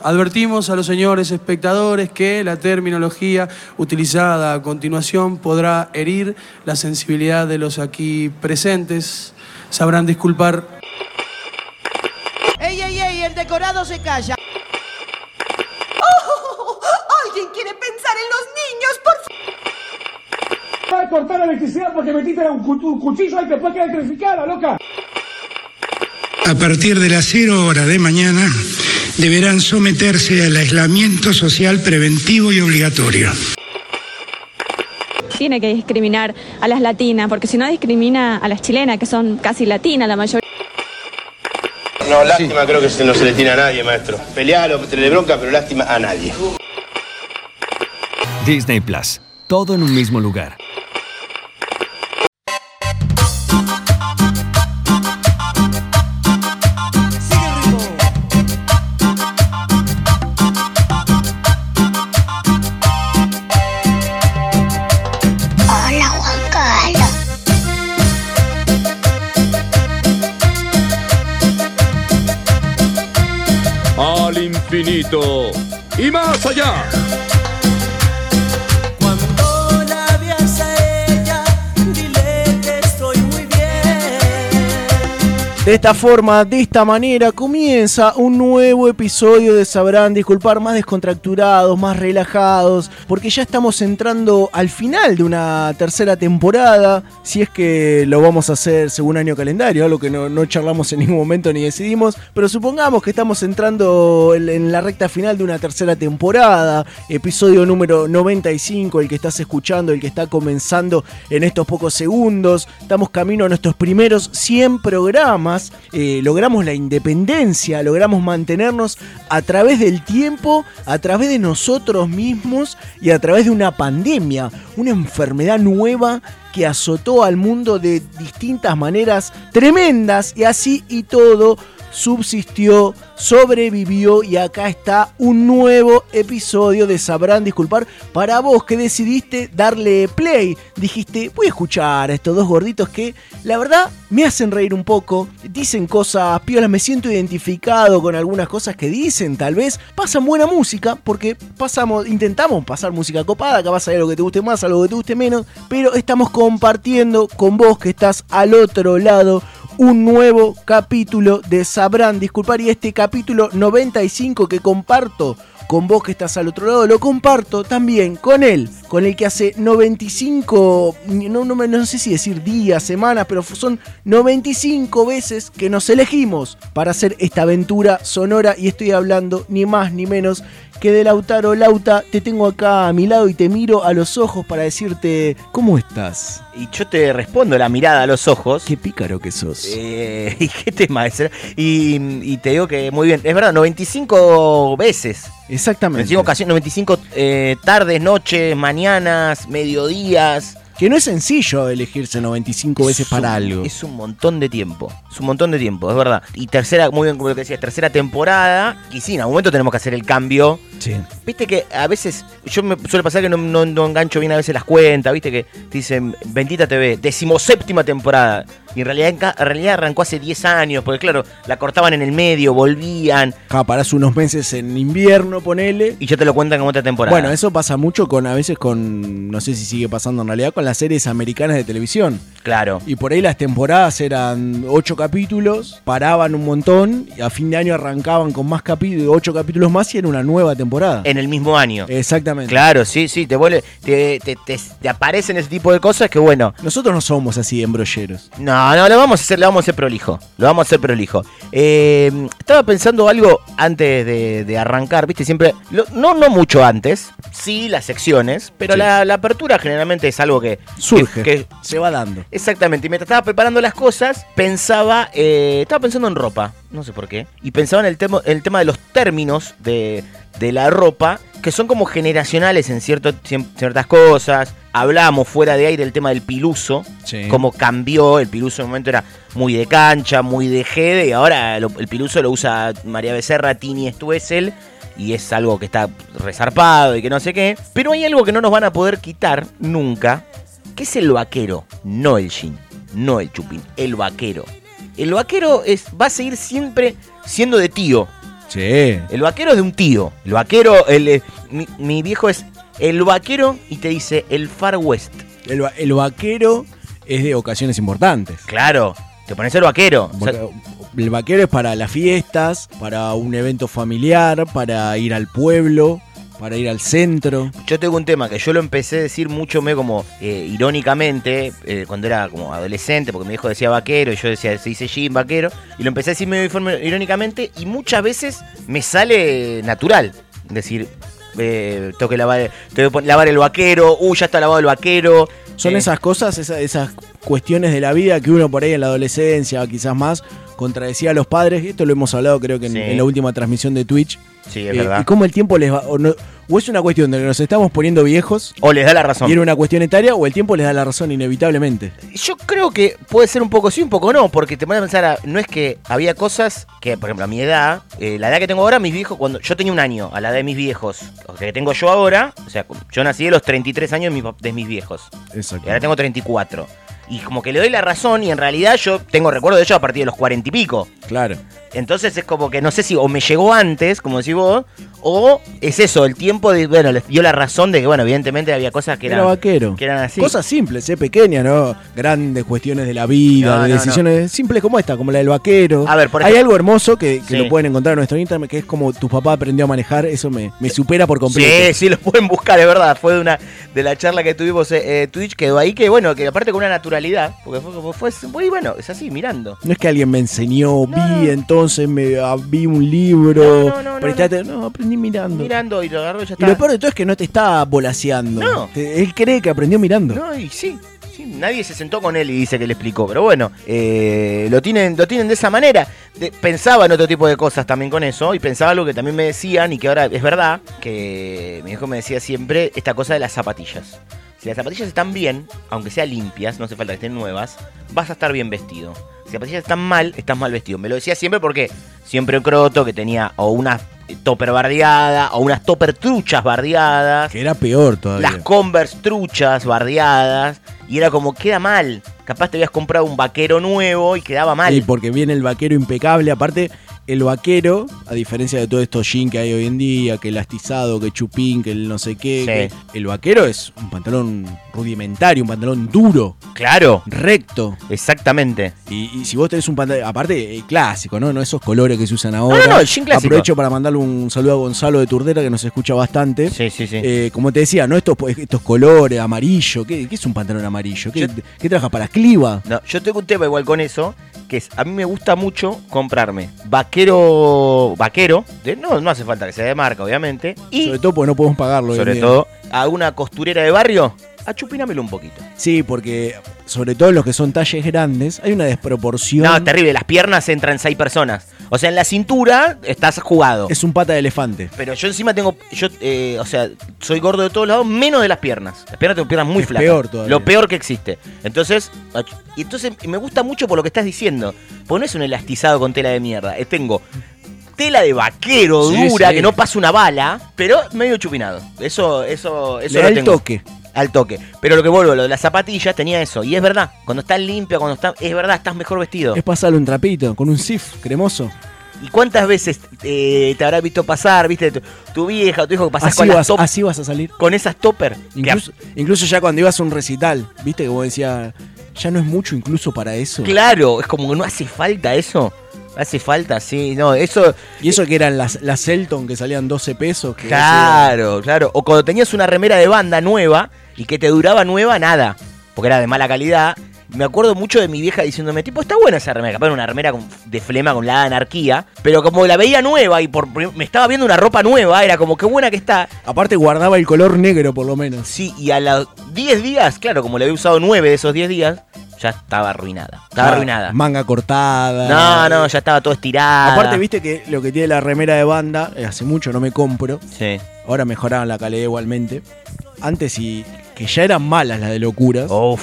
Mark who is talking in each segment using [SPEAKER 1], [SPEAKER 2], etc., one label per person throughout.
[SPEAKER 1] Advertimos a los señores espectadores que la terminología utilizada a continuación podrá herir la sensibilidad de los aquí presentes. Sabrán disculpar.
[SPEAKER 2] ¡Ey, ey, ey! El decorado se calla.
[SPEAKER 3] ¡Oh! ¡Alguien quiere pensar en los niños, por favor!
[SPEAKER 4] Va a cortar la electricidad porque metiste un, cu- un cuchillo ahí que después queda electrificada, loca.
[SPEAKER 5] A partir de las 0 hora de mañana deberán someterse al aislamiento social preventivo y obligatorio.
[SPEAKER 6] Tiene que discriminar a las latinas, porque si no discrimina a las chilenas, que son casi latinas la mayoría.
[SPEAKER 7] No, lástima creo que se- no se le tiene a nadie, maestro. Pelear o tener bronca, pero lástima a nadie.
[SPEAKER 8] Disney Plus. Todo en un mismo lugar.
[SPEAKER 9] Hola Juan Carlos.
[SPEAKER 10] al infinito y más allá.
[SPEAKER 11] Cuando la veas a ella, dile que estoy muy bien.
[SPEAKER 12] De esta forma, de esta manera, comienza un nuevo episodio de Sabrán Disculpar, más descontracturados, más relajados, porque ya estamos entrando al final de una tercera temporada, si es que lo vamos a hacer según año calendario, algo que no, no charlamos en ningún momento ni decidimos, pero supongamos que estamos entrando en, en la recta final de una tercera temporada, episodio número 95, el que estás escuchando, el que está comenzando en estos pocos segundos, estamos camino a nuestros primeros 100 programas, eh, logramos la independencia, logramos mantenernos a través del tiempo, a través de nosotros mismos y a través de una pandemia, una enfermedad nueva que azotó al mundo de distintas maneras tremendas y así y todo subsistió, sobrevivió y acá está un nuevo episodio de Sabrán Disculpar para vos que decidiste darle play. Dijiste, voy a escuchar a estos dos gorditos que la verdad me hacen reír un poco, dicen cosas piolas, me siento identificado con algunas cosas que dicen, tal vez pasan buena música porque pasamos, intentamos pasar música copada, capaz hay algo que te guste más, algo que te guste menos, pero estamos compartiendo con vos que estás al otro lado un nuevo capítulo de Sabrán Disculpar y este capítulo 95 que comparto con vos que estás al otro lado, lo comparto también con él, con el que hace 95, no, no, me- no sé si decir días, semanas, pero fu- son 95 veces que nos elegimos para hacer esta aventura sonora y estoy hablando ni más ni menos que de Lautaro Lauta, te tengo acá a mi lado y te miro a los ojos para decirte, ¿cómo estás?
[SPEAKER 13] Y yo te respondo la mirada a los ojos.
[SPEAKER 12] Qué pícaro que sos.
[SPEAKER 13] y qué tema es. eh? Y, y te digo que muy bien. Es verdad, 95 veces.
[SPEAKER 12] Exactamente.
[SPEAKER 13] 95, ocasiones, 95 eh, tardes, noches, mañanas, mediodías.
[SPEAKER 12] Que no es sencillo elegirse 95 veces para algo.
[SPEAKER 13] Es un montón de tiempo. Es un montón de tiempo, es verdad. Y tercera, muy bien como lo que decías, tercera temporada. Y sí, en algún momento tenemos que hacer el cambio.
[SPEAKER 12] Sí.
[SPEAKER 13] Viste que a veces, yo me suele pasar que no, no- no engancho bien a veces las cuentas, viste que te dicen Bendita TV, decimoséptima temporada. Y en realidad, en, ca- en realidad arrancó hace 10 años, porque claro, la cortaban en el medio, volvían.
[SPEAKER 12] Acá parás Ah, unos meses en invierno, ponele.
[SPEAKER 13] Y ya te lo cuentan como otra temporada.
[SPEAKER 12] Bueno, eso pasa mucho con a veces con, no sé si sigue pasando en realidad, con las series americanas de televisión.
[SPEAKER 13] Claro.
[SPEAKER 12] Y por ahí las temporadas eran ocho capítulos, paraban un montón y a fin de año arrancaban con más capítulos, ocho capítulos más y era una nueva temporada.
[SPEAKER 13] En el mismo año.
[SPEAKER 12] Exactamente.
[SPEAKER 13] Claro, sí, sí, te, vuelve, te, te, te- te aparecen ese tipo de cosas que bueno.
[SPEAKER 12] Nosotros no somos así embrolleros.
[SPEAKER 13] No, no, lo vamos a hacer, lo vamos a hacer prolijo. Lo vamos a hacer prolijo. Eh, estaba pensando algo antes de, de arrancar, viste, siempre. lo- no, no mucho antes. Sí, las secciones. Pero
[SPEAKER 12] Sí.
[SPEAKER 13] la, la apertura generalmente es algo que.
[SPEAKER 12] Surge,
[SPEAKER 13] que- que-
[SPEAKER 12] se va dando.
[SPEAKER 13] Exactamente, y mientras estaba preparando las cosas, pensaba, eh, estaba pensando en ropa, no sé por qué, y pensaba en el, tema, el tema de los términos de, de la ropa, que son como generacionales en cierto, cien- ciertas cosas. Hablamos fuera de aire del tema del piluso,
[SPEAKER 12] Sí.
[SPEAKER 13] cómo cambió, el piluso en un momento era muy de cancha, muy de jede, y ahora lo- el piluso lo usa María Becerra, Tini Stuessel, y es algo que está resarpado y que no sé qué. Pero hay algo que no nos van a poder quitar nunca, ¿Qué es el vaquero? No el jean, no el chupín, el vaquero. El vaquero es, va a seguir siempre siendo de tío.
[SPEAKER 12] Sí. El vaquero es de un tío. El vaquero, el, eh, mi, mi viejo es el vaquero y te dice el Far West.
[SPEAKER 8] El, va- el vaquero es de ocasiones importantes.
[SPEAKER 12] Claro, te pones el vaquero. O sea,
[SPEAKER 8] el vaquero es para las fiestas, para un evento familiar, para ir al pueblo, para ir al centro.
[SPEAKER 12] Yo tengo un tema que yo lo empecé a decir mucho me como eh, irónicamente eh, cuando era como adolescente, porque mi hijo decía vaquero y yo decía, se dice Jim vaquero, y lo empecé a decir medio de forma irónicamente y muchas veces me sale natural decir, eh, tengo que lavar, tengo que pon- lavar el vaquero, uh, ya está lavado el vaquero.
[SPEAKER 8] Son
[SPEAKER 12] Eh,
[SPEAKER 8] esas cosas, esa- esas cuestiones de la vida que uno por ahí en la adolescencia, quizás más, contradecía a los padres. Esto lo hemos hablado creo que en,
[SPEAKER 12] Sí.
[SPEAKER 8] en la última transmisión de Twitch.
[SPEAKER 12] Sí, es
[SPEAKER 8] Eh,
[SPEAKER 12] verdad.
[SPEAKER 8] Y cómo el tiempo les va... O, no- o es una cuestión de que nos estamos poniendo viejos.
[SPEAKER 12] O les da la razón.
[SPEAKER 8] Y era una cuestión etaria o el tiempo les da la razón inevitablemente.
[SPEAKER 12] Yo creo que puede ser un poco sí, un poco no, porque te pones a pensar, a- no es que había cosas que, por ejemplo, a mi edad, eh, la edad que tengo ahora, mis viejos, cuando yo tenía un año, a la edad de mis viejos, o sea, que tengo yo ahora, o sea, yo nací de los 33 años de, mi pap- de mis viejos,
[SPEAKER 8] Exacto.
[SPEAKER 12] y ahora tengo 34. Y como que le doy la razón y en realidad yo tengo recuerdo de ellos a partir de los 40 y pico.
[SPEAKER 8] Claro.
[SPEAKER 12] Entonces es como que no sé si o me llegó antes, como decís vos, o es eso, el tiempo de, bueno, les dio la razón de que, bueno, evidentemente había cosas que
[SPEAKER 8] Era
[SPEAKER 12] eran,
[SPEAKER 8] vaquero.
[SPEAKER 12] que eran así.
[SPEAKER 8] Cosas simples, eh, pequeñas, ¿no? Grandes cuestiones de la vida,
[SPEAKER 12] No,
[SPEAKER 8] de
[SPEAKER 12] no,
[SPEAKER 8] decisiones simples como esta, como la del vaquero.
[SPEAKER 12] A ver, por
[SPEAKER 8] Hay
[SPEAKER 12] ejemplo-
[SPEAKER 8] algo hermoso que, que
[SPEAKER 12] Sí.
[SPEAKER 8] lo pueden encontrar en nuestro Instagram, que es como tu papá aprendió a manejar, eso me, me supera por completo.
[SPEAKER 12] Sí, sí, lo pueden buscar, es verdad. Fue de una de la charla que tuvimos eh, eh, Twitch, quedó ahí, que bueno, que aparte con una naturalidad, porque fue como fue, muy bueno, es así, mirando.
[SPEAKER 8] No es que alguien me enseñó, vi entonces, me ah, vi un libro,
[SPEAKER 12] no, no,
[SPEAKER 8] presté aten- no, aprendí mirando.
[SPEAKER 12] Mirando y lo agarró y ya
[SPEAKER 8] Y
[SPEAKER 12] está.
[SPEAKER 8] lo peor de todo es que no te está volaseando.
[SPEAKER 12] No.
[SPEAKER 8] Te- él cree que aprendió mirando.
[SPEAKER 12] No, y sí, sí, nadie se sentó con él y dice que le explicó, pero bueno, eh, lo, tienen, lo tienen de esa manera. De- pensaba en otro tipo de cosas también con eso, y pensaba algo que también me decían, y que ahora es verdad, que mi hijo me decía siempre esta cosa de las zapatillas. Si las zapatillas están bien, aunque sean limpias, no hace falta que estén nuevas, vas a estar bien vestido. Si las zapatillas están mal, estás mal vestido. Me lo decía siempre porque siempre croto que tenía o una topper bardeada o unas topper truchas bardeadas
[SPEAKER 8] Que era peor todavía.
[SPEAKER 12] las Converse truchas, bardeadas, y era como, queda mal. Capaz te habías comprado un vaquero nuevo y quedaba mal.
[SPEAKER 8] Sí, porque viene el vaquero impecable. Aparte, el vaquero, a diferencia de todo esto jean que hay hoy en día, que el astizado, que chupín, que el no sé qué,
[SPEAKER 12] Sí.
[SPEAKER 8] que- el vaquero es un pantalón rudimentario, un pantalón duro,
[SPEAKER 12] Claro.
[SPEAKER 8] recto.
[SPEAKER 12] Exactamente.
[SPEAKER 8] Y, y si vos tenés un pantalón, aparte, eh, clásico, ¿no? No esos colores que se usan ahora.
[SPEAKER 12] no, el jean clásico.
[SPEAKER 8] Aprovecho para mandarle un saludo a Gonzalo de Turdera, que nos escucha bastante.
[SPEAKER 12] Sí, sí, sí.
[SPEAKER 8] Eh, como te decía, ¿no? Estos, pues, estos colores, amarillo. ¿Qué, qué es un pantalón amarillo? ¿Qué, qué trabajas para cliva?
[SPEAKER 12] No, yo tengo un tema igual con eso, que es, a mí me gusta mucho comprarme vaquero, vaquero, de- no, no hace falta que sea de marca, obviamente, y
[SPEAKER 8] Sobre todo porque no podemos pagarlo. hoy en
[SPEAKER 12] sobre
[SPEAKER 8] día.
[SPEAKER 12] todo a una costurera de barrio, achupínamelo un poquito.
[SPEAKER 8] Sí, porque sobre todo los que son talles grandes, hay una desproporción.
[SPEAKER 12] No, es terrible, las piernas entran seis personas. O sea, en la cintura estás jugado.
[SPEAKER 8] es un pata de elefante.
[SPEAKER 12] Pero yo encima tengo. Yo, eh, o sea, soy gordo de todos lados, menos de las piernas. Las piernas tengo piernas muy
[SPEAKER 8] Es
[SPEAKER 12] flacas.
[SPEAKER 8] peor todavía.
[SPEAKER 12] Lo peor que existe. Entonces, ach- y entonces me gusta mucho por lo que estás diciendo. Porque no es un elastizado con tela de mierda. Eh, Tengo tela de vaquero
[SPEAKER 8] Sí,
[SPEAKER 12] dura,
[SPEAKER 8] sí.
[SPEAKER 12] que no pasa una bala, pero medio chupinado. Eso, eso, eso
[SPEAKER 8] Le da
[SPEAKER 12] lo
[SPEAKER 8] el
[SPEAKER 12] tengo.
[SPEAKER 8] toque.
[SPEAKER 12] Al toque. Pero lo que vuelvo, lo de las zapatillas tenía eso. Y es verdad. Cuando estás limpio, cuando estás. Es verdad, estás mejor vestido.
[SPEAKER 8] Es pasarle un trapito con un sif cremoso.
[SPEAKER 12] ¿Y cuántas veces eh, te habrás visto pasar, viste, tu, tu vieja o tu hijo que pasás
[SPEAKER 8] Así
[SPEAKER 12] con las
[SPEAKER 8] vas,
[SPEAKER 12] top-
[SPEAKER 8] así vas a salir.
[SPEAKER 12] con esas topper.
[SPEAKER 8] Incluso, incluso ya cuando ibas a un recital, viste que vos decías, ya no es mucho incluso para eso.
[SPEAKER 12] Claro, es como que no hace falta eso. Hace falta, sí, no, eso.
[SPEAKER 8] Y eso que eran las, las Elton que salían 12 pesos. que
[SPEAKER 12] Claro, claro. O cuando tenías una remera de banda nueva y que te duraba nueva, nada. Porque era de mala calidad. Me acuerdo mucho de mi vieja diciéndome, tipo, está buena esa remera. Capaz era una remera con- de flema con la anarquía. Pero como la veía nueva y por, prim- me estaba viendo una ropa nueva, era como, qué buena que está.
[SPEAKER 8] Aparte guardaba el color negro por lo menos.
[SPEAKER 12] Sí, y a los 10 días, claro, como le había usado 9 de esos 10 días, ya estaba arruinada. Estaba
[SPEAKER 8] Ma-
[SPEAKER 12] arruinada.
[SPEAKER 8] Ah, Manga cortada.
[SPEAKER 12] No, no, ya estaba todo estirada.
[SPEAKER 8] Aparte, viste que lo que tiene la remera de banda, eh, hace mucho no me compro.
[SPEAKER 12] Sí.
[SPEAKER 8] Ahora mejoraron la calidad igualmente. Antes sí, que ya eran malas las de locuras.
[SPEAKER 12] Oh.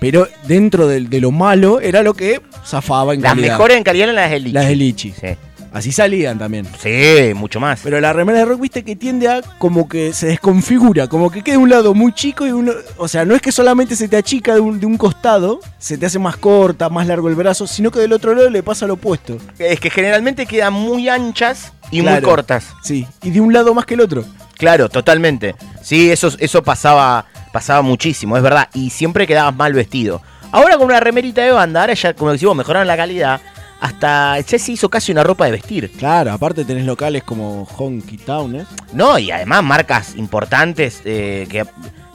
[SPEAKER 8] Pero dentro del- de, lo malo era lo que zafaba en
[SPEAKER 12] Las
[SPEAKER 8] calidad.
[SPEAKER 12] mejores en calidad eran las del Lichi.
[SPEAKER 8] Las de Lichi.
[SPEAKER 12] Sí.
[SPEAKER 8] Así salían también.
[SPEAKER 12] Sí, mucho más.
[SPEAKER 8] Pero la remera de rock, viste, que tiende a como que se desconfigura, como que queda un lado muy chico y uno. O sea, no es que solamente se te achica de un, de un costado, se te hace más corta, más largo el brazo, sino que del otro lado le pasa lo opuesto.
[SPEAKER 12] Es que generalmente quedan muy anchas Y muy
[SPEAKER 14] Claro.
[SPEAKER 12] cortas.
[SPEAKER 14] Sí, y de un lado más que el otro.
[SPEAKER 12] Claro, totalmente. Sí, eso, eso pasaba, pasaba muchísimo, es verdad. Y siempre quedabas mal vestido. Ahora con una remerita de banda, ahora ya, como decimos, mejoraron la calidad. Hasta ya se hizo casi una ropa de vestir.
[SPEAKER 8] Claro, aparte tenés locales como Honky Town, ¿eh?
[SPEAKER 12] No, y además marcas importantes eh, que,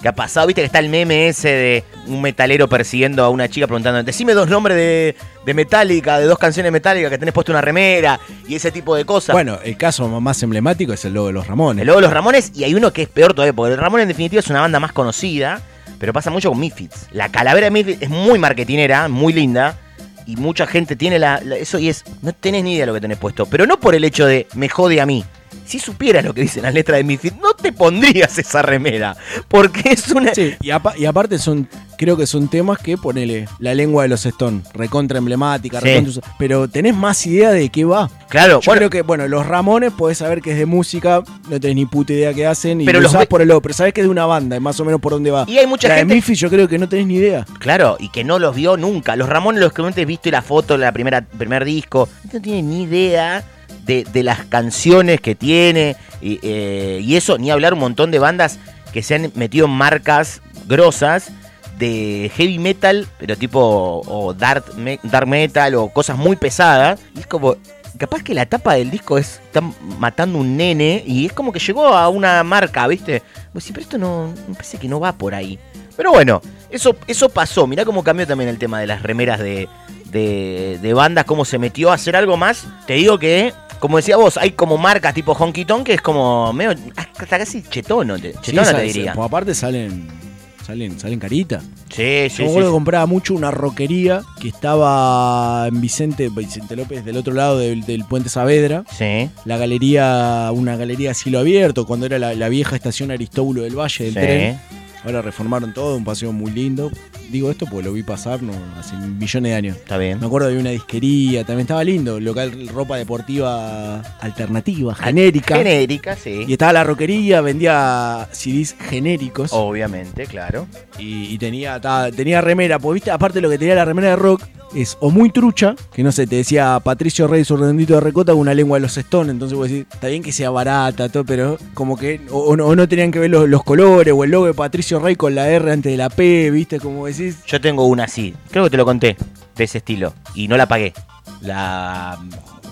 [SPEAKER 12] que ha pasado. Viste que está el meme ese de un metalero persiguiendo a una chica preguntando: Decime dos nombres de, de Metallica, de dos canciones metálicas que tenés puesto una remera y ese tipo de cosas.
[SPEAKER 8] Bueno, el caso más emblemático es el logo de los Ramones.
[SPEAKER 12] El logo de los Ramones y hay uno que es peor todavía, porque el Ramón en definitiva es una banda más conocida, pero pasa mucho con Misfits. La calavera de Misfits es muy marketinera, muy linda, y mucha gente tiene la, la- eso y es, no tenés ni idea lo que tenés puesto, pero no por el hecho de me jode a mí. Si supieras lo que dicen las letras de Misfits, no te pondrías esa remera, porque es una...
[SPEAKER 8] Sí, y, apa- y aparte son, creo que son temas que ponele la lengua de los Stone, recontra emblemática,
[SPEAKER 12] Sí.
[SPEAKER 8] recontra usa- pero tenés más idea de qué va.
[SPEAKER 12] Claro,
[SPEAKER 8] Yo creo que, bueno, los Ramones podés saber que es de música, no tenés ni puta idea qué hacen, y
[SPEAKER 12] Pero
[SPEAKER 8] lo
[SPEAKER 12] los
[SPEAKER 8] usás
[SPEAKER 12] ve-
[SPEAKER 8] por el logo, pero sabés que es de una banda, y más o menos por dónde va.
[SPEAKER 12] Y hay mucha
[SPEAKER 8] La de
[SPEAKER 12] gente-
[SPEAKER 8] Miffy yo creo que no tenés ni idea.
[SPEAKER 12] Claro, y que no los vio nunca. Los Ramones los que antes viste la foto, la primera primer disco, no tienen ni idea de, de las canciones que tiene y, eh, y eso, ni hablar un montón de bandas que se han metido en marcas grosas de heavy metal, pero tipo o dark, me- dark metal o cosas muy pesadas. Y es como, capaz que la tapa del disco es, están matando un nene y es como que llegó a una marca, ¿viste? Pues sí, pero esto no, me parece que no va por ahí. Pero bueno, eso, eso pasó. Mirá cómo cambió también el tema de las remeras de, de, de bandas, cómo se metió a hacer algo más. Te digo que, como decía vos, hay como marcas tipo Honky Tonk que es como medio, hasta casi chetono, te-
[SPEAKER 8] Sí,
[SPEAKER 12] chetona te
[SPEAKER 8] sale-
[SPEAKER 12] diría.
[SPEAKER 8] pues aparte salen, salen, salen carita.
[SPEAKER 12] Sí,
[SPEAKER 8] Yo me
[SPEAKER 12] sí, sí.
[SPEAKER 8] acuerdo que
[SPEAKER 12] sí.
[SPEAKER 8] compraba mucho una roquería que estaba en Vicente, Vicente López, del otro lado del, del Puente Saavedra.
[SPEAKER 12] Sí.
[SPEAKER 8] La galería, una galería a cielo abierto, cuando era la, la vieja estación Aristóbulo del Valle del
[SPEAKER 12] Sí.
[SPEAKER 8] tren. Ahora reformaron todo, un paseo muy lindo. Digo esto porque lo vi pasar no, hace millones de años.
[SPEAKER 12] Está bien.
[SPEAKER 8] Me acuerdo de una disquería, también estaba lindo, local ropa deportiva alternativa, genérica.
[SPEAKER 12] Genérica, sí.
[SPEAKER 8] Y estaba la roquería, vendía CDs genéricos.
[SPEAKER 12] Obviamente, claro.
[SPEAKER 8] Y, y tenía, ta- tenía remera, pues viste, aparte lo que tenía la remera de rock es o muy trucha, que no sé, te decía Patricio Rey su redondito de recota con una lengua de los Stones, entonces vos decís, está bien que sea barata, todo, pero como que, o, o no, o no tenían que ver los, los colores, o el logo de Patricio Rey con la R antes de la P, viste, como decís.
[SPEAKER 12] Yo tengo una así, creo que te lo conté, de ese estilo. Y no la pagué. La.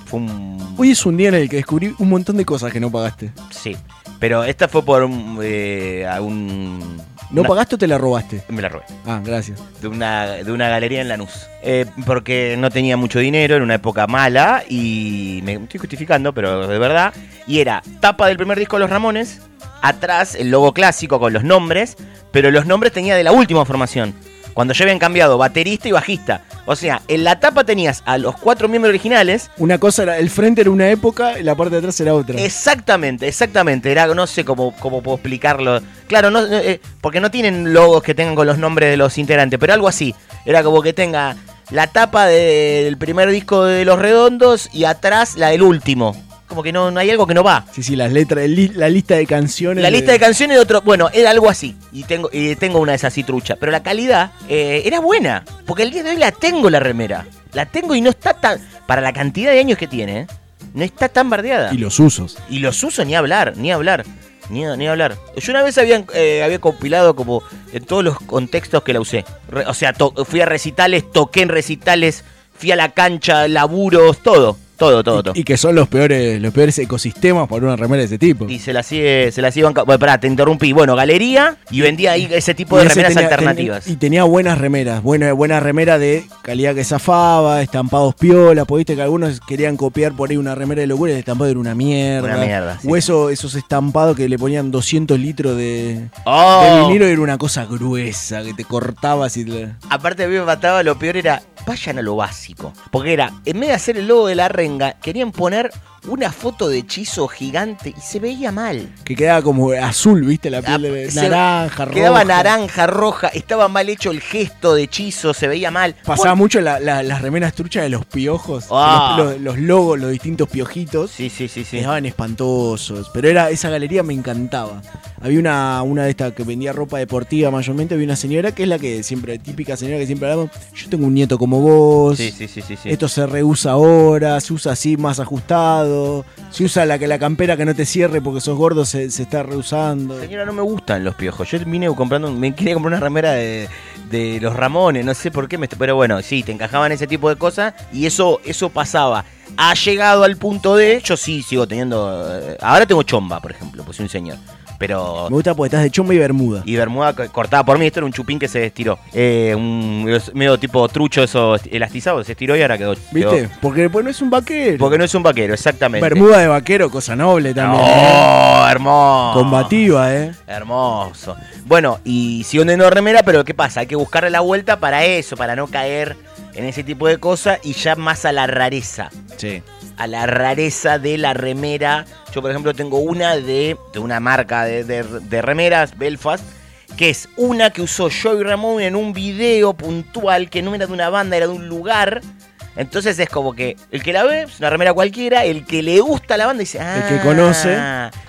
[SPEAKER 12] Fue un.
[SPEAKER 8] Hoy es un día en el que descubrí un montón de cosas que no pagaste.
[SPEAKER 12] Sí. Pero esta fue por un. eh, algún-
[SPEAKER 8] ¿No
[SPEAKER 12] una-
[SPEAKER 8] pagaste o te la robaste?
[SPEAKER 12] Me la robé.
[SPEAKER 8] Ah, gracias.
[SPEAKER 12] De una, de una galería en Lanús. Eh, porque no tenía mucho dinero, era una época mala y me estoy justificando, pero de verdad. Y era tapa del primer disco de Los Ramones, atrás el logo clásico con los nombres, pero los nombres tenía de la última formación. Cuando ya habían cambiado baterista y bajista. O sea, en la tapa tenías a los cuatro miembros originales.
[SPEAKER 8] Una cosa era, el frente era una época y la parte de atrás era otra.
[SPEAKER 12] Exactamente, exactamente. Era, no sé cómo, cómo puedo explicarlo. Claro, no, no, eh, porque no tienen logos que tengan con los nombres de los integrantes, pero algo así. Era como que tenga la tapa de- del primer disco de Los Redondos y atrás la del último. Como que no, no hay algo que no va.
[SPEAKER 8] Sí, sí, las letras, el li- la lista de canciones.
[SPEAKER 12] La lista de canciones de otro. Bueno, era algo así. Y tengo, y tengo una de esas así trucha. Pero la calidad eh, era buena. Porque el día de hoy la tengo la remera. La tengo y no está tan. Para la cantidad de años que tiene, eh, no está tan bardeada.
[SPEAKER 8] Y los usos.
[SPEAKER 12] Y los uso ni hablar, ni hablar, ni, ni hablar. Yo una vez había, eh, había compilado como en todos los contextos que la usé. Re- o sea, to- fui a recitales, toqué en recitales, fui a la cancha, laburos, todo, todo, todo, todo.
[SPEAKER 8] Y que son los peores, los peores ecosistemas para una remera de ese tipo.
[SPEAKER 12] Y se las sigue, se las sigue banca- Bueno, pará, te interrumpí. Bueno, galería y vendía ahí ese tipo de
[SPEAKER 8] Y ese
[SPEAKER 12] remeras
[SPEAKER 8] tenía-
[SPEAKER 12] alternativas.
[SPEAKER 8] ten- y tenía buenas remeras, buena, buena remera de calidad que zafaba, estampados piola, podiste que algunos querían copiar por ahí una remera de locura y el estampado era una mierda.
[SPEAKER 12] Una mierda, sí.
[SPEAKER 8] O eso- esos estampados que le ponían 200 litros de,
[SPEAKER 12] Oh.
[SPEAKER 8] de vinilo era una cosa gruesa que te cortabas y te-
[SPEAKER 12] Aparte a mí me mataba, lo peor era, vayan a lo básico. Porque era, en vez de hacer el logo de la renga, querían poner una foto de hechizo gigante y se veía mal.
[SPEAKER 8] que quedaba como azul, viste, la piel de
[SPEAKER 12] Ah, Se-
[SPEAKER 8] Ah, naranja, roja.
[SPEAKER 12] Quedaba naranja, roja, estaba mal hecho el gesto de hechizo, se veía mal.
[SPEAKER 8] Pasaba
[SPEAKER 12] Pon-
[SPEAKER 8] mucho la- la- las remeras truchas de los piojos,
[SPEAKER 12] Ah.
[SPEAKER 8] los, los- los logos, los distintos piojitos.
[SPEAKER 12] Sí, sí, sí, sí.
[SPEAKER 8] Quedaban espantosos, pero era esa galería me encantaba. Había una, una de estas que vendía ropa deportiva mayormente, había una señora que es la que siempre, típica señora que siempre hablamos, yo tengo un nieto como vos,
[SPEAKER 12] Sí, sí, sí, sí, sí.
[SPEAKER 8] esto se reusa ahora, se usa así más ajustado, se usa la que la campera que no te cierre porque sos gordo se, se está reusando.
[SPEAKER 12] Señora, no me gustan los piojos. Yo vine comprando, me quería comprar una remera de, de los Ramones, no sé por qué, me- pero bueno, sí, te encajaban ese tipo de cosas y eso, eso pasaba. Ha llegado al punto de, yo sí sigo teniendo, eh, ahora tengo chomba, por ejemplo, pues soy un señor, pero...
[SPEAKER 8] Me gusta porque estás de chomba y bermuda.
[SPEAKER 12] Y Bermuda co- cortada por mí, esto era un chupín que se estiró. Eh, un es medio tipo trucho, eso est- elastizado, se estiró y ahora quedó. quedó-
[SPEAKER 8] ¿Viste? Porque después no es un vaquero.
[SPEAKER 12] Porque no es un vaquero, exactamente.
[SPEAKER 8] Bermuda de vaquero, cosa noble también. ¿eh?
[SPEAKER 12] No, hermoso.
[SPEAKER 8] Combativa, ¿eh?
[SPEAKER 12] Hermoso. Bueno, y sigo teniendo remera, pero ¿qué pasa? Hay que buscarle la vuelta para eso, para no caer en ese tipo de cosas y ya más a la rareza.
[SPEAKER 8] Sí.
[SPEAKER 12] A la rareza de la remera. Yo, por ejemplo, tengo una de, de una marca de, de- de remeras, Belfast, que es una que usó Joy Ramón en un video puntual que no era de una banda, era de un lugar. Entonces es como que el que la ve es una remera cualquiera, el que le gusta la banda dice, ah,
[SPEAKER 8] el que conoce.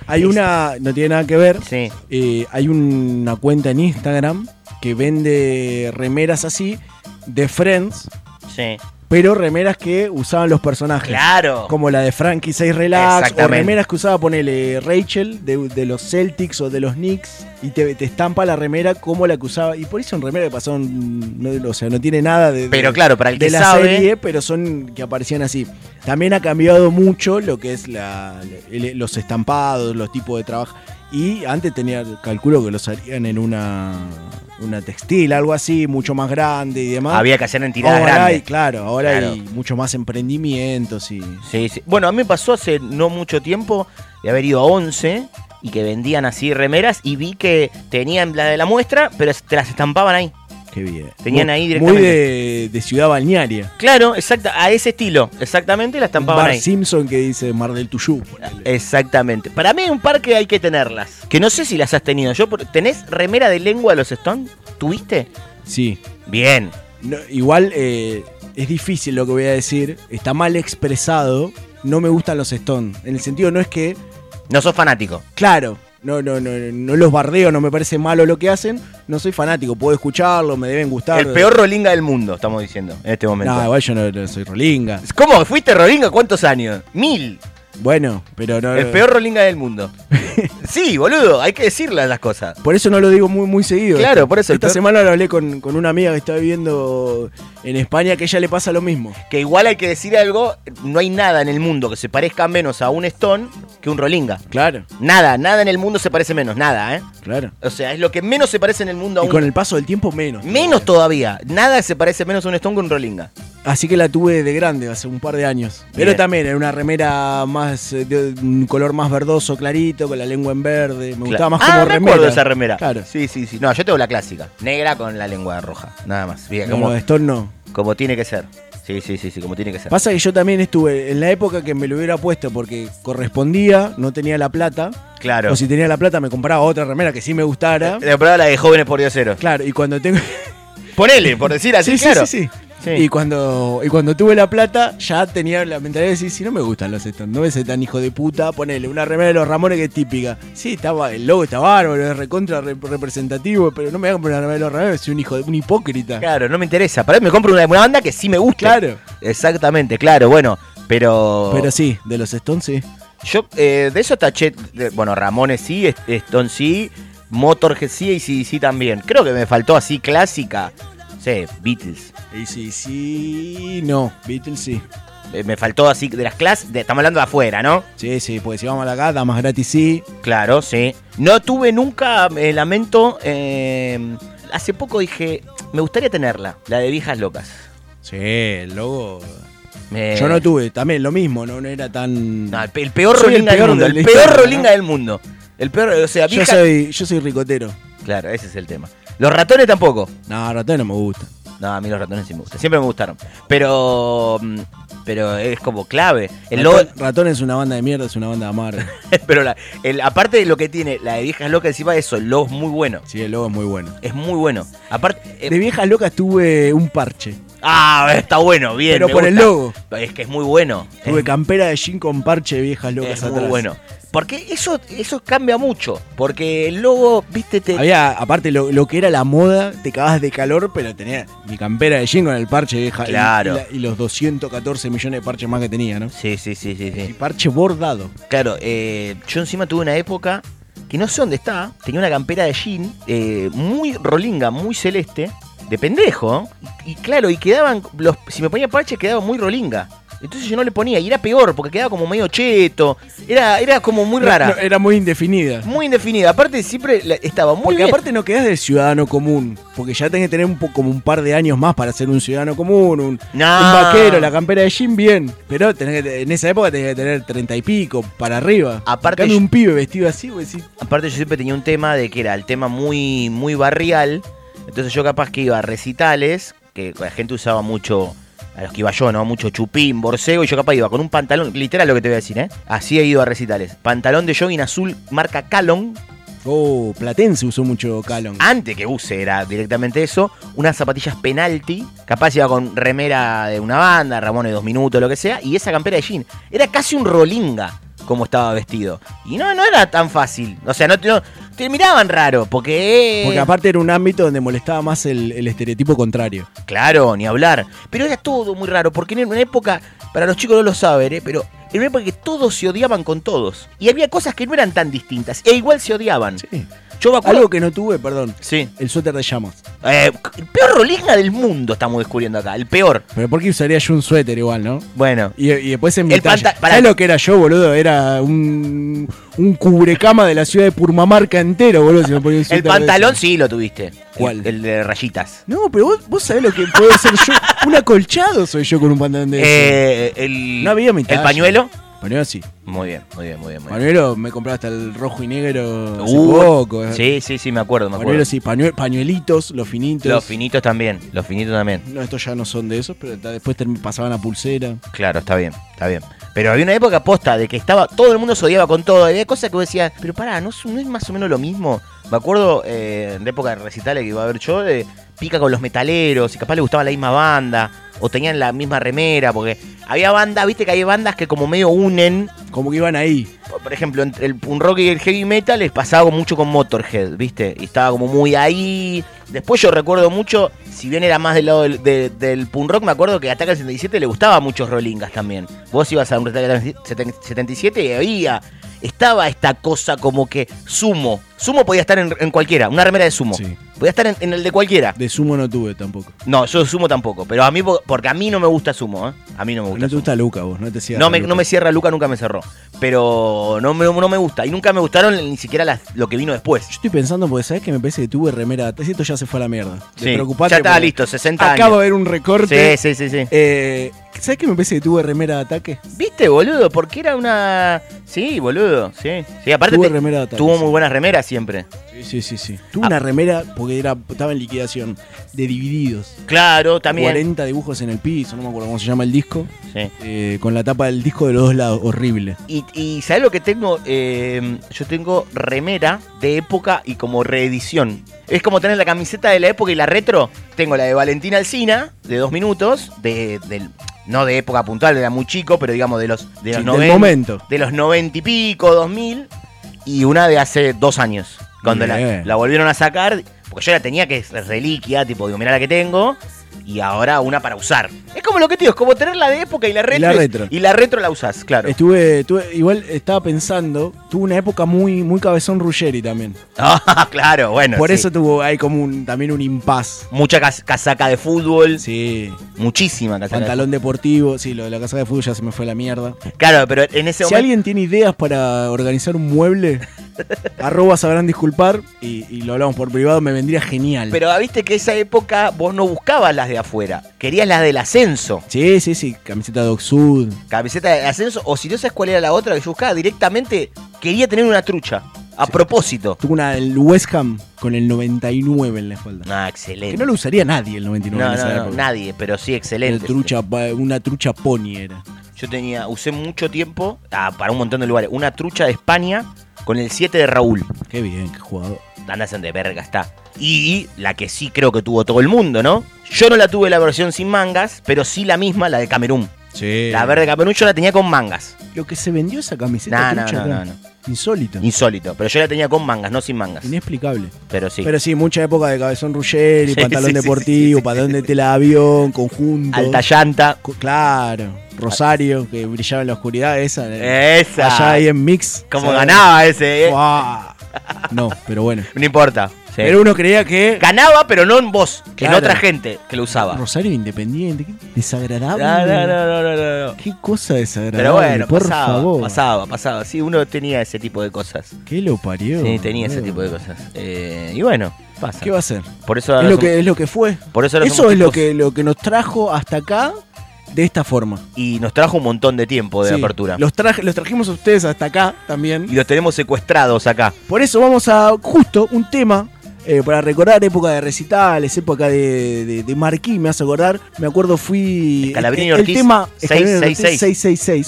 [SPEAKER 8] Hay
[SPEAKER 12] es-
[SPEAKER 8] una, no tiene nada que ver.
[SPEAKER 12] Sí.
[SPEAKER 8] eh, hay una cuenta en Instagram que vende remeras así de Friends,
[SPEAKER 12] Sí.
[SPEAKER 8] pero remeras que usaban los personajes.
[SPEAKER 12] Claro.
[SPEAKER 8] Como la de Frankie 6 Relax, o
[SPEAKER 12] Exactamente.
[SPEAKER 8] remeras que usaba, ponele Rachel de, de los Celtics o de los Knicks, y te, te estampa la remera como la que usaba. Y por eso en remera que pasaron, no, o sea, no tiene nada de. de-
[SPEAKER 12] Pero claro, para el
[SPEAKER 8] de
[SPEAKER 12] que
[SPEAKER 8] la
[SPEAKER 12] sabe-
[SPEAKER 8] serie, pero son que aparecían así. También ha cambiado mucho lo que es la, el- los estampados, los tipos de trabajo. Y antes tenía, calculo que los harían en una, una textil, algo así, mucho más grande y demás.
[SPEAKER 12] Había que hacer en tiradas
[SPEAKER 8] ahora
[SPEAKER 12] grandes.
[SPEAKER 8] Hay, ¿Ah? claro, ahora
[SPEAKER 12] Claro.
[SPEAKER 8] hay mucho más emprendimientos y...
[SPEAKER 12] Sí, sí. Bueno, a mí me pasó hace no mucho tiempo de haber ido a 11 y que vendían así remeras y vi que tenían la de la muestra, pero te las estampaban ahí.
[SPEAKER 8] Qué bien.
[SPEAKER 12] Tenían
[SPEAKER 8] Muy-
[SPEAKER 12] ahí directamente.
[SPEAKER 8] Muy de, de ciudad balnearia.
[SPEAKER 12] Claro, exacta, a ese estilo, exactamente, la
[SPEAKER 8] Un
[SPEAKER 12] estampaban
[SPEAKER 8] Bar
[SPEAKER 12] ahí.
[SPEAKER 8] Simpson que dice Mar del Tuyú.
[SPEAKER 12] Exactamente. Para mí en un parque hay que tenerlas. Que no sé si las has tenido. Yo por- ¿Tenés remera de lengua de los Stones? ¿Tuviste?
[SPEAKER 8] Sí.
[SPEAKER 12] Bien.
[SPEAKER 8] No, igual eh, es difícil lo que voy a decir. Está mal expresado. No me gustan los Stones. En el sentido no es que...
[SPEAKER 12] No sos fanático.
[SPEAKER 8] Claro. No, no, no, no los bardeo, no me parece malo lo que hacen. No soy fanático, puedo escucharlo, me deben gustar.
[SPEAKER 12] El peor rolinga del mundo, estamos diciendo, en este momento.
[SPEAKER 8] No, igual yo no, no soy rolinga.
[SPEAKER 12] ¿Cómo? ¿Fuiste rolinga cuántos años? Mil.
[SPEAKER 8] Bueno, pero no.
[SPEAKER 12] El peor rolinga del mundo. sí, boludo, hay que decirle las cosas.
[SPEAKER 8] Por eso no lo digo muy, muy seguido.
[SPEAKER 12] Claro, por eso el
[SPEAKER 8] Esta
[SPEAKER 12] peor-
[SPEAKER 8] semana lo hablé con, con una amiga que está viviendo en España que a ella le pasa lo mismo.
[SPEAKER 12] Que igual hay que decir algo, no hay nada en el mundo que se parezca menos a un Stone que un Rolinga.
[SPEAKER 8] Claro.
[SPEAKER 12] Nada, nada en el mundo se parece menos, nada, ¿eh?
[SPEAKER 8] Claro.
[SPEAKER 12] O sea, es lo que menos se parece en el mundo a
[SPEAKER 8] Y
[SPEAKER 12] un...
[SPEAKER 8] con el paso del tiempo menos.
[SPEAKER 12] Menos todavía, nada se parece menos a un Stone que un Rolinga.
[SPEAKER 8] Así que la tuve de grande hace un par de años. Pero
[SPEAKER 12] Bien.
[SPEAKER 8] también era una remera más eh, de un color más verdoso, clarito, con la lengua en verde. Me gustaba más
[SPEAKER 12] ah,
[SPEAKER 8] como
[SPEAKER 12] me
[SPEAKER 8] remera.
[SPEAKER 12] acuerdo de esa remera.
[SPEAKER 8] Claro.
[SPEAKER 12] Sí, sí, sí. No, yo tengo la clásica. Negra con la lengua roja, nada más. Bien,
[SPEAKER 8] No,
[SPEAKER 12] como,
[SPEAKER 8] no, de Stone no.
[SPEAKER 12] como tiene que ser. Sí, sí, sí, sí, como tiene que ser.
[SPEAKER 8] Pasa que yo también estuve en la época que me lo hubiera puesto porque correspondía, no tenía la plata.
[SPEAKER 12] Claro. Eh,
[SPEAKER 8] O si tenía la plata me compraba otra remera que sí me gustara.
[SPEAKER 12] La prueba la de jóvenes por dioseros.
[SPEAKER 8] Claro, y cuando tengo...
[SPEAKER 12] Ponele, por decir así,
[SPEAKER 8] sí,
[SPEAKER 12] claro.
[SPEAKER 8] sí, sí, sí.
[SPEAKER 12] Sí.
[SPEAKER 8] Y, cuando, y cuando tuve la plata, ya tenía la mentalidad de decir, si no me gustan los Stones, no me sé tan hijo de puta, ponele una remera de los Ramones que es típica. Sí, estaba, el logo está bárbaro, es recontra re- representativo, pero no me hagan poner una remera de los Ramones, soy un hijo de un hipócrita.
[SPEAKER 12] Claro, no me interesa. Para mí me compro una, una banda que sí me gusta.
[SPEAKER 8] Claro.
[SPEAKER 12] Exactamente, claro, bueno. Pero.
[SPEAKER 8] Pero sí, de los Stones sí.
[SPEAKER 12] Yo, eh, de eso taché. de- bueno, Ramones sí, Est- Stone sí, Motorhead sí y sí, sí también. Creo que me faltó así clásica. Sí, Beatles.
[SPEAKER 8] Y sí, sí, no, Beatles sí.
[SPEAKER 12] Eh, me faltó así de las clases. Estamos hablando de afuera, ¿no?
[SPEAKER 8] Sí, sí, porque si vamos a la gata, más gratis sí.
[SPEAKER 12] Claro, sí. No tuve nunca, me lamento. eh, hace poco dije, me gustaría tenerla, la de Viejas Locas.
[SPEAKER 8] Sí, el logo.
[SPEAKER 12] Eh,
[SPEAKER 8] Yo no tuve, también lo mismo, no, no era tan.
[SPEAKER 12] no, el, pe- el peor
[SPEAKER 8] Soy el
[SPEAKER 12] rolinga del
[SPEAKER 8] peor
[SPEAKER 12] mundo.
[SPEAKER 8] de la
[SPEAKER 12] El peor
[SPEAKER 8] historia, ¿no?
[SPEAKER 12] rolinga del mundo. El peor, o sea,
[SPEAKER 8] Yo
[SPEAKER 12] vieja,
[SPEAKER 8] soy, yo soy ricotero.
[SPEAKER 12] Claro, ese es el tema. Los ratones tampoco.
[SPEAKER 8] No, ratón no me gusta.
[SPEAKER 12] No, a mí los ratones sí me gustan. Siempre me gustaron. Pero. mm, Pero es como clave. El logo-
[SPEAKER 8] ratón, Ratón es una banda de mierda, es una banda amarga.
[SPEAKER 12] pero la- el- aparte de lo que tiene, la de viejas locas encima de eso, el logo es muy bueno.
[SPEAKER 8] Sí, el logo es muy bueno.
[SPEAKER 12] Es muy bueno. Aparte. eh,
[SPEAKER 8] De viejas locas tuve un parche.
[SPEAKER 12] Ah, está bueno, bien.
[SPEAKER 8] Pero
[SPEAKER 12] me
[SPEAKER 8] por el
[SPEAKER 12] gusta.
[SPEAKER 8] logo.
[SPEAKER 12] Es que es muy bueno.
[SPEAKER 8] Tuve campera de jean con parche de viejas locas
[SPEAKER 12] Es muy
[SPEAKER 8] atrás.
[SPEAKER 12] bueno. Porque eso, eso cambia mucho. Porque el logo, viste, te.
[SPEAKER 8] Había, aparte, lo, lo que era la moda, te cagabas de calor, pero tenía mi campera de jean con el parche de vieja. y-
[SPEAKER 12] Claro.
[SPEAKER 8] Y, la- y los 214 millones de parches más que tenía, ¿no?
[SPEAKER 12] Sí, sí, sí, sí. sí.
[SPEAKER 8] Parche bordado.
[SPEAKER 12] Claro, eh, yo encima tuve una época que no sé dónde está. Tenía una campera de jean eh, muy rolinga, muy celeste, de pendejo. Y, y claro, y quedaban, los, si me ponía parches quedaba muy rolinga. Entonces yo no le ponía, y era peor, porque quedaba como medio cheto. Era, era como muy
[SPEAKER 8] No,
[SPEAKER 12] rara.
[SPEAKER 8] no, eh. era muy indefinida.
[SPEAKER 12] Muy indefinida. Aparte siempre la- estaba muy
[SPEAKER 8] Porque
[SPEAKER 12] bien.
[SPEAKER 8] aparte no quedás de ciudadano común, porque ya tenés que tener un po- como un par de años más para ser un ciudadano común, un,
[SPEAKER 12] No.
[SPEAKER 8] un vaquero, la campera de jean, bien. Pero tenés que- en esa época tenés que tener treinta y pico para arriba.
[SPEAKER 12] Aparte
[SPEAKER 8] En cambio,
[SPEAKER 12] yo-
[SPEAKER 8] un pibe vestido así, vos decís,
[SPEAKER 12] Aparte yo siempre tenía un tema de que era el tema muy, muy barrial. Entonces yo capaz que iba a recitales, que la gente usaba mucho, a los que iba yo, ¿no? Mucho chupín, borcego, y yo capaz iba con un pantalón, literal lo que te voy a decir, ¿eh? Así he ido a recitales. Pantalón de jogging azul, marca Calon,
[SPEAKER 8] oh, Platense usó mucho Calon.
[SPEAKER 12] antes que use era directamente eso, unas zapatillas penalti, capaz iba con remera de una banda, Ramones dos minutos, lo que sea, y esa campera de jean. Era casi un rolinga como estaba vestido. Y no, no era tan fácil. O sea, no, te- no- te miraban raro, porque...
[SPEAKER 8] Porque aparte era un ámbito donde molestaba más el, el estereotipo contrario.
[SPEAKER 12] Claro, ni hablar. Pero era todo muy raro, porque en una época, para los chicos no lo saben, ¿eh? pero en una época que todos se odiaban con todos. Y había cosas que no eran tan distintas, e igual se odiaban. Yo me acuerdo
[SPEAKER 8] Algo que no tuve, perdón.
[SPEAKER 12] Sí.
[SPEAKER 8] El suéter de llamas.
[SPEAKER 12] Eh, el peor rolinga del mundo estamos descubriendo acá, el peor.
[SPEAKER 8] Pero ¿por qué usaría yo un suéter igual, no?
[SPEAKER 12] Bueno.
[SPEAKER 8] Y, y después en mi
[SPEAKER 12] El
[SPEAKER 8] talla.
[SPEAKER 12] panta- pará.
[SPEAKER 8] ¿Sabés lo que era yo, boludo? Era un, un cubrecama de la ciudad de Purmamarca entero, boludo. si me ponía un
[SPEAKER 12] El
[SPEAKER 8] suéter de
[SPEAKER 12] pantalón
[SPEAKER 8] ese.
[SPEAKER 12] sí lo tuviste.
[SPEAKER 8] ¿Cuál?
[SPEAKER 12] El, el de rayitas.
[SPEAKER 8] No, pero vos, vos sabés lo que puedo ser yo. Un acolchado soy yo con un pantalón de ese.
[SPEAKER 12] Eh, el,
[SPEAKER 8] No había mi
[SPEAKER 12] ¿El
[SPEAKER 8] talla.
[SPEAKER 12] pañuelo?
[SPEAKER 8] Pañuelo sí.
[SPEAKER 12] Muy bien, muy bien, muy bien. Muy bien.
[SPEAKER 8] Pañuelo me compraba hasta el rojo y negro hace
[SPEAKER 12] Uh,
[SPEAKER 8] poco. eh.
[SPEAKER 12] Sí, sí, sí, me acuerdo, me acuerdo.
[SPEAKER 8] Pañuelo sí, pañue- pañuelitos, los finitos.
[SPEAKER 12] Los finitos también, los finitos también.
[SPEAKER 8] No, estos ya no son de esos, pero ta- después term- pasaban a pulsera.
[SPEAKER 12] Claro, está bien, está bien. Pero había una época posta de que estaba, todo el mundo se odiaba con todo. Había cosas que vos decías, pero pará, ¿no es, no es más o menos lo mismo? Me acuerdo eh, en época de recitales que iba a ver yo, de pica con los metaleros, y capaz le gustaba la misma banda, o tenían la misma remera, porque había bandas, viste que hay bandas que como medio unen.
[SPEAKER 8] Como que iban ahí.
[SPEAKER 12] Por- Por ejemplo, entre el punk rock y el heavy metal les pasaba mucho con Motorhead, ¿viste? Y estaba como muy ahí. Después yo recuerdo mucho, si bien era más del lado del, de- del punk rock, me acuerdo que Ataca el 77 le gustaba mucho Rolingas también. Vos ibas a un Ataca del 77 y había. Estaba esta cosa como que sumo. Sumo podía estar en, en cualquiera, una remera de sumo. Podía estar en, en el de cualquiera.
[SPEAKER 8] De sumo no tuve tampoco.
[SPEAKER 12] No, yo sumo tampoco, pero a mí, po- porque a mí no me gusta sumo, ¿eh? A mí no me gusta.
[SPEAKER 8] No te gusta Luca vos, no te cierra
[SPEAKER 12] No me,
[SPEAKER 8] Luca.
[SPEAKER 12] no me cierra Luca, nunca me cerró. Pero no me, no me gusta. Y nunca me gustaron ni siquiera las- lo que vino después.
[SPEAKER 8] Yo estoy pensando porque sabés que me parece que tuve remera. Esto ya se fue a la mierda.
[SPEAKER 12] Sí,
[SPEAKER 8] Despreocupate
[SPEAKER 12] ya estaba
[SPEAKER 8] porque
[SPEAKER 12] listo, 60 años.
[SPEAKER 8] Acabo de ver un recorte.
[SPEAKER 12] Sí, sí, sí, sí.
[SPEAKER 8] Eh, ¿Sabés que me parece que tuve remera de ataque?
[SPEAKER 12] ¿Viste, boludo? Porque era una. Sí, boludo. Sí. Sí, aparte.
[SPEAKER 8] Tuve
[SPEAKER 12] te-
[SPEAKER 8] remera de ataque,
[SPEAKER 12] tuvo
[SPEAKER 8] sí.
[SPEAKER 12] muy buenas remeras siempre.
[SPEAKER 8] Sí, sí, sí, sí. Tuve
[SPEAKER 12] Ah.
[SPEAKER 8] una remera porque era, estaba en liquidación. De divididos.
[SPEAKER 12] Claro, también.
[SPEAKER 8] 40 dibujos en el piso, no me acuerdo cómo se llama el disco.
[SPEAKER 12] Sí.
[SPEAKER 8] Eh, con la tapa del disco de los dos lados, horrible.
[SPEAKER 12] Y, y ¿sabés lo que tengo? Eh, yo tengo remera de época y como reedición. Es como tener la camiseta de la época y la retro. Tengo la de Valentina Alcina, de dos minutos, de, del- no de época puntual, era muy chico, pero digamos de los, de los
[SPEAKER 8] Sí, del
[SPEAKER 12] 90,
[SPEAKER 8] momento.
[SPEAKER 12] De los noventa y pico, 2000, y una de hace dos años. Cuando la,
[SPEAKER 8] Bien.
[SPEAKER 12] la volvieron a sacar, porque yo la tenía que es reliquia, tipo, digo, mirá la que tengo, y ahora una para usar. Es como lo que te digo, es como tener la de época y la retro.
[SPEAKER 8] la
[SPEAKER 12] es-
[SPEAKER 8] retro.
[SPEAKER 12] Y la retro la usás, claro.
[SPEAKER 8] Estuve, tuve- igual estaba pensando, tuve una época muy, muy cabezón Ruggeri también.
[SPEAKER 12] Ah, claro, bueno.
[SPEAKER 8] Por
[SPEAKER 12] sí.
[SPEAKER 8] eso tuvo, hay como un, también un impas.
[SPEAKER 12] Mucha cas- casaca de fútbol.
[SPEAKER 8] Sí.
[SPEAKER 12] Muchísima casaca. de
[SPEAKER 8] Pantalón deportivo, sí, lo de la casa de fútbol ya se me fue a la mierda.
[SPEAKER 12] fútbol. Claro, pero en
[SPEAKER 8] Si
[SPEAKER 12] ese momento.
[SPEAKER 8] alguien tiene ideas para organizar un mueble, arroba sabrán disculpar y, y lo hablamos por privado, me vendría genial.
[SPEAKER 12] Pero ah, viste que esa época vos no buscabas las de afuera. Querías las del ascenso.
[SPEAKER 8] Sí, sí, sí, camiseta Doc Sud.
[SPEAKER 12] Camiseta de ascenso. O si no sabes cuál era la otra que yo buscaba, directamente quería tener una trucha. A propósito.
[SPEAKER 8] Tuve una del West Ham con el 99 en la espalda.
[SPEAKER 12] Ah,
[SPEAKER 8] Que
[SPEAKER 12] excelente.
[SPEAKER 8] no lo usaría nadie el 99
[SPEAKER 12] no,
[SPEAKER 8] en esa
[SPEAKER 12] no, no,
[SPEAKER 8] época.
[SPEAKER 12] nadie, pero sí,
[SPEAKER 8] Una
[SPEAKER 12] excelente.
[SPEAKER 8] trucha, pa- una trucha pony era.
[SPEAKER 12] Yo tenía, usé mucho tiempo, ah, para un montón de lugares, una trucha de España con el 7 de Raúl.
[SPEAKER 8] Qué bien, qué jugador.
[SPEAKER 12] Andas de verga, está. Y la que sí creo que tuvo todo el mundo, ¿no? Yo no la tuve la versión sin mangas, pero sí la misma, la de Camerún.
[SPEAKER 8] Eh.
[SPEAKER 15] Sí.
[SPEAKER 12] La verde Camerún yo la tenía con mangas.
[SPEAKER 8] Lo que se vendió esa camiseta.
[SPEAKER 12] No, no,
[SPEAKER 8] trucha,
[SPEAKER 12] no,
[SPEAKER 8] acá.
[SPEAKER 12] no, no.
[SPEAKER 8] Insólito.
[SPEAKER 12] Insólito. Pero yo la tenía con mangas, no sin mangas.
[SPEAKER 8] Inexplicable.
[SPEAKER 12] Pero sí.
[SPEAKER 8] Pero sí, mucha época de cabezón Ruggeri,
[SPEAKER 12] Sí,
[SPEAKER 8] pantalón
[SPEAKER 12] sí, sí,
[SPEAKER 8] deportivo, pantalón de tela de avión, conjunto.
[SPEAKER 12] Alta llanta.
[SPEAKER 8] Co- Claro. Rosario, que brillaba en la oscuridad, esa. eh,
[SPEAKER 12] Esa.
[SPEAKER 8] Allá ahí en Mix.
[SPEAKER 12] Como
[SPEAKER 8] ¿sabes?
[SPEAKER 12] ganaba ese. eh.
[SPEAKER 8] Buah. No, pero bueno.
[SPEAKER 12] No importa. Sí.
[SPEAKER 8] Pero uno creía que.
[SPEAKER 12] Ganaba, pero no en vos,
[SPEAKER 8] Claro.
[SPEAKER 12] en otra gente que lo usaba.
[SPEAKER 8] Rosario Independiente, qué desagradable.
[SPEAKER 12] No, no, no, no, no, no, no.
[SPEAKER 8] Qué cosa desagradable.
[SPEAKER 12] Pero bueno,
[SPEAKER 8] por
[SPEAKER 12] pasaba,
[SPEAKER 8] favor.
[SPEAKER 12] pasaba, pasaba. Sí, uno tenía ese tipo de cosas.
[SPEAKER 8] ¿Qué lo parió?
[SPEAKER 12] Sí, tenía ese
[SPEAKER 8] boludo?
[SPEAKER 12] tipo de cosas. Eh, y bueno, pasa.
[SPEAKER 8] ¿Qué va a ser?
[SPEAKER 12] Por eso
[SPEAKER 8] Es
[SPEAKER 12] ahora
[SPEAKER 8] lo,
[SPEAKER 12] somos-
[SPEAKER 8] que, es lo que fue.
[SPEAKER 12] Por eso ahora
[SPEAKER 8] Eso
[SPEAKER 12] somos
[SPEAKER 8] es lo
[SPEAKER 12] tipos-
[SPEAKER 8] que, lo que nos trajo hasta acá de esta forma.
[SPEAKER 12] Y nos trajo un montón de tiempo de
[SPEAKER 8] Sí,
[SPEAKER 12] apertura.
[SPEAKER 8] Los, traje- los trajimos a ustedes hasta acá también.
[SPEAKER 12] Y los tenemos secuestrados acá.
[SPEAKER 8] Por eso vamos a justo un tema eh, para recordar época de recitales, época de, de, de Marquí, me hace acordar. Me acuerdo fui...
[SPEAKER 12] Escalabrini
[SPEAKER 8] el, el
[SPEAKER 12] Ortiz,
[SPEAKER 8] tema Escalabrini Ortiz
[SPEAKER 12] 666.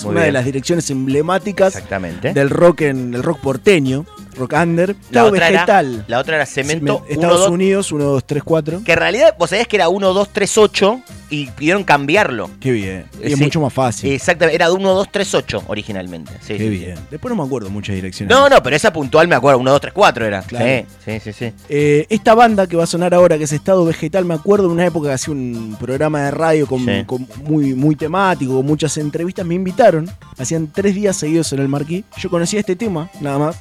[SPEAKER 8] 666,
[SPEAKER 12] Muy
[SPEAKER 8] una de
[SPEAKER 12] bien.
[SPEAKER 8] las direcciones emblemáticas
[SPEAKER 12] Exactamente.
[SPEAKER 8] del rock en el rock porteño, rock under,
[SPEAKER 12] La
[SPEAKER 8] todo
[SPEAKER 12] otra, era,
[SPEAKER 8] vegetal.
[SPEAKER 12] la otra era cemento.
[SPEAKER 8] Sí, Estados
[SPEAKER 12] 1-2,
[SPEAKER 8] Unidos, 1, 2, 3, 4.
[SPEAKER 12] que en realidad vos sabías que era 1238 y pidieron cambiarlo.
[SPEAKER 8] Qué bien. Y es
[SPEAKER 12] Sí.
[SPEAKER 8] mucho más fácil.
[SPEAKER 12] Exactamente, era 1238 originalmente. Sí,
[SPEAKER 8] Ah, Qué
[SPEAKER 12] sí,
[SPEAKER 8] bien. Después no me acuerdo muchas
[SPEAKER 12] sí.
[SPEAKER 8] direcciones.
[SPEAKER 12] No, no, pero esa puntual me acuerdo, 1234 era.
[SPEAKER 8] Claro.
[SPEAKER 12] Sí, sí, sí, sí.
[SPEAKER 8] Eh, esta banda que va a sonar ahora, que es Estado Vegetal, me acuerdo en una época que hacía un programa de radio con,
[SPEAKER 12] Sí.
[SPEAKER 8] con muy, muy temático, con muchas entrevistas, me invitaron. Hacían tres días seguidos en el Marquí. Yo conocía este tema, nada más.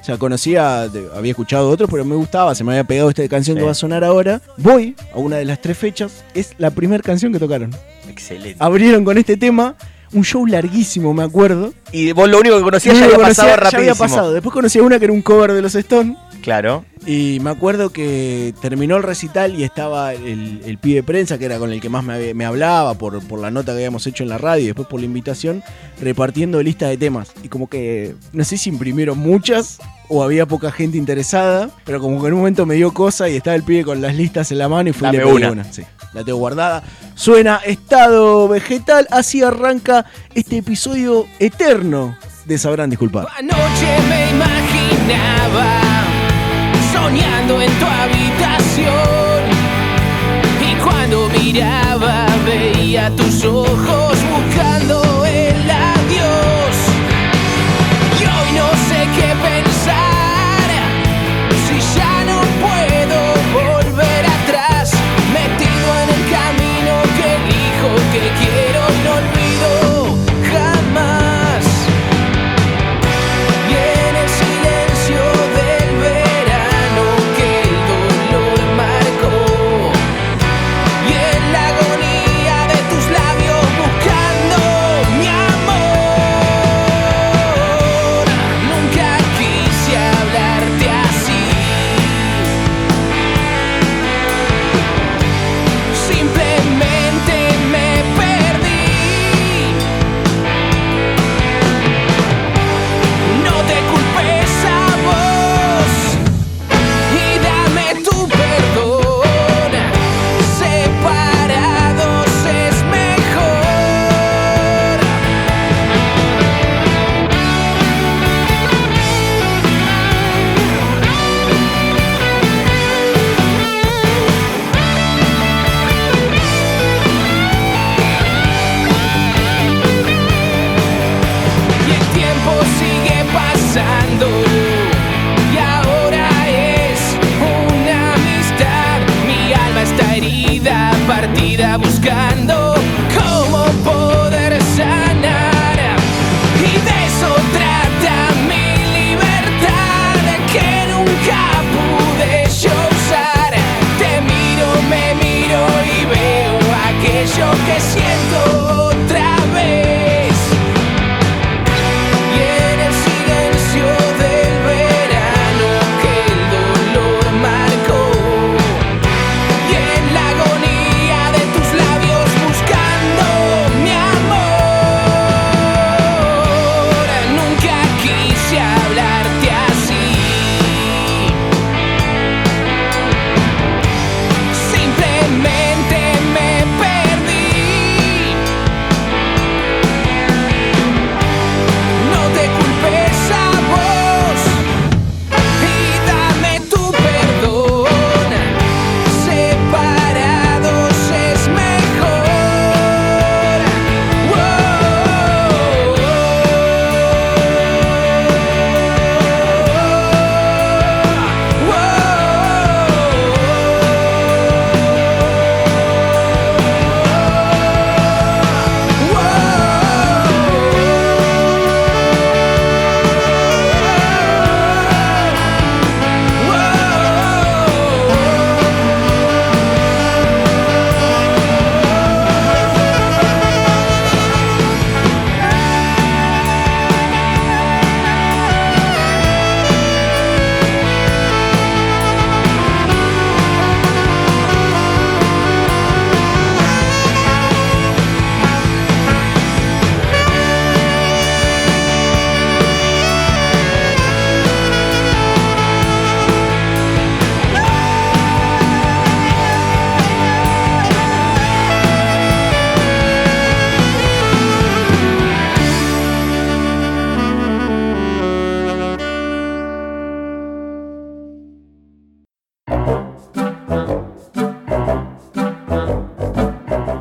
[SPEAKER 8] O sea, conocía, de- había escuchado otros, pero me gustaba, se me había pegado esta canción
[SPEAKER 12] Sí.
[SPEAKER 8] que va a sonar ahora. Voy a una de las tres fechas, es la primera canción que tocaron.
[SPEAKER 12] Excelente.
[SPEAKER 8] Abrieron con este tema, un show larguísimo, me acuerdo.
[SPEAKER 12] Y vos lo único que conocías
[SPEAKER 8] Yo
[SPEAKER 12] ya
[SPEAKER 8] lo
[SPEAKER 12] había
[SPEAKER 8] conocía-
[SPEAKER 12] pasado
[SPEAKER 8] ya
[SPEAKER 12] rapidísimo.
[SPEAKER 8] había pasado. Después conocí a una que era un cover de los Stones.
[SPEAKER 12] Claro.
[SPEAKER 8] Y me acuerdo que terminó el recital y estaba el, el pibe de prensa, que era con el que más me, había- me hablaba por, por la nota que habíamos hecho en la radio y después por la invitación, repartiendo lista de temas. Y como que no sé si imprimieron muchas o había poca gente interesada, pero como que en un momento me dio cosa y estaba el pibe con las listas en la mano y fui y le
[SPEAKER 12] Dame
[SPEAKER 8] pedí
[SPEAKER 12] una.
[SPEAKER 8] una. Sí, la tengo guardada. Suena Estado Vegetal, así arranca este episodio eterno de Sabrán Disculpar.
[SPEAKER 16] Anoche me imaginaba soñando en tu habitación y cuando miraba veía tus ojos buscando el adiós y hoy no sé qué pensar si ya no puedo volver atrás metido en el camino que elijo que quiero y no olvido jamás y en el silencio del verano que el dolor marcó Y en la agonía de tus labios busca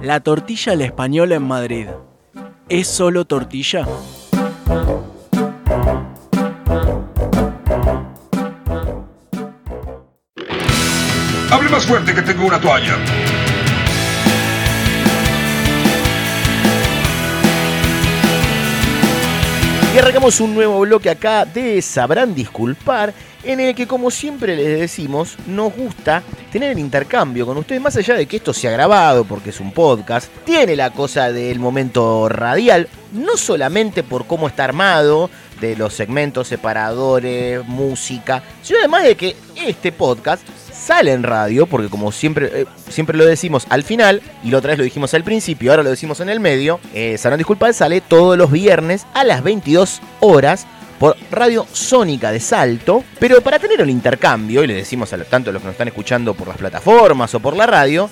[SPEAKER 8] La tortilla a la española en Madrid. ¿Es solo tortilla?
[SPEAKER 17] Hable más fuerte que tengo una toalla.
[SPEAKER 12] Y arrancamos un nuevo bloque acá de Sabrán Disculpar, en el que como siempre les decimos, nos gusta tener el intercambio con ustedes, más allá de que esto sea grabado, porque es un podcast, tiene la cosa del momento radial, no solamente por cómo está armado, de los segmentos separadores, música, sino además de que este podcast sale en radio, porque como siempre, eh, siempre lo decimos al final, y la otra vez lo dijimos al principio, ahora lo decimos en el medio, eh, Salón Disculpar sale todos los viernes a las 22 horas por Radio Sónica de Salto, pero para tener un intercambio, y le decimos a lo- tanto a los que nos están escuchando por las plataformas o por la radio,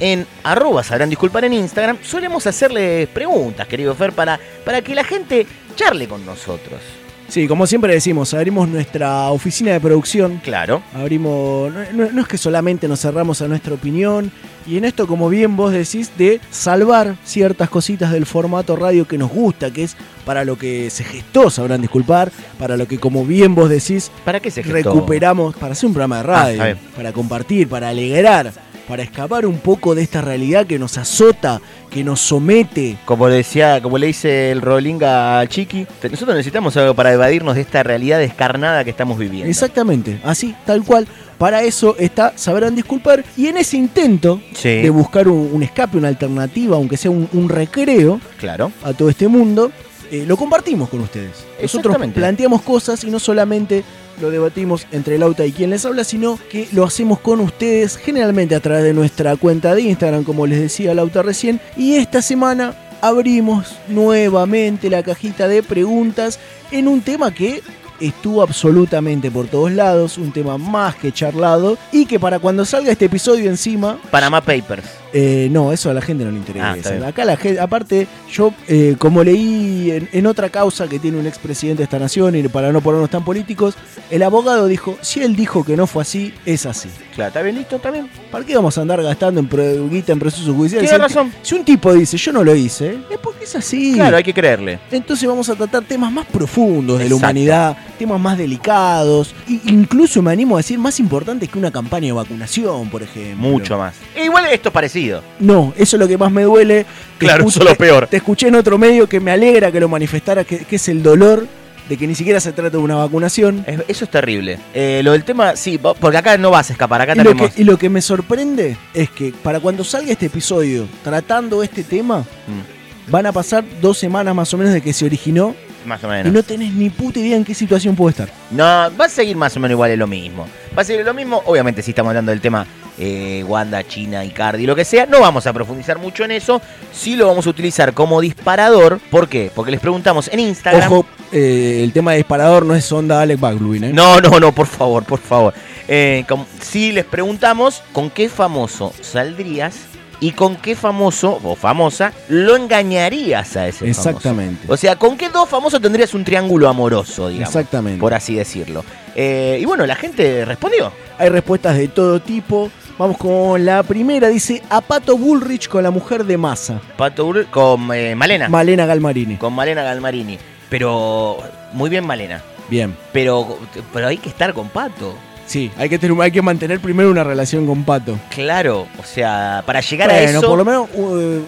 [SPEAKER 12] en arroba sabrán disculpar en Instagram, solemos hacerles preguntas, querido Fer, para, para que la gente charle con nosotros.
[SPEAKER 8] Sí, como siempre decimos, abrimos nuestra oficina de producción.
[SPEAKER 12] Claro.
[SPEAKER 8] Abrimos. No, no- no es que solamente nos cerramos a nuestra opinión. Y en esto, como bien vos decís, de salvar ciertas cositas del formato radio que nos gusta, que es para lo que se gestó, sabrán disculpar, para lo que, como bien vos decís,
[SPEAKER 12] ¿Para qué se gestó?
[SPEAKER 8] recuperamos, para hacer un programa de
[SPEAKER 12] Ah,
[SPEAKER 8] radio,
[SPEAKER 12] está bien.
[SPEAKER 8] para compartir, para alegrar, para escapar un poco de esta realidad que nos azota, que nos somete.
[SPEAKER 12] Como decía, como le dice el Rolinga a Chiqui, te- nosotros necesitamos algo para evadirnos de esta realidad descarnada que estamos viviendo.
[SPEAKER 8] Exactamente, así, tal cual. Para eso está, sabrán disculpar. Y en ese intento
[SPEAKER 12] Sí.
[SPEAKER 8] de buscar un, un escape, una alternativa, aunque sea un, un recreo
[SPEAKER 12] Claro.
[SPEAKER 8] a todo este mundo, eh, lo compartimos con ustedes. Nosotros
[SPEAKER 12] Exactamente.
[SPEAKER 8] planteamos cosas y no solamente lo debatimos entre Lauta y quien les habla, sino que lo hacemos con ustedes, generalmente a través de nuestra cuenta de Instagram, como les decía Lauta recién. Y esta semana abrimos nuevamente la cajita de preguntas en un tema que estuvo absolutamente por todos lados, un tema más que charlado y que para cuando salga este episodio encima
[SPEAKER 12] Panama Papers.
[SPEAKER 8] eh, no, eso a la gente no le interesa.
[SPEAKER 12] Ah, está bien.
[SPEAKER 8] Acá la gente, aparte, yo eh, como leí en, en otra causa que tiene un expresidente de esta nación, y para no ponernos tan políticos, el abogado dijo, si él dijo que no fue así, es así.
[SPEAKER 12] Claro, está bien listo, está bien.
[SPEAKER 8] ¿Para qué vamos a andar gastando en pro- guita en procesos judiciales?
[SPEAKER 12] Tiene
[SPEAKER 8] Si el ti- Si un tipo dice, yo no lo hice, es porque es así.
[SPEAKER 12] Claro, hay que creerle.
[SPEAKER 8] Entonces vamos a tratar temas más profundos de la
[SPEAKER 12] Exacto.
[SPEAKER 8] humanidad, temas más delicados, e incluso me animo a decir más importantes que una campaña de vacunación, por ejemplo.
[SPEAKER 12] Mucho más. E igual esto es parecido.
[SPEAKER 8] No, eso es lo que más me duele. Te
[SPEAKER 12] Claro,
[SPEAKER 8] escuché-
[SPEAKER 12] eso es lo peor.
[SPEAKER 8] Te escuché en otro medio que me alegra que lo manifestara, que, que es el dolor de que ni siquiera se trata de una vacunación.
[SPEAKER 12] Es- eso es terrible. Eh, lo del tema, sí, va- porque acá no vas a escapar, acá
[SPEAKER 8] Y lo, que,
[SPEAKER 12] tenemos.
[SPEAKER 8] y lo que me sorprende es que para cuando salga este episodio tratando este tema, van a pasar dos semanas más o menos de que se originó
[SPEAKER 12] Mm, Más o
[SPEAKER 8] y
[SPEAKER 12] menos.
[SPEAKER 8] no tenés ni puta idea en qué situación puede estar.
[SPEAKER 12] No, va a seguir más o menos igual es lo mismo. Va a seguir lo mismo, obviamente si estamos hablando del tema eh, Wanda, China, Icardi, lo que sea, no vamos a profundizar mucho en eso, sí lo vamos a utilizar como disparador, ¿por qué? Porque les preguntamos en Instagram...
[SPEAKER 8] Ojo, eh, el tema de disparador no es onda Alec Baglubin, ¿eh?
[SPEAKER 12] No, no, no, por favor, por favor. Eh, com- si les preguntamos con qué famoso saldrías y con qué famoso o famosa lo engañarías a ese famoso.
[SPEAKER 8] Exactamente.
[SPEAKER 12] O sea, ¿con qué dos famosos tendrías un triángulo amoroso, digamos?
[SPEAKER 8] Exactamente.
[SPEAKER 12] Por así decirlo. Eh, y bueno, la gente respondió.
[SPEAKER 8] Hay respuestas de todo tipo. Vamos con la primera. Dice a Pato Bullrich con la mujer de masa.
[SPEAKER 12] Pato Ur- con eh, Malena.
[SPEAKER 8] Malena Galmarini.
[SPEAKER 12] con Malena Galmarini. Pero muy bien Malena.
[SPEAKER 8] Bien.
[SPEAKER 12] Pero, pero hay que estar con Pato.
[SPEAKER 8] Sí, hay que, tener, hay que mantener primero una relación con Pato.
[SPEAKER 12] Claro, o sea, para llegar a
[SPEAKER 8] bueno,
[SPEAKER 12] eso...
[SPEAKER 8] por lo menos eh,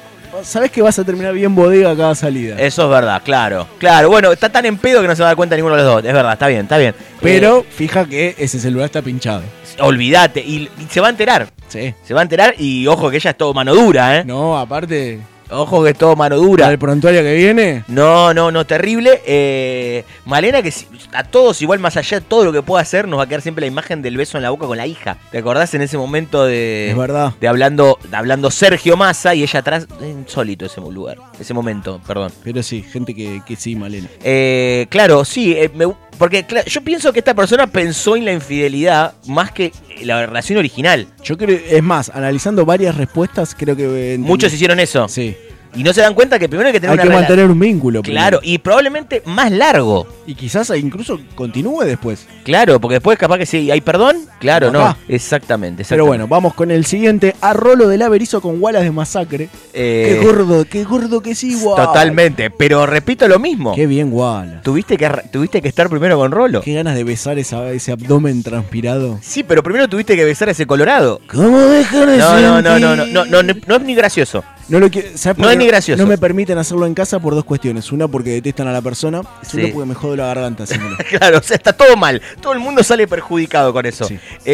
[SPEAKER 8] sabes que vas a terminar bien bodega cada salida.
[SPEAKER 12] Eso es verdad, claro. Claro, bueno, está tan en pedo que no se va a dar cuenta ninguno de los dos. Es verdad, está bien, está bien.
[SPEAKER 8] Pero fija que ese celular está pinchado.
[SPEAKER 12] Eh, olvídate, y, y se va a enterar.
[SPEAKER 8] Sí.
[SPEAKER 12] Se va a enterar y ojo que ella es todo mano dura, ¿eh?
[SPEAKER 8] No, aparte.
[SPEAKER 12] Ojo que es todo mano dura.
[SPEAKER 8] ¿Para el prontuario que viene?
[SPEAKER 12] No, no, no, terrible. Eh, Malena, que si- a todos, igual más allá de todo lo que pueda hacer, nos va a quedar siempre la imagen del beso en la boca con la hija. ¿Te acordás en ese momento de.
[SPEAKER 8] Es verdad.
[SPEAKER 12] De hablando, de hablando Sergio Massa y ella atrás. Insólito ese lugar. Ese momento, perdón.
[SPEAKER 8] Pero sí, gente que, que sí, Malena.
[SPEAKER 12] Eh, claro, sí, eh, me- porque cla- yo pienso que esta persona pensó en la infidelidad más que la relación original.
[SPEAKER 8] Yo creo, es más, analizando varias respuestas, creo que. eh,
[SPEAKER 12] Muchos hicieron eso.
[SPEAKER 8] Sí.
[SPEAKER 12] Y no se dan cuenta que primero hay que tener
[SPEAKER 8] Hay
[SPEAKER 12] una
[SPEAKER 8] que
[SPEAKER 12] rela-
[SPEAKER 8] mantener un vínculo.
[SPEAKER 12] Claro, y probablemente más largo.
[SPEAKER 8] Y quizás incluso continúe después.
[SPEAKER 12] Claro, porque después capaz que si hay perdón, claro,
[SPEAKER 8] No,
[SPEAKER 12] no.
[SPEAKER 8] acá.
[SPEAKER 12] Exactamente, exactamente.
[SPEAKER 8] Pero bueno, vamos con el siguiente. A Rolo del Averizo con Wallace de Masacre.
[SPEAKER 12] Eh,
[SPEAKER 8] Qué gordo, qué gordo que sí, guau.
[SPEAKER 12] Totalmente, pero repito lo mismo.
[SPEAKER 8] Qué bien, Wallace.
[SPEAKER 12] Tuviste que, tuviste que estar primero con Rolo.
[SPEAKER 8] Qué ganas de besar esa- ese abdomen transpirado.
[SPEAKER 12] Sí, pero primero tuviste que besar a ese colorado.
[SPEAKER 8] ¿Cómo dejar de
[SPEAKER 12] no, no, no, no, no,
[SPEAKER 8] sentir?
[SPEAKER 12] no, no, no, no es ni gracioso.
[SPEAKER 8] No, lo qui- ¿sabes por
[SPEAKER 12] No
[SPEAKER 8] qué
[SPEAKER 12] es ni gracioso.
[SPEAKER 8] No me permiten hacerlo en casa por dos cuestiones. Una, porque detestan a la persona. Segunda,
[SPEAKER 12] Sí.
[SPEAKER 8] porque me jodo la garganta. haciéndolo.
[SPEAKER 12] Claro, o sea, está todo mal. Todo el mundo sale perjudicado con eso.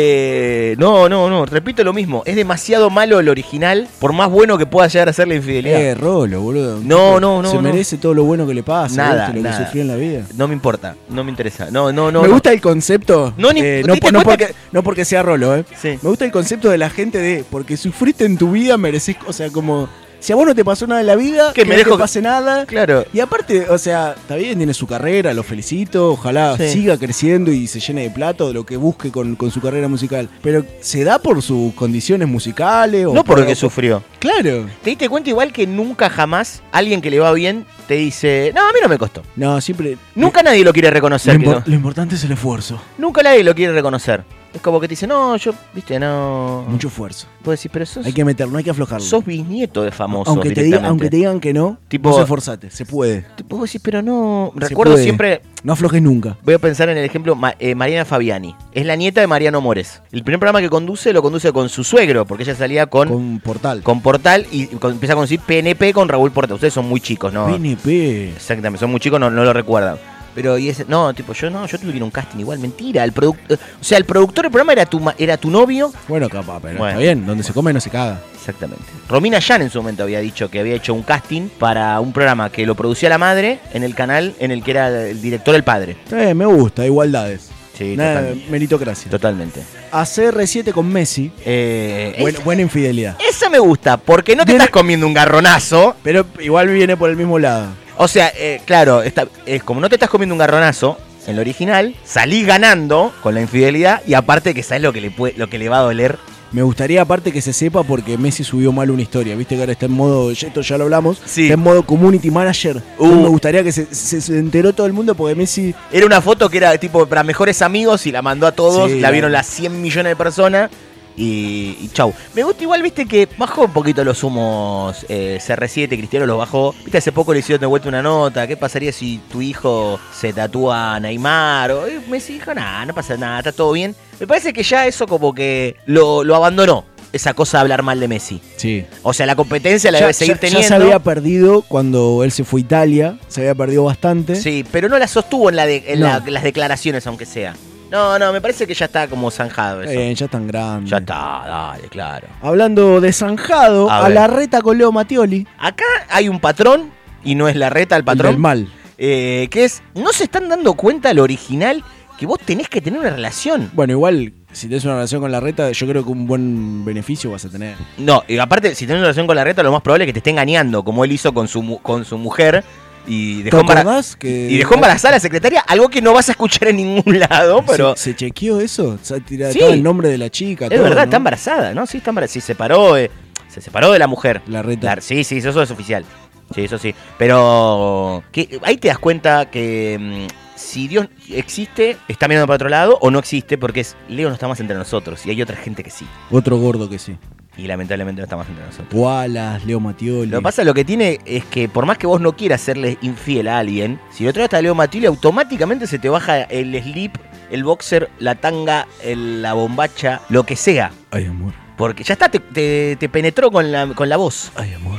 [SPEAKER 12] Eh, no, no, no, repito lo mismo. Es demasiado malo el original, por más bueno que pueda llegar a ser la infidelidad.
[SPEAKER 8] eh, Rolo, boludo.
[SPEAKER 12] No, no, no,
[SPEAKER 8] Se
[SPEAKER 12] no.
[SPEAKER 8] merece todo lo bueno que le pasa.
[SPEAKER 12] Nada,
[SPEAKER 8] ¿viste? Lo
[SPEAKER 12] nada.
[SPEAKER 8] que sufrió en la vida.
[SPEAKER 12] No me importa, no me interesa. No, no, no.
[SPEAKER 8] me
[SPEAKER 12] no.
[SPEAKER 8] gusta el concepto.
[SPEAKER 12] No, ni-
[SPEAKER 8] eh,
[SPEAKER 12] ¿te
[SPEAKER 8] no,
[SPEAKER 12] diste
[SPEAKER 8] po- no
[SPEAKER 12] cuenta
[SPEAKER 8] porque, no porque sea Rolo, ¿eh? Me gusta el concepto de la gente de porque sufriste en tu vida, mereces. O sea, como. Si a vos no te pasó nada en la vida,
[SPEAKER 12] Que
[SPEAKER 8] que,
[SPEAKER 12] me
[SPEAKER 8] no
[SPEAKER 12] dejo-
[SPEAKER 8] te pase nada.
[SPEAKER 12] Claro.
[SPEAKER 8] Y aparte, o sea, está bien, tiene su carrera, lo felicito. Ojalá
[SPEAKER 12] Sí.
[SPEAKER 8] siga creciendo y se llene de plato de lo que busque con, con su carrera musical. Pero se da por sus condiciones musicales o
[SPEAKER 12] No por lo
[SPEAKER 8] o-
[SPEAKER 12] que sufrió.
[SPEAKER 8] Claro.
[SPEAKER 12] ¿Te diste cuenta igual que nunca jamás alguien que le va bien te dice, no, a mí no me costó?
[SPEAKER 8] No, siempre.
[SPEAKER 12] Nunca nadie lo quiere
[SPEAKER 8] Lo,
[SPEAKER 12] reconocer. que
[SPEAKER 8] impor-
[SPEAKER 12] no.
[SPEAKER 8] lo importante es el esfuerzo.
[SPEAKER 12] Nunca nadie lo quiere reconocer. Es como que te dice, no, yo, viste, no.
[SPEAKER 8] Mucho esfuerzo.
[SPEAKER 12] Puedes decir, pero sos,
[SPEAKER 8] Hay que meterlo, hay que aflojarlo.
[SPEAKER 12] Ah. sos bisnieto de famoso.
[SPEAKER 8] aunque, te diga- aunque te digan que no,
[SPEAKER 12] Tipo-
[SPEAKER 8] vos esforzate, se puede.
[SPEAKER 12] Te puedo decir, pero no.
[SPEAKER 8] Se
[SPEAKER 12] Recuerdo
[SPEAKER 8] puede.
[SPEAKER 12] siempre.
[SPEAKER 8] No aflojes nunca.
[SPEAKER 12] Voy a pensar en el ejemplo Ma- eh, Mariana Fabiani. Es la nieta de Mariano Mores. El primer programa que conduce lo conduce con su suegro, porque ella salía con,
[SPEAKER 8] con Portal.
[SPEAKER 12] Con Portal y con- empieza a conducir PNP con Raúl Portal. Ustedes son muy chicos, ¿no?
[SPEAKER 8] PNP.
[SPEAKER 12] Exactamente, son muy chicos, no, no lo recuerdan. Pero y ese, no, tipo, yo no, yo tuve que ir a un casting igual, mentira. El produc- eh, o sea, el productor del programa era tu ma- era tu novio.
[SPEAKER 8] Bueno, capaz, pero
[SPEAKER 12] Bueno.
[SPEAKER 8] está bien, donde se come no se caga.
[SPEAKER 12] Exactamente. Romina Yan en su momento había dicho que había hecho un casting para un programa que lo producía la madre en el canal en el que era el director el padre.
[SPEAKER 8] Está bien, me gusta, igualdades.
[SPEAKER 12] Sí,
[SPEAKER 8] Nada,
[SPEAKER 12] totalmente.
[SPEAKER 8] meritocracia.
[SPEAKER 12] Totalmente.
[SPEAKER 8] A CR7 con Messi,
[SPEAKER 12] Eh,
[SPEAKER 8] buen-
[SPEAKER 12] esa-
[SPEAKER 8] buena infidelidad.
[SPEAKER 12] esa me gusta, porque no te estás comiendo un garronazo.
[SPEAKER 8] Pero igual viene por el mismo lado.
[SPEAKER 12] O sea, eh, claro, está- es como no te estás comiendo un garronazo en lo original, salís ganando con la infidelidad y aparte que sabes lo que le, puede- lo que le va a doler.
[SPEAKER 8] Me gustaría aparte que se sepa porque Messi subió mal una historia. Viste que ahora está en modo, esto ya lo hablamos, está en modo community manager.
[SPEAKER 12] Uh.
[SPEAKER 8] Entonces Me gustaría que se, se- se enteró todo el mundo porque Messi...
[SPEAKER 12] Era una foto que era tipo para mejores amigos y la mandó a todos,
[SPEAKER 8] Sí,
[SPEAKER 12] la
[SPEAKER 8] claro.
[SPEAKER 12] vieron las 100 millones de personas y, y chau. Me gusta igual, viste que bajó un poquito los humos eh, CR7, Cristiano los bajó. Viste, hace poco le hicieron de vuelta una nota, ¿qué pasaría si tu hijo se tatúa a Neymar? O, eh, Messi dijo, nada, no pasa nada, está todo bien. Me parece que ya eso como que lo, lo abandonó, esa cosa de hablar mal de Messi.
[SPEAKER 8] Sí.
[SPEAKER 12] O sea, la competencia la debe seguir teniendo.
[SPEAKER 8] se había perdido cuando él se fue a Italia, se había perdido bastante.
[SPEAKER 12] Sí, pero no la sostuvo en, la de- en
[SPEAKER 8] ¿Eh? No.
[SPEAKER 12] la- las declaraciones, aunque sea. No, no, me parece que ya está como zanjado eso.
[SPEAKER 8] Está bien, Eh, ya es tan grande.
[SPEAKER 12] Ya está, dale, claro.
[SPEAKER 8] Hablando de zanjado,
[SPEAKER 12] A
[SPEAKER 8] a,
[SPEAKER 12] ver.
[SPEAKER 8] la reta con Leo Mattioli.
[SPEAKER 12] Acá hay un patrón, y no es la reta el patrón.
[SPEAKER 8] del mal.
[SPEAKER 12] eh, que es, no se están dando cuenta lo original que vos tenés que tener una relación.
[SPEAKER 8] Bueno, igual, si tenés una relación con la reta, yo creo que un buen beneficio vas a tener.
[SPEAKER 12] No, y aparte, si tenés una relación con la reta, lo más probable es que te esté engañando, como él hizo con su, mu- con su mujer. Y dejó, embara-
[SPEAKER 8] acordás que-
[SPEAKER 12] y dejó embarazada a la secretaria, algo que no vas a escuchar en ningún lado, pero...
[SPEAKER 8] ¿Se, se chequeó eso? O sea, tira-
[SPEAKER 12] Sí.
[SPEAKER 8] estaba el nombre de la chica.
[SPEAKER 12] Es verdad, está embarazada, ¿no? Sí, está embarazada. Sí, se paró, eh, se separó de la mujer. La
[SPEAKER 8] reta.
[SPEAKER 12] sí, sí, eso es oficial. Sí, eso sí. Pero que, ahí te das cuenta que mm, si Dios existe, está mirando para otro lado o no existe porque es Leo no está más entre nosotros y hay otra gente que sí.
[SPEAKER 8] Otro gordo que sí.
[SPEAKER 12] Y lamentablemente no está más entre nosotros.
[SPEAKER 8] Wallace, Leo Mattioli.
[SPEAKER 12] Lo que pasa, lo que tiene es que por más que vos no quieras serle infiel a alguien, si lo traes a Leo Matili, automáticamente se te baja el slip, el boxer, la tanga, el- la bombacha, lo que sea.
[SPEAKER 8] Ay, amor.
[SPEAKER 12] Porque ya está, te, te- te penetró con la, con la voz. Ay,
[SPEAKER 8] amor.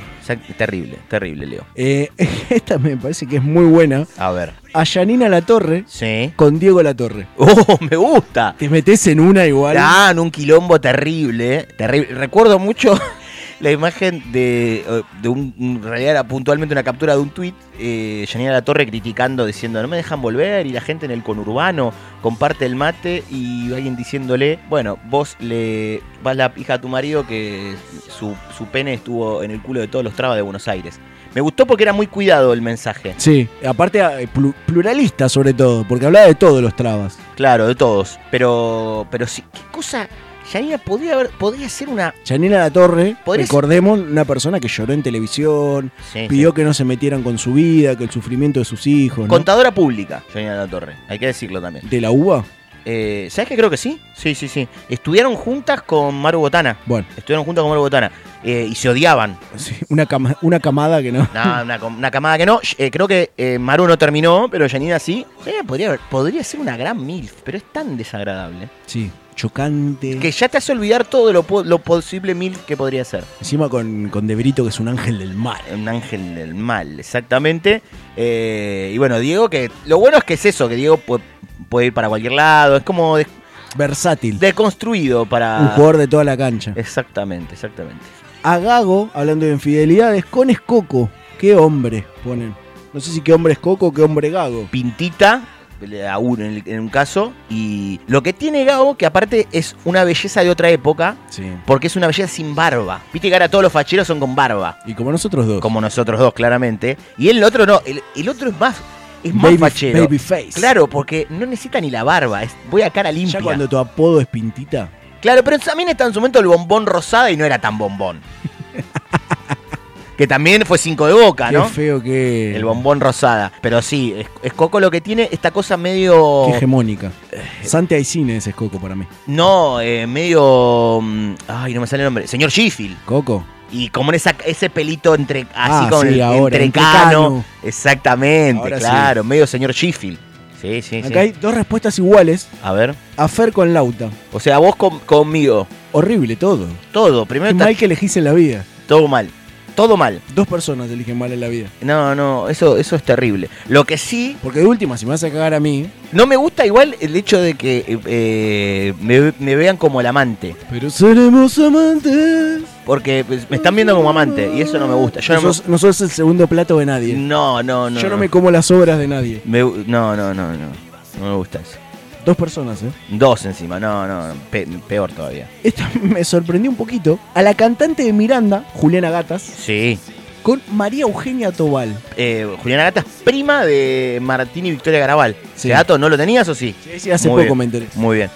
[SPEAKER 12] terrible, terrible, Leo.
[SPEAKER 8] Eh, esta me parece que es muy buena.
[SPEAKER 12] A ver.
[SPEAKER 8] A Yanina La Torre
[SPEAKER 12] Sí.
[SPEAKER 8] con Diego La Torre.
[SPEAKER 12] ¡Oh, me gusta!
[SPEAKER 8] Te metes en una igual.
[SPEAKER 12] Ah, en un quilombo terrible, eh, terrible. Recuerdo mucho la imagen de, eh, de un, en realidad era puntualmente una captura de un tuit, eh, Yanina La Torre criticando, diciendo, no me dejan volver, y la gente en el conurbano comparte el mate, y alguien diciéndole, bueno, vos le vas la hija a tu marido que su, su pene estuvo en el culo de todos los trabas de Buenos Aires. Me gustó porque era muy cuidado el mensaje.
[SPEAKER 8] Sí, aparte eh, plu- pluralista sobre todo, porque hablaba de todos los trabas.
[SPEAKER 12] Claro, de todos. Pero, pero sí, qué cosa. Yanina podría, haber, podría ser una.
[SPEAKER 8] Yanina La Torre,
[SPEAKER 12] Podría ser-
[SPEAKER 8] recordemos, una persona que lloró en televisión,
[SPEAKER 12] Sí,
[SPEAKER 8] pidió que no se metieran con su vida, que el sufrimiento de sus hijos. ¿no?
[SPEAKER 12] Contadora pública, Yanina La Torre. Hay que decirlo también.
[SPEAKER 8] ¿De la UBA?
[SPEAKER 12] Eh, ¿Sabes qué? Creo que sí. Sí, sí, sí. Estuvieron juntas con Maru Botana.
[SPEAKER 8] Bueno.
[SPEAKER 12] Estuvieron juntas con Maru Botana. Eh, y se odiaban.
[SPEAKER 8] Una, cama- una camada que no.
[SPEAKER 12] No, una, com- una camada que no. Eh, creo que eh, Maru no terminó, pero Janina sí. Eh, podría, haber- podría ser una gran MILF, pero es tan desagradable.
[SPEAKER 8] Sí, chocante.
[SPEAKER 12] Que ya te hace olvidar todo lo, po- lo posible MILF que podría ser.
[SPEAKER 8] Encima con, con De Brito, que es un ángel del mal.
[SPEAKER 12] Un ángel del mal, exactamente. Eh, y bueno, Diego, que lo bueno es que es eso, que Diego pu- puede ir para cualquier lado. Es como des-
[SPEAKER 8] Versátil.
[SPEAKER 12] deconstruido para...
[SPEAKER 8] Un jugador de toda la cancha.
[SPEAKER 12] Exactamente, exactamente.
[SPEAKER 8] A Gago, hablando de infidelidades, con Escoco. ¿Qué hombre ponen? No sé si qué hombre es Coco o qué hombre Gago.
[SPEAKER 12] Pintita a uno en, el- en un caso. Y lo que tiene Gago, que aparte es una belleza de otra época,
[SPEAKER 8] Sí.
[SPEAKER 12] porque es una belleza sin barba. Viste que ahora todos los facheros son con barba.
[SPEAKER 8] Y como nosotros dos.
[SPEAKER 12] Como nosotros dos, claramente. Y el otro no, el, el otro es más, es más
[SPEAKER 8] Baby-
[SPEAKER 12] fachero.
[SPEAKER 8] babyface.
[SPEAKER 12] Claro, porque no necesita ni la barba, es- voy a cara limpia.
[SPEAKER 8] Ya cuando tu apodo es Pintita.
[SPEAKER 12] Claro, pero también está en su momento el bombón rosada y no era tan bombón. que también fue cinco de boca,
[SPEAKER 8] qué
[SPEAKER 12] Ah, ¿no?
[SPEAKER 8] feo que.
[SPEAKER 12] El bombón rosada. Pero sí, es, es Coco lo que tiene esta cosa medio.
[SPEAKER 8] Qué hegemónica.
[SPEAKER 12] Eh.
[SPEAKER 8] Santi Aicine es Coco para mí.
[SPEAKER 12] No, eh, medio. mm, Ay, no me sale el nombre. Señor Sheffield.
[SPEAKER 8] Coco.
[SPEAKER 12] Y como en esa, ese pelito entre. Así
[SPEAKER 8] Ah,
[SPEAKER 12] con
[SPEAKER 8] sí,
[SPEAKER 12] el
[SPEAKER 8] ahora,
[SPEAKER 12] entre
[SPEAKER 8] entre
[SPEAKER 12] cano.
[SPEAKER 8] cano.
[SPEAKER 12] Exactamente,
[SPEAKER 8] Ahora sí.
[SPEAKER 12] claro. Medio señor Sheffield. Sí, sí, sí.
[SPEAKER 8] Acá hay dos respuestas iguales.
[SPEAKER 12] A ver.
[SPEAKER 8] A Fer con Lauta.
[SPEAKER 12] O sea, vos con- conmigo.
[SPEAKER 8] Horrible todo.
[SPEAKER 12] Todo.
[SPEAKER 8] Qué
[SPEAKER 12] Primero está
[SPEAKER 8] mal que elegís en la vida.
[SPEAKER 12] todo mal. Todo mal.
[SPEAKER 8] Dos personas eligen mal en la vida.
[SPEAKER 12] No, no, eso, eso es terrible. Lo que sí,
[SPEAKER 8] Porque de última, si me vas a cagar a mí.
[SPEAKER 12] no me gusta igual el hecho de que eh, eh, me, me vean como el amante.
[SPEAKER 8] Pero seremos amantes.
[SPEAKER 12] Porque pues, me están viendo como amante y eso no me gusta. Yo no,
[SPEAKER 8] no,
[SPEAKER 12] me-
[SPEAKER 8] sos, no sos el segundo plato de nadie.
[SPEAKER 12] no, no, no.
[SPEAKER 8] Yo no me como las obras de nadie.
[SPEAKER 12] Me- no, no, no, no. No me gusta eso.
[SPEAKER 8] Dos personas, ¿eh?
[SPEAKER 12] Dos encima, no, no, no, pe- peor todavía.
[SPEAKER 8] Esta me sorprendió un poquito. A la cantante de Miranda, Juliana Gatas,
[SPEAKER 12] Sí.
[SPEAKER 8] con María Eugenia Tobal.
[SPEAKER 12] Eh, Juliana Gata es prima de Martín y Victoria Garabal.
[SPEAKER 8] Sí.
[SPEAKER 12] ¿Ese dato no lo tenías o sí?
[SPEAKER 8] Sí, sí, hace
[SPEAKER 12] Muy
[SPEAKER 8] poco
[SPEAKER 12] bien,
[SPEAKER 8] me enteré.
[SPEAKER 12] Muy bien.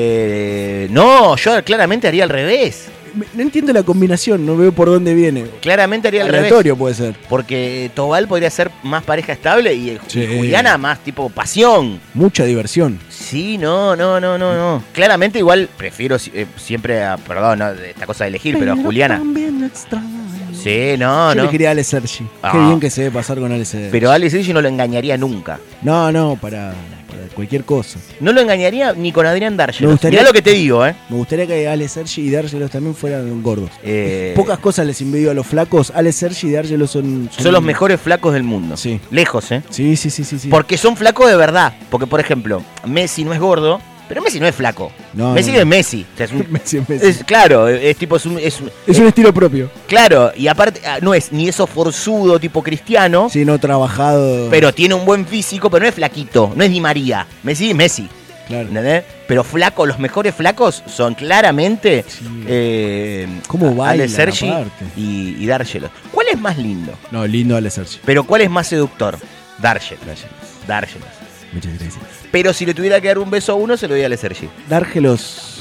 [SPEAKER 12] Eh, no, yo claramente haría al revés.
[SPEAKER 8] Me- No entiendo la combinación, no veo por dónde viene.
[SPEAKER 12] Claramente haría al revés.
[SPEAKER 8] Aleatorio puede ser.
[SPEAKER 12] Porque Tobal podría ser más pareja estable y, y
[SPEAKER 8] Sí.
[SPEAKER 12] Juliana más tipo pasión.
[SPEAKER 8] Mucha diversión.
[SPEAKER 12] Sí, no, no, no, no, no. Claramente igual prefiero si- eh, siempre a, perdón, no, de esta cosa de elegir, pero, a Juliana.
[SPEAKER 8] También lo extraño.
[SPEAKER 12] Sí, no,
[SPEAKER 8] Yo
[SPEAKER 12] no.
[SPEAKER 8] le quería a Ale Sergi. Qué
[SPEAKER 12] Ah.
[SPEAKER 8] bien que se debe pasar con Ale Sergi.
[SPEAKER 12] Pero a Alex Sergi no lo engañaría nunca.
[SPEAKER 8] No, no, para, para cualquier cosa.
[SPEAKER 12] No lo engañaría ni con Adrián
[SPEAKER 8] Me
[SPEAKER 12] Dargelos.
[SPEAKER 8] gustaría-
[SPEAKER 12] Mirá lo que te digo, ¿eh?
[SPEAKER 8] Me gustaría que Ale Sergi y D'Argelos también fueran gordos.
[SPEAKER 12] Eh,
[SPEAKER 8] Pocas cosas les envidio a los flacos. Ale Sergi y D'Argelos son,
[SPEAKER 12] son los mejores flacos del mundo.
[SPEAKER 8] Sí.
[SPEAKER 12] Lejos, ¿eh?
[SPEAKER 8] Sí, sí, sí, sí. sí.
[SPEAKER 12] Porque son flacos de verdad. Porque, por ejemplo, Messi no es gordo, pero Messi no es flaco.
[SPEAKER 8] No,
[SPEAKER 12] Messi
[SPEAKER 8] no, no.
[SPEAKER 12] es Messi. O sea, es un-
[SPEAKER 8] Messi es Messi.
[SPEAKER 12] es- claro, es tipo, es un- es un-
[SPEAKER 8] Es un estilo propio.
[SPEAKER 12] Claro, y aparte ah, no es ni eso forzudo tipo cristiano,
[SPEAKER 8] Sí, no trabajado.
[SPEAKER 12] pero tiene un buen físico, pero no es flaquito, no es ni María. Messi, Messi.
[SPEAKER 8] Claro.
[SPEAKER 12] ¿entendés? Pero flaco, los mejores flacos son claramente eh,
[SPEAKER 8] ¿Cómo
[SPEAKER 12] a- Ale
[SPEAKER 8] bailan,
[SPEAKER 12] Sergi
[SPEAKER 8] aparte?
[SPEAKER 12] y, y D'Argelo. ¿Cuál es más lindo?
[SPEAKER 8] No, lindo Ale Sergi.
[SPEAKER 12] Pero ¿cuál es más seductor? D'Argelo. D'Argelo.
[SPEAKER 8] Muchas gracias.
[SPEAKER 12] Pero si le tuviera que dar un beso a uno, se lo doy a Ale Sergi.
[SPEAKER 8] Dárgelos,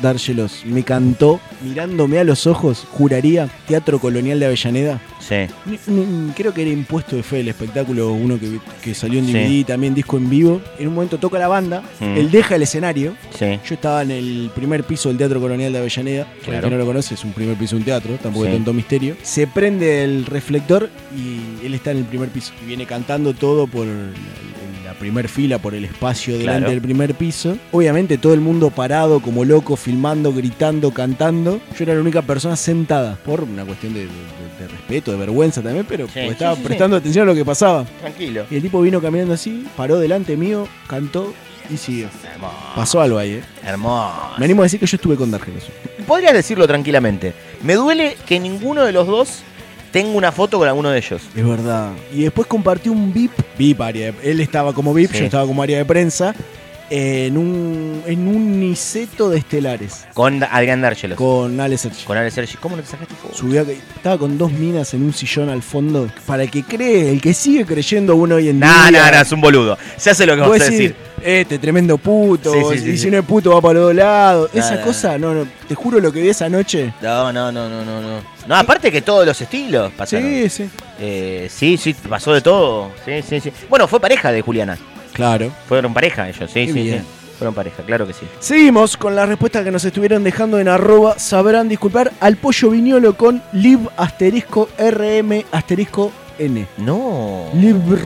[SPEAKER 8] Dárgelos, me cantó, mirándome a los ojos, juraría, Teatro Colonial de Avellaneda.
[SPEAKER 12] Sí.
[SPEAKER 8] Ni- ni- Creo que era impuesto de fe el espectáculo, uno que, que salió en
[SPEAKER 12] Sí.
[SPEAKER 8] DVD, también disco en vivo. En un momento toca la banda,
[SPEAKER 12] Mm.
[SPEAKER 8] él deja el escenario.
[SPEAKER 12] Sí.
[SPEAKER 8] Yo estaba en el primer piso del Teatro Colonial de Avellaneda. Para el
[SPEAKER 12] Claro.
[SPEAKER 8] que no lo conoce, es un primer piso de un teatro, tampoco es
[SPEAKER 12] Sí.
[SPEAKER 8] tanto misterio. Se prende el reflector y él está en el primer piso. Y viene cantando todo por la, la primer fila, por el espacio delante
[SPEAKER 12] Claro.
[SPEAKER 8] del primer piso. Obviamente todo el mundo parado, como loco, filmando, gritando, cantando. Yo era la única persona sentada, por una cuestión de, de- de- de respeto, de vergüenza también, pero porque
[SPEAKER 12] sí,
[SPEAKER 8] estaba
[SPEAKER 12] sí, sí.
[SPEAKER 8] prestando atención a lo que pasaba.
[SPEAKER 12] Tranquilo.
[SPEAKER 8] Y el tipo vino caminando así, paró delante mío, cantó y siguió.
[SPEAKER 12] Hermoso.
[SPEAKER 8] Pasó algo ahí, ¿eh?
[SPEAKER 12] Hermoso.
[SPEAKER 8] Me animo a decir que yo estuve con Dargelos.
[SPEAKER 12] Podrías decirlo tranquilamente. Me duele que ninguno de los dos tenga una foto con alguno de ellos.
[SPEAKER 8] Es verdad. Y después compartí un VIP. VIP área. de- él estaba como VIP,
[SPEAKER 12] Sí.
[SPEAKER 8] yo estaba como área de prensa. en un, en un niceto de estelares.
[SPEAKER 12] Con Adrián D'Argelos.
[SPEAKER 8] Con Ale Sergi.
[SPEAKER 12] Con Ale Sergi. ¿Cómo no te sacaste foto?
[SPEAKER 8] Subía- estaba con dos minas en un sillón al fondo. Para el que cree, el que sigue creyendo uno hoy en
[SPEAKER 12] Nah,
[SPEAKER 8] día.
[SPEAKER 12] nah, nah, es un boludo. Se hace lo que
[SPEAKER 8] Vos
[SPEAKER 12] vas a
[SPEAKER 8] decís,
[SPEAKER 12] decir.
[SPEAKER 8] Este tremendo puto.
[SPEAKER 12] Sí, sí,
[SPEAKER 8] vos-
[SPEAKER 12] sí,
[SPEAKER 8] y
[SPEAKER 12] sí.
[SPEAKER 8] si no es puto va para los dos lados.
[SPEAKER 12] Nah,
[SPEAKER 8] Esa
[SPEAKER 12] nah.
[SPEAKER 8] cosa, no, no, te juro lo que vi esa noche.
[SPEAKER 12] No, no, no, no, no, no. No, aparte que todos los estilos pasaron.
[SPEAKER 8] Sí, sí.
[SPEAKER 12] Eh, sí, sí, pasó de todo. Sí, sí, sí. Bueno, fue pareja de Juliana.
[SPEAKER 8] Claro.
[SPEAKER 12] Fueron pareja ellos, sí,
[SPEAKER 8] Qué
[SPEAKER 12] sí, sí.
[SPEAKER 8] bien.
[SPEAKER 12] Fueron pareja, claro que sí.
[SPEAKER 8] Seguimos con las respuestas que nos estuvieron dejando en arroba sabrán disculpar al pollo viñolo con lib asterisco rm asterisco n.
[SPEAKER 12] No.
[SPEAKER 8] Libr...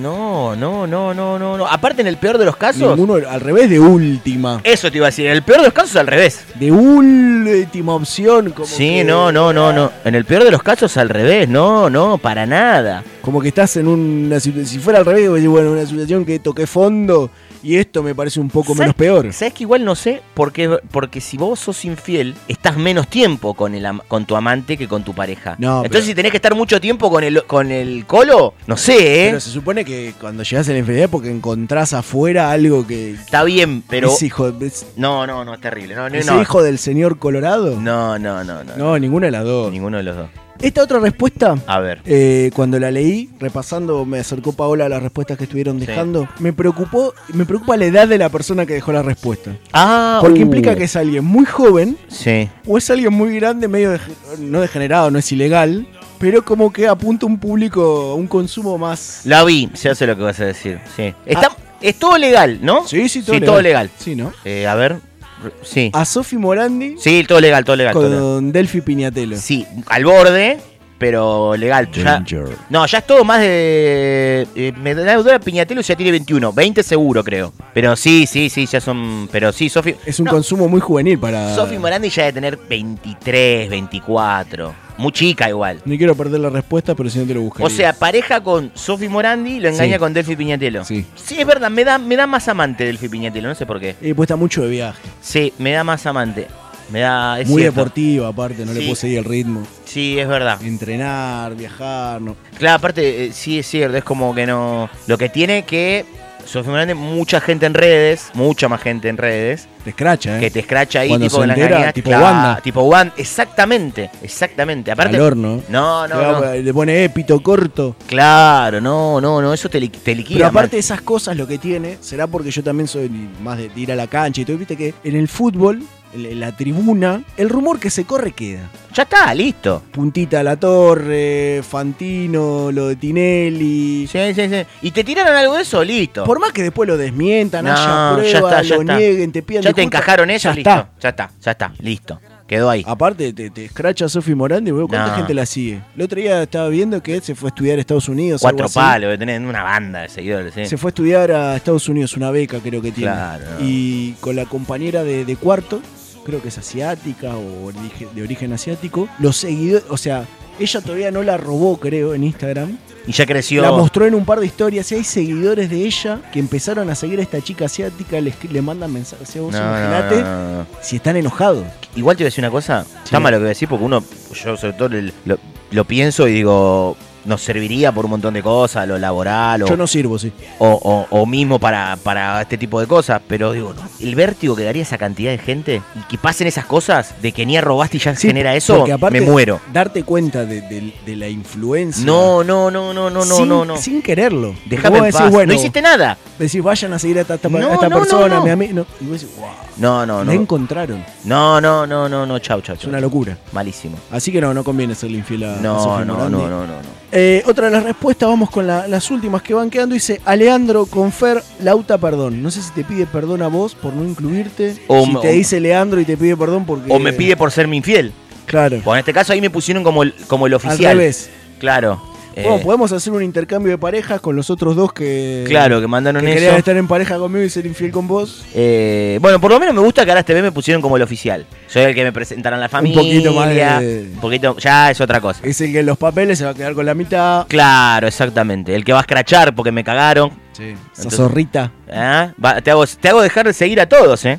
[SPEAKER 12] No, no, no, no, no, no. Aparte en el peor de los casos.
[SPEAKER 8] Ninguno al revés de última.
[SPEAKER 12] Eso te iba a decir, en el peor de los casos al revés.
[SPEAKER 8] De última opción. Como
[SPEAKER 12] Sí,
[SPEAKER 8] que-
[SPEAKER 12] no, no, no, no. En el peor de los casos al revés, no, no, para nada.
[SPEAKER 8] Como que estás en una situación. Si fuera al revés, vos decís, bueno, una situación que toqué fondo y esto me parece un poco
[SPEAKER 12] ¿Sabes-
[SPEAKER 8] menos peor.
[SPEAKER 12] Sabes que igual no sé, porque, porque si vos sos infiel, estás menos tiempo con, el am- con tu amante que con tu pareja.
[SPEAKER 8] No,
[SPEAKER 12] Entonces
[SPEAKER 8] pero-
[SPEAKER 12] si tenés que estar mucho tiempo con el, con el colo, no sé, ¿eh?
[SPEAKER 8] Pero se supone que cuando llegas a la enfermedad es porque encontrás afuera algo que.
[SPEAKER 12] Está bien, pero...
[SPEAKER 8] Es hijo, es-
[SPEAKER 12] No, no, no, es terrible. No, no,
[SPEAKER 8] es
[SPEAKER 12] no.
[SPEAKER 8] hijo del señor Colorado.
[SPEAKER 12] No, no, no, no.
[SPEAKER 8] No, ninguna de las dos.
[SPEAKER 12] Ninguno de los dos.
[SPEAKER 8] Esta otra respuesta,
[SPEAKER 12] A ver.
[SPEAKER 8] eh, cuando la leí, repasando, me acercó Paola a las respuestas que estuvieron dejando. Me preocupó, me preocupa la edad de la persona que dejó la respuesta.
[SPEAKER 12] Ah,
[SPEAKER 8] Porque
[SPEAKER 12] uh.
[SPEAKER 8] implica que es alguien muy joven
[SPEAKER 12] Sí.
[SPEAKER 8] o es alguien muy grande, medio de- no degenerado, no es ilegal, pero como que apunta un público, un consumo más.
[SPEAKER 12] La vi, se hace lo que vas a decir. Sí. Está- Es todo legal, ¿no?
[SPEAKER 8] Ah. Sí, sí, todo
[SPEAKER 12] sí,
[SPEAKER 8] legal.
[SPEAKER 12] todo legal.
[SPEAKER 8] Sí, ¿no?
[SPEAKER 12] Eh, a ver. r- Sí.
[SPEAKER 8] A Sofi Morandi
[SPEAKER 12] Sí, todo legal, todo legal. todo legal.
[SPEAKER 8] con Delphi Piñatelo.
[SPEAKER 12] Sí, al borde, pero legal. Ya- no, ya es todo más de. eh, me da duda, Piñatelo ya tiene 21, 20 seguro, creo. Pero sí, sí, sí, ya son. Pero sí, Sofi.
[SPEAKER 8] Es un
[SPEAKER 12] no,
[SPEAKER 8] consumo muy juvenil para.
[SPEAKER 12] Sofi Morandi ya debe tener 23, 24. Muy chica igual.
[SPEAKER 8] No quiero perder la respuesta, pero si no te lo buscaría.
[SPEAKER 12] O sea, pareja con Sofi Morandi y lo engaña
[SPEAKER 8] Sí.
[SPEAKER 12] con Delphi Piñatelo.
[SPEAKER 8] Sí.
[SPEAKER 12] es verdad, me da, me da más amante Delphi Piñatelo, no sé por qué.
[SPEAKER 8] Eh, pues está mucho de viaje.
[SPEAKER 12] Sí, me da más amante. Me da. es
[SPEAKER 8] Muy
[SPEAKER 12] cierto.
[SPEAKER 8] deportivo, aparte, no le
[SPEAKER 12] Sí.
[SPEAKER 8] puedo seguir el ritmo.
[SPEAKER 12] Sí, es verdad.
[SPEAKER 8] Entrenar, viajar, no.
[SPEAKER 12] Claro, aparte, eh, sí es cierto, es como que no. Lo que tiene que. Sofía Morandi, mucha gente en redes, mucha más gente en redes,
[SPEAKER 8] Te escracha, ¿eh?
[SPEAKER 12] que te escracha ahí,
[SPEAKER 8] Cuando
[SPEAKER 12] tipo
[SPEAKER 8] se
[SPEAKER 12] que la
[SPEAKER 8] entera,
[SPEAKER 12] engañás,
[SPEAKER 8] tipo
[SPEAKER 12] claro,
[SPEAKER 8] Wanda.
[SPEAKER 12] Tipo Wanda, exactamente, exactamente. Aparte,
[SPEAKER 8] Calor, ¿no?
[SPEAKER 12] No, no,
[SPEAKER 8] Claro, eh,
[SPEAKER 12] no.
[SPEAKER 8] Le pone épito corto.
[SPEAKER 12] Claro, no, no, no, eso te, li- te liquida.
[SPEAKER 8] Pero aparte de
[SPEAKER 12] man.
[SPEAKER 8] esas cosas lo que tiene, será porque yo también soy más de, de ir a la cancha y todo, viste que en el fútbol, en, en la tribuna, el rumor que se corre queda.
[SPEAKER 12] Ya está, listo.
[SPEAKER 8] Puntita a la torre, Fantino, lo de Tinelli.
[SPEAKER 12] Sí, sí, sí. Y te tiraron algo de eso, listo.
[SPEAKER 8] Por más que después lo desmientan,
[SPEAKER 12] No,
[SPEAKER 8] haya
[SPEAKER 12] ya
[SPEAKER 8] pruebas,
[SPEAKER 12] está, ya
[SPEAKER 8] lo
[SPEAKER 12] está.
[SPEAKER 8] nieguen, te pidan
[SPEAKER 12] ya te
[SPEAKER 8] disculpas,
[SPEAKER 12] encajaron eso,
[SPEAKER 8] ya
[SPEAKER 12] listo.
[SPEAKER 8] está.
[SPEAKER 12] Ya está, ya está, listo. Quedó ahí.
[SPEAKER 8] Aparte, te, te escracha Sofi Morandi, boludo, ¿cuánta
[SPEAKER 12] No.
[SPEAKER 8] gente la sigue? El otro día estaba viendo que se fue a estudiar a Estados Unidos. algo
[SPEAKER 12] Cuatro
[SPEAKER 8] así.
[SPEAKER 12] palos, debe tener una banda de seguidores. ¿eh?
[SPEAKER 8] Se fue a estudiar a Estados Unidos, una beca creo que tiene.
[SPEAKER 12] Claro.
[SPEAKER 8] Y con la compañera de, de cuarto, creo que es asiática o orige- de origen asiático, los seguidores, o sea, ella todavía no la robó, creo, en Instagram.
[SPEAKER 12] Y ya creció.
[SPEAKER 8] La mostró en un par de historias y hay seguidores de ella que empezaron a seguir a esta chica asiática, le, escri- le mandan mensajes. O sea, vos
[SPEAKER 12] No, no,
[SPEAKER 8] imaginate
[SPEAKER 12] no, no, no.
[SPEAKER 8] si están enojados.
[SPEAKER 12] Igual te voy a decir una cosa, está mal lo que voy a decir porque uno, yo sobre todo el- lo, lo pienso y digo, nos serviría por un montón de cosas, lo laboral o,
[SPEAKER 8] Yo no sirvo, sí.
[SPEAKER 12] o- o- o mismo para, para este tipo de cosas, pero digo, no, el vértigo que daría esa cantidad de gente y que pasen esas cosas de que ni robaste y ya
[SPEAKER 8] Sí,
[SPEAKER 12] genera eso,
[SPEAKER 8] porque aparte,
[SPEAKER 12] me muero.
[SPEAKER 8] Darte cuenta de, de- de la influencia.
[SPEAKER 12] No, no, no, no, no, no,
[SPEAKER 8] sin,
[SPEAKER 12] no, no.
[SPEAKER 8] Sin quererlo.
[SPEAKER 12] Déjame
[SPEAKER 8] Vos
[SPEAKER 12] en
[SPEAKER 8] decís,
[SPEAKER 12] paz.
[SPEAKER 8] bueno,
[SPEAKER 12] no hiciste nada.
[SPEAKER 8] Decís, vayan a seguir a esta, esta-
[SPEAKER 12] No,
[SPEAKER 8] a esta
[SPEAKER 12] no, no,
[SPEAKER 8] persona,
[SPEAKER 12] no.
[SPEAKER 8] mi amigo. no. Y vos decís, wow,
[SPEAKER 12] No, no,
[SPEAKER 8] la
[SPEAKER 12] no.
[SPEAKER 8] encontraron.
[SPEAKER 12] No, no, no, no, no, chau, chau,
[SPEAKER 8] Es
[SPEAKER 12] chau.
[SPEAKER 8] una locura. Ah,
[SPEAKER 12] Malísimo.
[SPEAKER 8] Así que no, no conviene serle infiel a a
[SPEAKER 12] No,
[SPEAKER 8] Sofía
[SPEAKER 12] no, no,
[SPEAKER 8] Morandi.
[SPEAKER 12] no, no, no.
[SPEAKER 8] Eh, otra de las respuestas, vamos con la- las últimas que van quedando. Dice Alejandro Confer Lauta Perdón. No sé si te pide perdón a vos por no incluirte.
[SPEAKER 12] O
[SPEAKER 8] si
[SPEAKER 12] me-
[SPEAKER 8] te
[SPEAKER 12] o-
[SPEAKER 8] dice Leandro y te pide perdón porque.
[SPEAKER 12] O me pide por ser mi infiel.
[SPEAKER 8] Claro.
[SPEAKER 12] Bueno, en este caso ahí me pusieron como el, como el
[SPEAKER 8] Al
[SPEAKER 12] oficial.
[SPEAKER 8] revés.
[SPEAKER 12] Claro. eh,
[SPEAKER 8] Bueno, podemos hacer un intercambio de parejas con los otros dos que.
[SPEAKER 12] Claro, que mandaron
[SPEAKER 8] que
[SPEAKER 12] eso.
[SPEAKER 8] querían estar en pareja conmigo y ser infiel con vos.
[SPEAKER 12] Eh, bueno, por lo menos me gusta que ahora este mes me pusieron como el oficial. Soy el que me presentarán la familia.
[SPEAKER 8] poquito más de-
[SPEAKER 12] Un poquito, ya es otra cosa.
[SPEAKER 8] Es el que en los papeles se va a quedar con la mitad.
[SPEAKER 12] Claro, exactamente. El que va a escrachar porque me cagaron.
[SPEAKER 8] Sí. Esa
[SPEAKER 12] Entonces-
[SPEAKER 8] zorrita.
[SPEAKER 12] ¿Ah? Va- te, hago, te hago dejar de seguir a todos, ¿eh?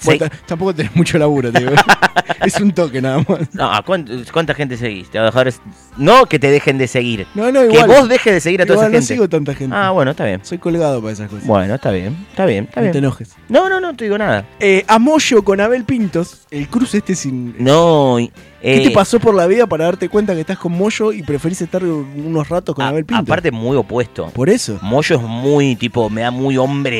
[SPEAKER 12] Se-
[SPEAKER 8] Bueno, t- Tampoco tenés mucho laburo, te digo. es un toque nada más.
[SPEAKER 12] No, ¿a cuán- ¿cuánta gente seguís? Te hago dejar... No que te dejen de seguir.
[SPEAKER 8] No, no, igual.
[SPEAKER 12] Que vos dejes de seguir a toda
[SPEAKER 8] Igual
[SPEAKER 12] esa
[SPEAKER 8] no
[SPEAKER 12] gente.
[SPEAKER 8] sigo tanta gente.
[SPEAKER 12] Ah, bueno, está bien.
[SPEAKER 8] Soy colgado para esas cosas.
[SPEAKER 12] Bueno, está bien, está bien, está
[SPEAKER 8] No
[SPEAKER 12] bien.
[SPEAKER 8] te enojes.
[SPEAKER 12] No, no, no te digo nada.
[SPEAKER 8] Eh, Amoyo con Abel Pintos. El cruce este sin.
[SPEAKER 12] No. y-
[SPEAKER 8] ¿Qué
[SPEAKER 12] eh,
[SPEAKER 8] te pasó por la vida para darte cuenta que estás con Moyo y preferís estar unos ratos con Abel Pintos?
[SPEAKER 12] Ah, Aparte, muy opuesto.
[SPEAKER 8] Por eso.
[SPEAKER 12] Moyo es muy tipo, me da muy hombre.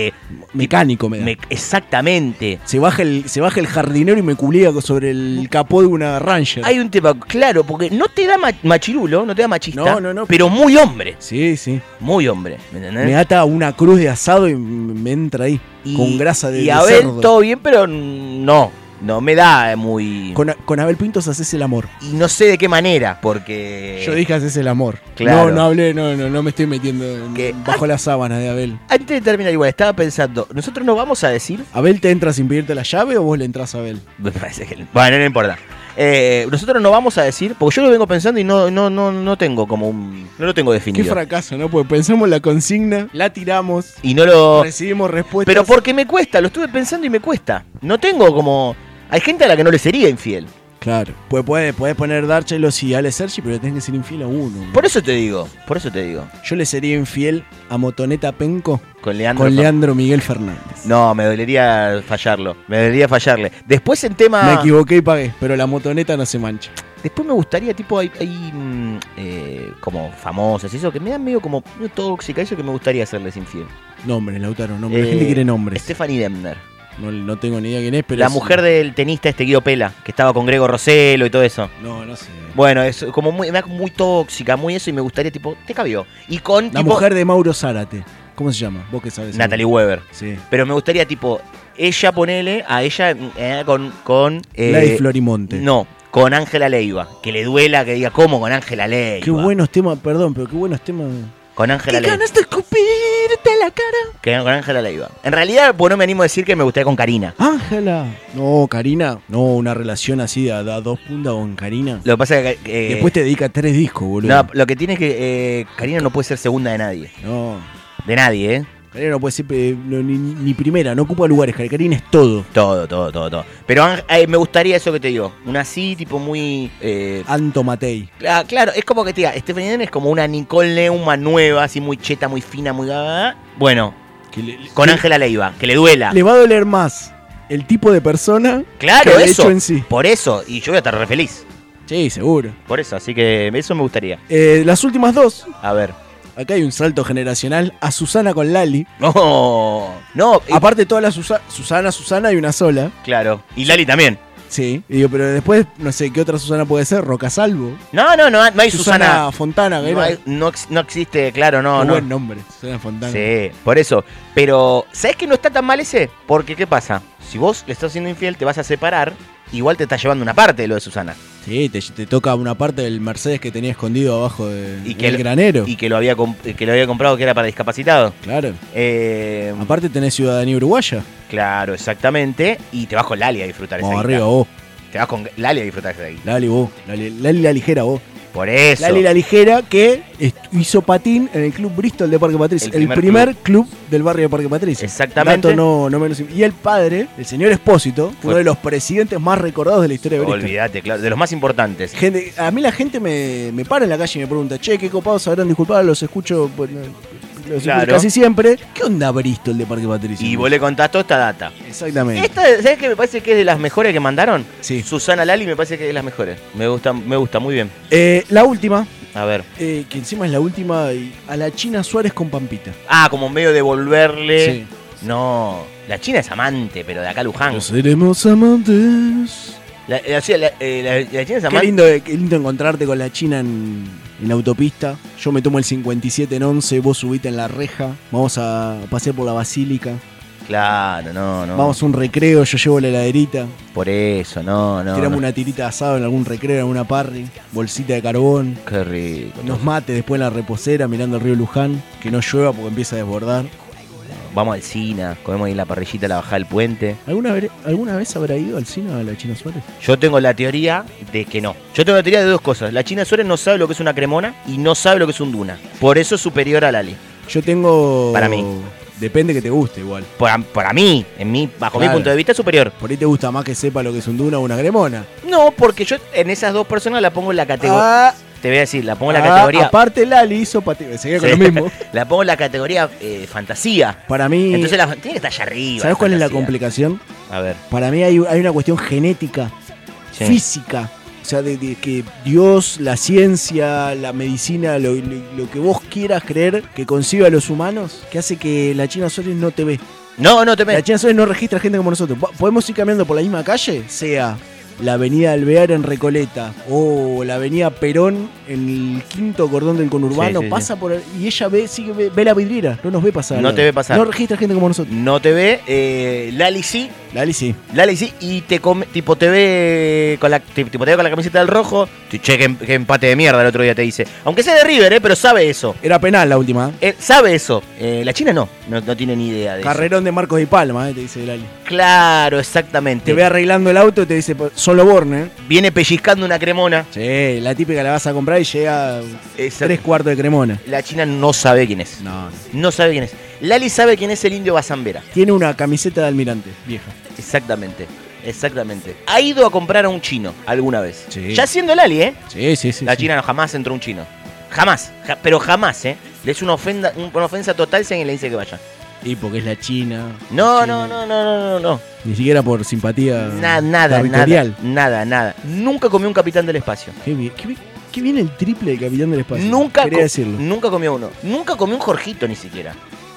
[SPEAKER 8] Mecánico, me da.
[SPEAKER 12] me- exactamente.
[SPEAKER 8] Se baja, el, se baja el jardinero y me culea sobre el capó de una Ranger.
[SPEAKER 12] Hay un tema, claro, porque no te da ma- machirulo, no te da machista.
[SPEAKER 8] No, no, no.
[SPEAKER 12] Pero muy hombre.
[SPEAKER 8] Sí, sí.
[SPEAKER 12] Muy hombre. ¿Me entendés?
[SPEAKER 8] Me ata una cruz de asado y m- me entra ahí. con grasa de,
[SPEAKER 12] ¿Eh? Y
[SPEAKER 8] de
[SPEAKER 12] a ver,
[SPEAKER 8] cerdo.
[SPEAKER 12] todo bien, pero no. No me da eh, muy.
[SPEAKER 8] Con, con Abel Pintos haces el amor.
[SPEAKER 12] Y no sé de qué manera, porque.
[SPEAKER 8] Yo dije haces el amor.
[SPEAKER 12] Claro. ah.
[SPEAKER 8] No, no hablé, no, no, no me estoy metiendo en- bajo la sábana de Abel.
[SPEAKER 12] Antes de terminar, igual, estaba pensando, ¿nosotros no vamos a decir?
[SPEAKER 8] ¿Abel te entra sin pedirte la llave o vos le entras a Abel?
[SPEAKER 12] Me parece que. Bueno, no importa. Eh, nosotros no vamos a decir, porque yo lo vengo pensando y no, no, no, no tengo como un. No lo tengo
[SPEAKER 8] Qué
[SPEAKER 12] definido.
[SPEAKER 8] fracaso, ¿no? Porque pensamos la consigna, la tiramos,
[SPEAKER 12] y no lo.
[SPEAKER 8] recibimos respuestas.
[SPEAKER 12] Oh. Pero porque me cuesta, lo estuve pensando y me cuesta. No tengo como. Hay gente a la que no le sería infiel.
[SPEAKER 8] Claro. Pues puedes, puedes poner Darchelos y Ale Sergi, pero le tenés que ser infiel a uno.
[SPEAKER 12] Por eso te digo, por eso te digo.
[SPEAKER 8] Yo le sería infiel a Motoneta Penco
[SPEAKER 12] Con Leandro.
[SPEAKER 8] con
[SPEAKER 12] Fer-
[SPEAKER 8] Leandro Miguel Fernández.
[SPEAKER 12] No, me dolería fallarlo. Me dolería fallarle. Después en tema.
[SPEAKER 8] Me equivoqué y pagué, pero la motoneta no se mancha.
[SPEAKER 12] Después me gustaría, tipo, hay, hay, mm, eh, como famosas y eso, que me dan medio como medio tóxica, eso que me gustaría hacerles infiel.
[SPEAKER 8] Nombres, Lautaro, nombres. La
[SPEAKER 12] Eh,
[SPEAKER 8] gente quiere nombres.
[SPEAKER 12] Stephanie Demner.
[SPEAKER 8] No, no tengo ni idea quién es, pero.
[SPEAKER 12] la
[SPEAKER 8] es-
[SPEAKER 12] mujer del tenista este Guido Pela, que estaba con Grego Roselo y todo eso.
[SPEAKER 8] No, no sé.
[SPEAKER 12] Bueno, es como muy, me da como muy tóxica, muy eso, y me gustaría, tipo, te cabió. Y con
[SPEAKER 8] La
[SPEAKER 12] tipo,
[SPEAKER 8] mujer de Mauro Zárate. ¿Cómo se llama? Vos que sabes.
[SPEAKER 12] Natalie Weber.
[SPEAKER 8] Sí.
[SPEAKER 12] Pero me gustaría, tipo, ella ponele a ella eh, con. con eh,
[SPEAKER 8] Gladys Florimonte.
[SPEAKER 12] No, con Ángela Leiva. Que le duela, que diga, ¿cómo con Ángela Leiva?
[SPEAKER 8] Qué buenos temas, perdón, pero qué buenos temas.
[SPEAKER 12] Con Ángela Leiva.
[SPEAKER 8] de escupirte la cara.
[SPEAKER 12] Que con Ángela Leiva. En realidad, pues no me animo a decir que me gustaría con Karina.
[SPEAKER 8] Ángela. No, Karina. No, una relación así de a, a dos puntas con Karina.
[SPEAKER 12] Lo que pasa es que. eh,
[SPEAKER 8] Después te dedica tres discos, boludo.
[SPEAKER 12] no, lo que tiene es que eh, Karina no puede ser segunda de nadie.
[SPEAKER 8] No.
[SPEAKER 12] De nadie, ¿eh?
[SPEAKER 8] Karina no puede ser eh, no, ni, ni primera, no ocupa lugares. Karina es todo.
[SPEAKER 12] Todo, todo, todo, todo. Pero Ángel- eh, me gustaría eso que te digo. Una así, tipo muy. eh,
[SPEAKER 8] Anto Matei.
[SPEAKER 12] cla- Ah, claro, es como que te diga, Stephanie Denner es como una Nicole Neumann nueva, así muy cheta, muy fina, muy. ah, Bueno, con Ángela Leiva, que le duela.
[SPEAKER 8] Le va a doler más el tipo de persona
[SPEAKER 12] Ah. claro,
[SPEAKER 8] que el
[SPEAKER 12] eso.
[SPEAKER 8] hecho en sí.
[SPEAKER 12] Por eso, y yo voy a estar re feliz.
[SPEAKER 8] Sí, seguro.
[SPEAKER 12] Por eso, así que eso me gustaría.
[SPEAKER 8] Eh, las últimas dos.
[SPEAKER 12] A ver.
[SPEAKER 8] Acá hay un salto generacional a Susana con Lali.
[SPEAKER 12] No, no, eh,
[SPEAKER 8] Aparte, todas las Susa- Susana, Susana hay una sola.
[SPEAKER 12] claro. Y Lali también.
[SPEAKER 8] Sí. Digo, pero después, no sé, ¿qué otra Susana puede ser? Rocasalvo.
[SPEAKER 12] No, no, no, no hay
[SPEAKER 8] Susana,
[SPEAKER 12] Susana.
[SPEAKER 8] Fontana, que
[SPEAKER 12] no,
[SPEAKER 8] era.
[SPEAKER 12] hay- no ex- no existe, claro, no,
[SPEAKER 8] Qué
[SPEAKER 12] no.
[SPEAKER 8] buen nombre, Susana Fontana.
[SPEAKER 12] Sí, por eso. Pero, ¿sabes que no está tan mal ese? Porque, ¿qué pasa? Si vos le estás siendo infiel, te vas a separar. Igual te estás llevando una parte de lo de Susana.
[SPEAKER 8] Sí, te, te toca una parte del Mercedes que tenía escondido abajo de-
[SPEAKER 12] Y que
[SPEAKER 8] del
[SPEAKER 12] lo-
[SPEAKER 8] granero.
[SPEAKER 12] Y que lo había, comp- que lo había comprado que era para discapacitado.
[SPEAKER 8] Claro.
[SPEAKER 12] Eh,
[SPEAKER 8] Aparte tenés ciudadanía uruguaya.
[SPEAKER 12] claro, exactamente. Y te vas con Lali a disfrutar
[SPEAKER 8] Vamos
[SPEAKER 12] esa
[SPEAKER 8] arriba
[SPEAKER 12] guita.
[SPEAKER 8] vos.
[SPEAKER 12] Te vas con Lali a disfrutar esa guita.
[SPEAKER 8] Lali vos. Lali, Lali la ligera vos.
[SPEAKER 12] Por eso.
[SPEAKER 8] Lali la ligera que est- hizo patín en el club Bristol de Parque Patricio.
[SPEAKER 12] El
[SPEAKER 8] El primer,
[SPEAKER 12] primer
[SPEAKER 8] club. del barrio de Parque Patricio.
[SPEAKER 12] Exactamente.
[SPEAKER 8] Dato no, no menos im- Y el padre, el señor Espósito, uno
[SPEAKER 12] Fue-
[SPEAKER 8] de los presidentes más recordados de la historia de Bristol.
[SPEAKER 12] Olvídate, claro. De los más importantes.
[SPEAKER 8] Gente, a mí la gente me, me para en la calle y me pregunta, che, qué copados habrán disculpado, los escucho, bueno, los
[SPEAKER 12] Claro.
[SPEAKER 8] escucho casi siempre. ¿Qué onda Bristol de Parque Patricio?
[SPEAKER 12] Y vos le contás toda esta data.
[SPEAKER 8] Exactamente.
[SPEAKER 12] Esta, ¿sabes qué? Me parece que es de las mejores que mandaron. Susana Lali me parece que es de las mejores. Me gusta, me gusta, muy bien.
[SPEAKER 8] Eh, la última,
[SPEAKER 12] A ver.
[SPEAKER 8] eh, que encima es la última, y a la China Suárez con Pampita.
[SPEAKER 12] Ah, como medio de volverle.
[SPEAKER 8] Sí.
[SPEAKER 12] No. La China es amante, pero de acá a Luján.
[SPEAKER 8] seremos amantes.
[SPEAKER 12] La, la- sí, la- eh, la- la China es
[SPEAKER 8] Qué
[SPEAKER 12] amante.
[SPEAKER 8] lindo, qué lindo encontrarte con la China en, en autopista. Yo me tomo el 57 en 11, vos subite en la reja, vamos a pasear por la basílica,
[SPEAKER 12] Claro, no, no.
[SPEAKER 8] vamos a un recreo, yo llevo la heladerita,
[SPEAKER 12] Por eso, no, no.
[SPEAKER 8] tiramos
[SPEAKER 12] no.
[SPEAKER 8] una tirita de asado en algún recreo, en una parry, bolsita de carbón,
[SPEAKER 12] Qué rico.
[SPEAKER 8] nos mate después en la reposera mirando el río Luján, que no llueva porque empieza a desbordar.
[SPEAKER 12] Vamos al cine, comemos ahí en la parrillita, la bajada del puente.
[SPEAKER 8] ¿Alguna vez, ¿Alguna vez habrá ido al cine a la China Suárez?
[SPEAKER 12] Yo tengo la teoría de que no. Yo tengo la teoría de dos cosas. La China Suárez no sabe lo que es una cremona y no sabe lo que es un duna. Por eso es superior a Lali.
[SPEAKER 8] Yo tengo.
[SPEAKER 12] Para mí.
[SPEAKER 8] Depende que te guste igual.
[SPEAKER 12] Para, para mí, en mí, bajo mi punto de vista, es superior.
[SPEAKER 8] Por ahí te gusta más que sepa lo que es un duna o una gremona.
[SPEAKER 12] No, porque yo en esas dos personas la pongo en la categoría.
[SPEAKER 8] Ah.
[SPEAKER 12] Te voy a decir, la pongo en la
[SPEAKER 8] Ah,
[SPEAKER 12] categoría.
[SPEAKER 8] Aparte Lali hizo patio. Seguía con lo mismo.
[SPEAKER 12] la pongo en la categoría eh, fantasía.
[SPEAKER 8] Para mí.
[SPEAKER 12] Entonces la, tiene que estar allá arriba.
[SPEAKER 8] ¿Sabes cuál es la
[SPEAKER 12] fantasía.
[SPEAKER 8] complicación?
[SPEAKER 12] A ver.
[SPEAKER 8] Para mí hay, hay una cuestión genética,
[SPEAKER 12] Sí.
[SPEAKER 8] física. O sea, de, de que Dios, la ciencia, la medicina, lo, lo- lo que vos quieras creer que conciba a los humanos, que hace que la China Suárez no te ve.
[SPEAKER 12] No, no te ve.
[SPEAKER 8] La China Suárez no registra gente como nosotros. Po- Podemos ir caminando por la misma calle, sea la avenida Alvear en Recoleta o la avenida Perón en el quinto cordón del conurbano,
[SPEAKER 12] Sí, sí,
[SPEAKER 8] pasa por... Y ella ve, sigue, ve, ve la vidriera, no nos ve pasar.
[SPEAKER 12] No te ve pasar.
[SPEAKER 8] No registra gente como nosotros.
[SPEAKER 12] No te ve. Eh, Lali sí.
[SPEAKER 8] Lali sí.
[SPEAKER 12] Lali sí. Y te come- tipo te ve con la ti- tipo te ve con la camiseta del rojo. Te- Che, qué, em- qué empate de mierda el otro día te dice. Aunque sea de River, eh, pero sabe eso.
[SPEAKER 8] Era penal la última. ¿eh?
[SPEAKER 12] Eh, sabe eso. Eh, la China no. no. no tiene ni idea de eso.
[SPEAKER 8] Carrerón de Marcos de Palma, eh, te dice Lali.
[SPEAKER 12] Claro, exactamente.
[SPEAKER 8] Te ve arreglando el auto y te dice, solo Borne. ¿eh?
[SPEAKER 12] Viene pellizcando una cremona.
[SPEAKER 8] Sí, la típica la vas a comprar y llega tres cuartos de cremona.
[SPEAKER 12] La China no sabe quién es.
[SPEAKER 8] No,
[SPEAKER 12] No sabe quién es. Lali sabe quién es el indio Bazambera.
[SPEAKER 8] Tiene una camiseta de almirante, vieja.
[SPEAKER 12] Exactamente. Exactamente. Ha ido a comprar a un chino alguna vez.
[SPEAKER 8] Sí.
[SPEAKER 12] Ya siendo Lali, ¿eh?
[SPEAKER 8] Sí, sí, sí.
[SPEAKER 12] La China no, jamás entró un chino. Jamás. Ja- pero jamás, ¿eh? Le es una ofenda, un- una ofensa total si alguien le dice que vaya.
[SPEAKER 8] Y porque es la China.
[SPEAKER 12] No, no, no, no, no, no, no.
[SPEAKER 8] Ni siquiera por simpatía
[SPEAKER 12] Na- nada, nada.
[SPEAKER 8] territorial.
[SPEAKER 12] Nada, nada. Nunca comió un capitán del espacio.
[SPEAKER 8] Qué bien, qué bien- qué bien el triple de Capitán del Espacio.
[SPEAKER 12] Nunca,
[SPEAKER 8] Quería
[SPEAKER 12] co-
[SPEAKER 8] decirlo.
[SPEAKER 12] nunca comió uno. Nunca comió un Jorgito ni siquiera.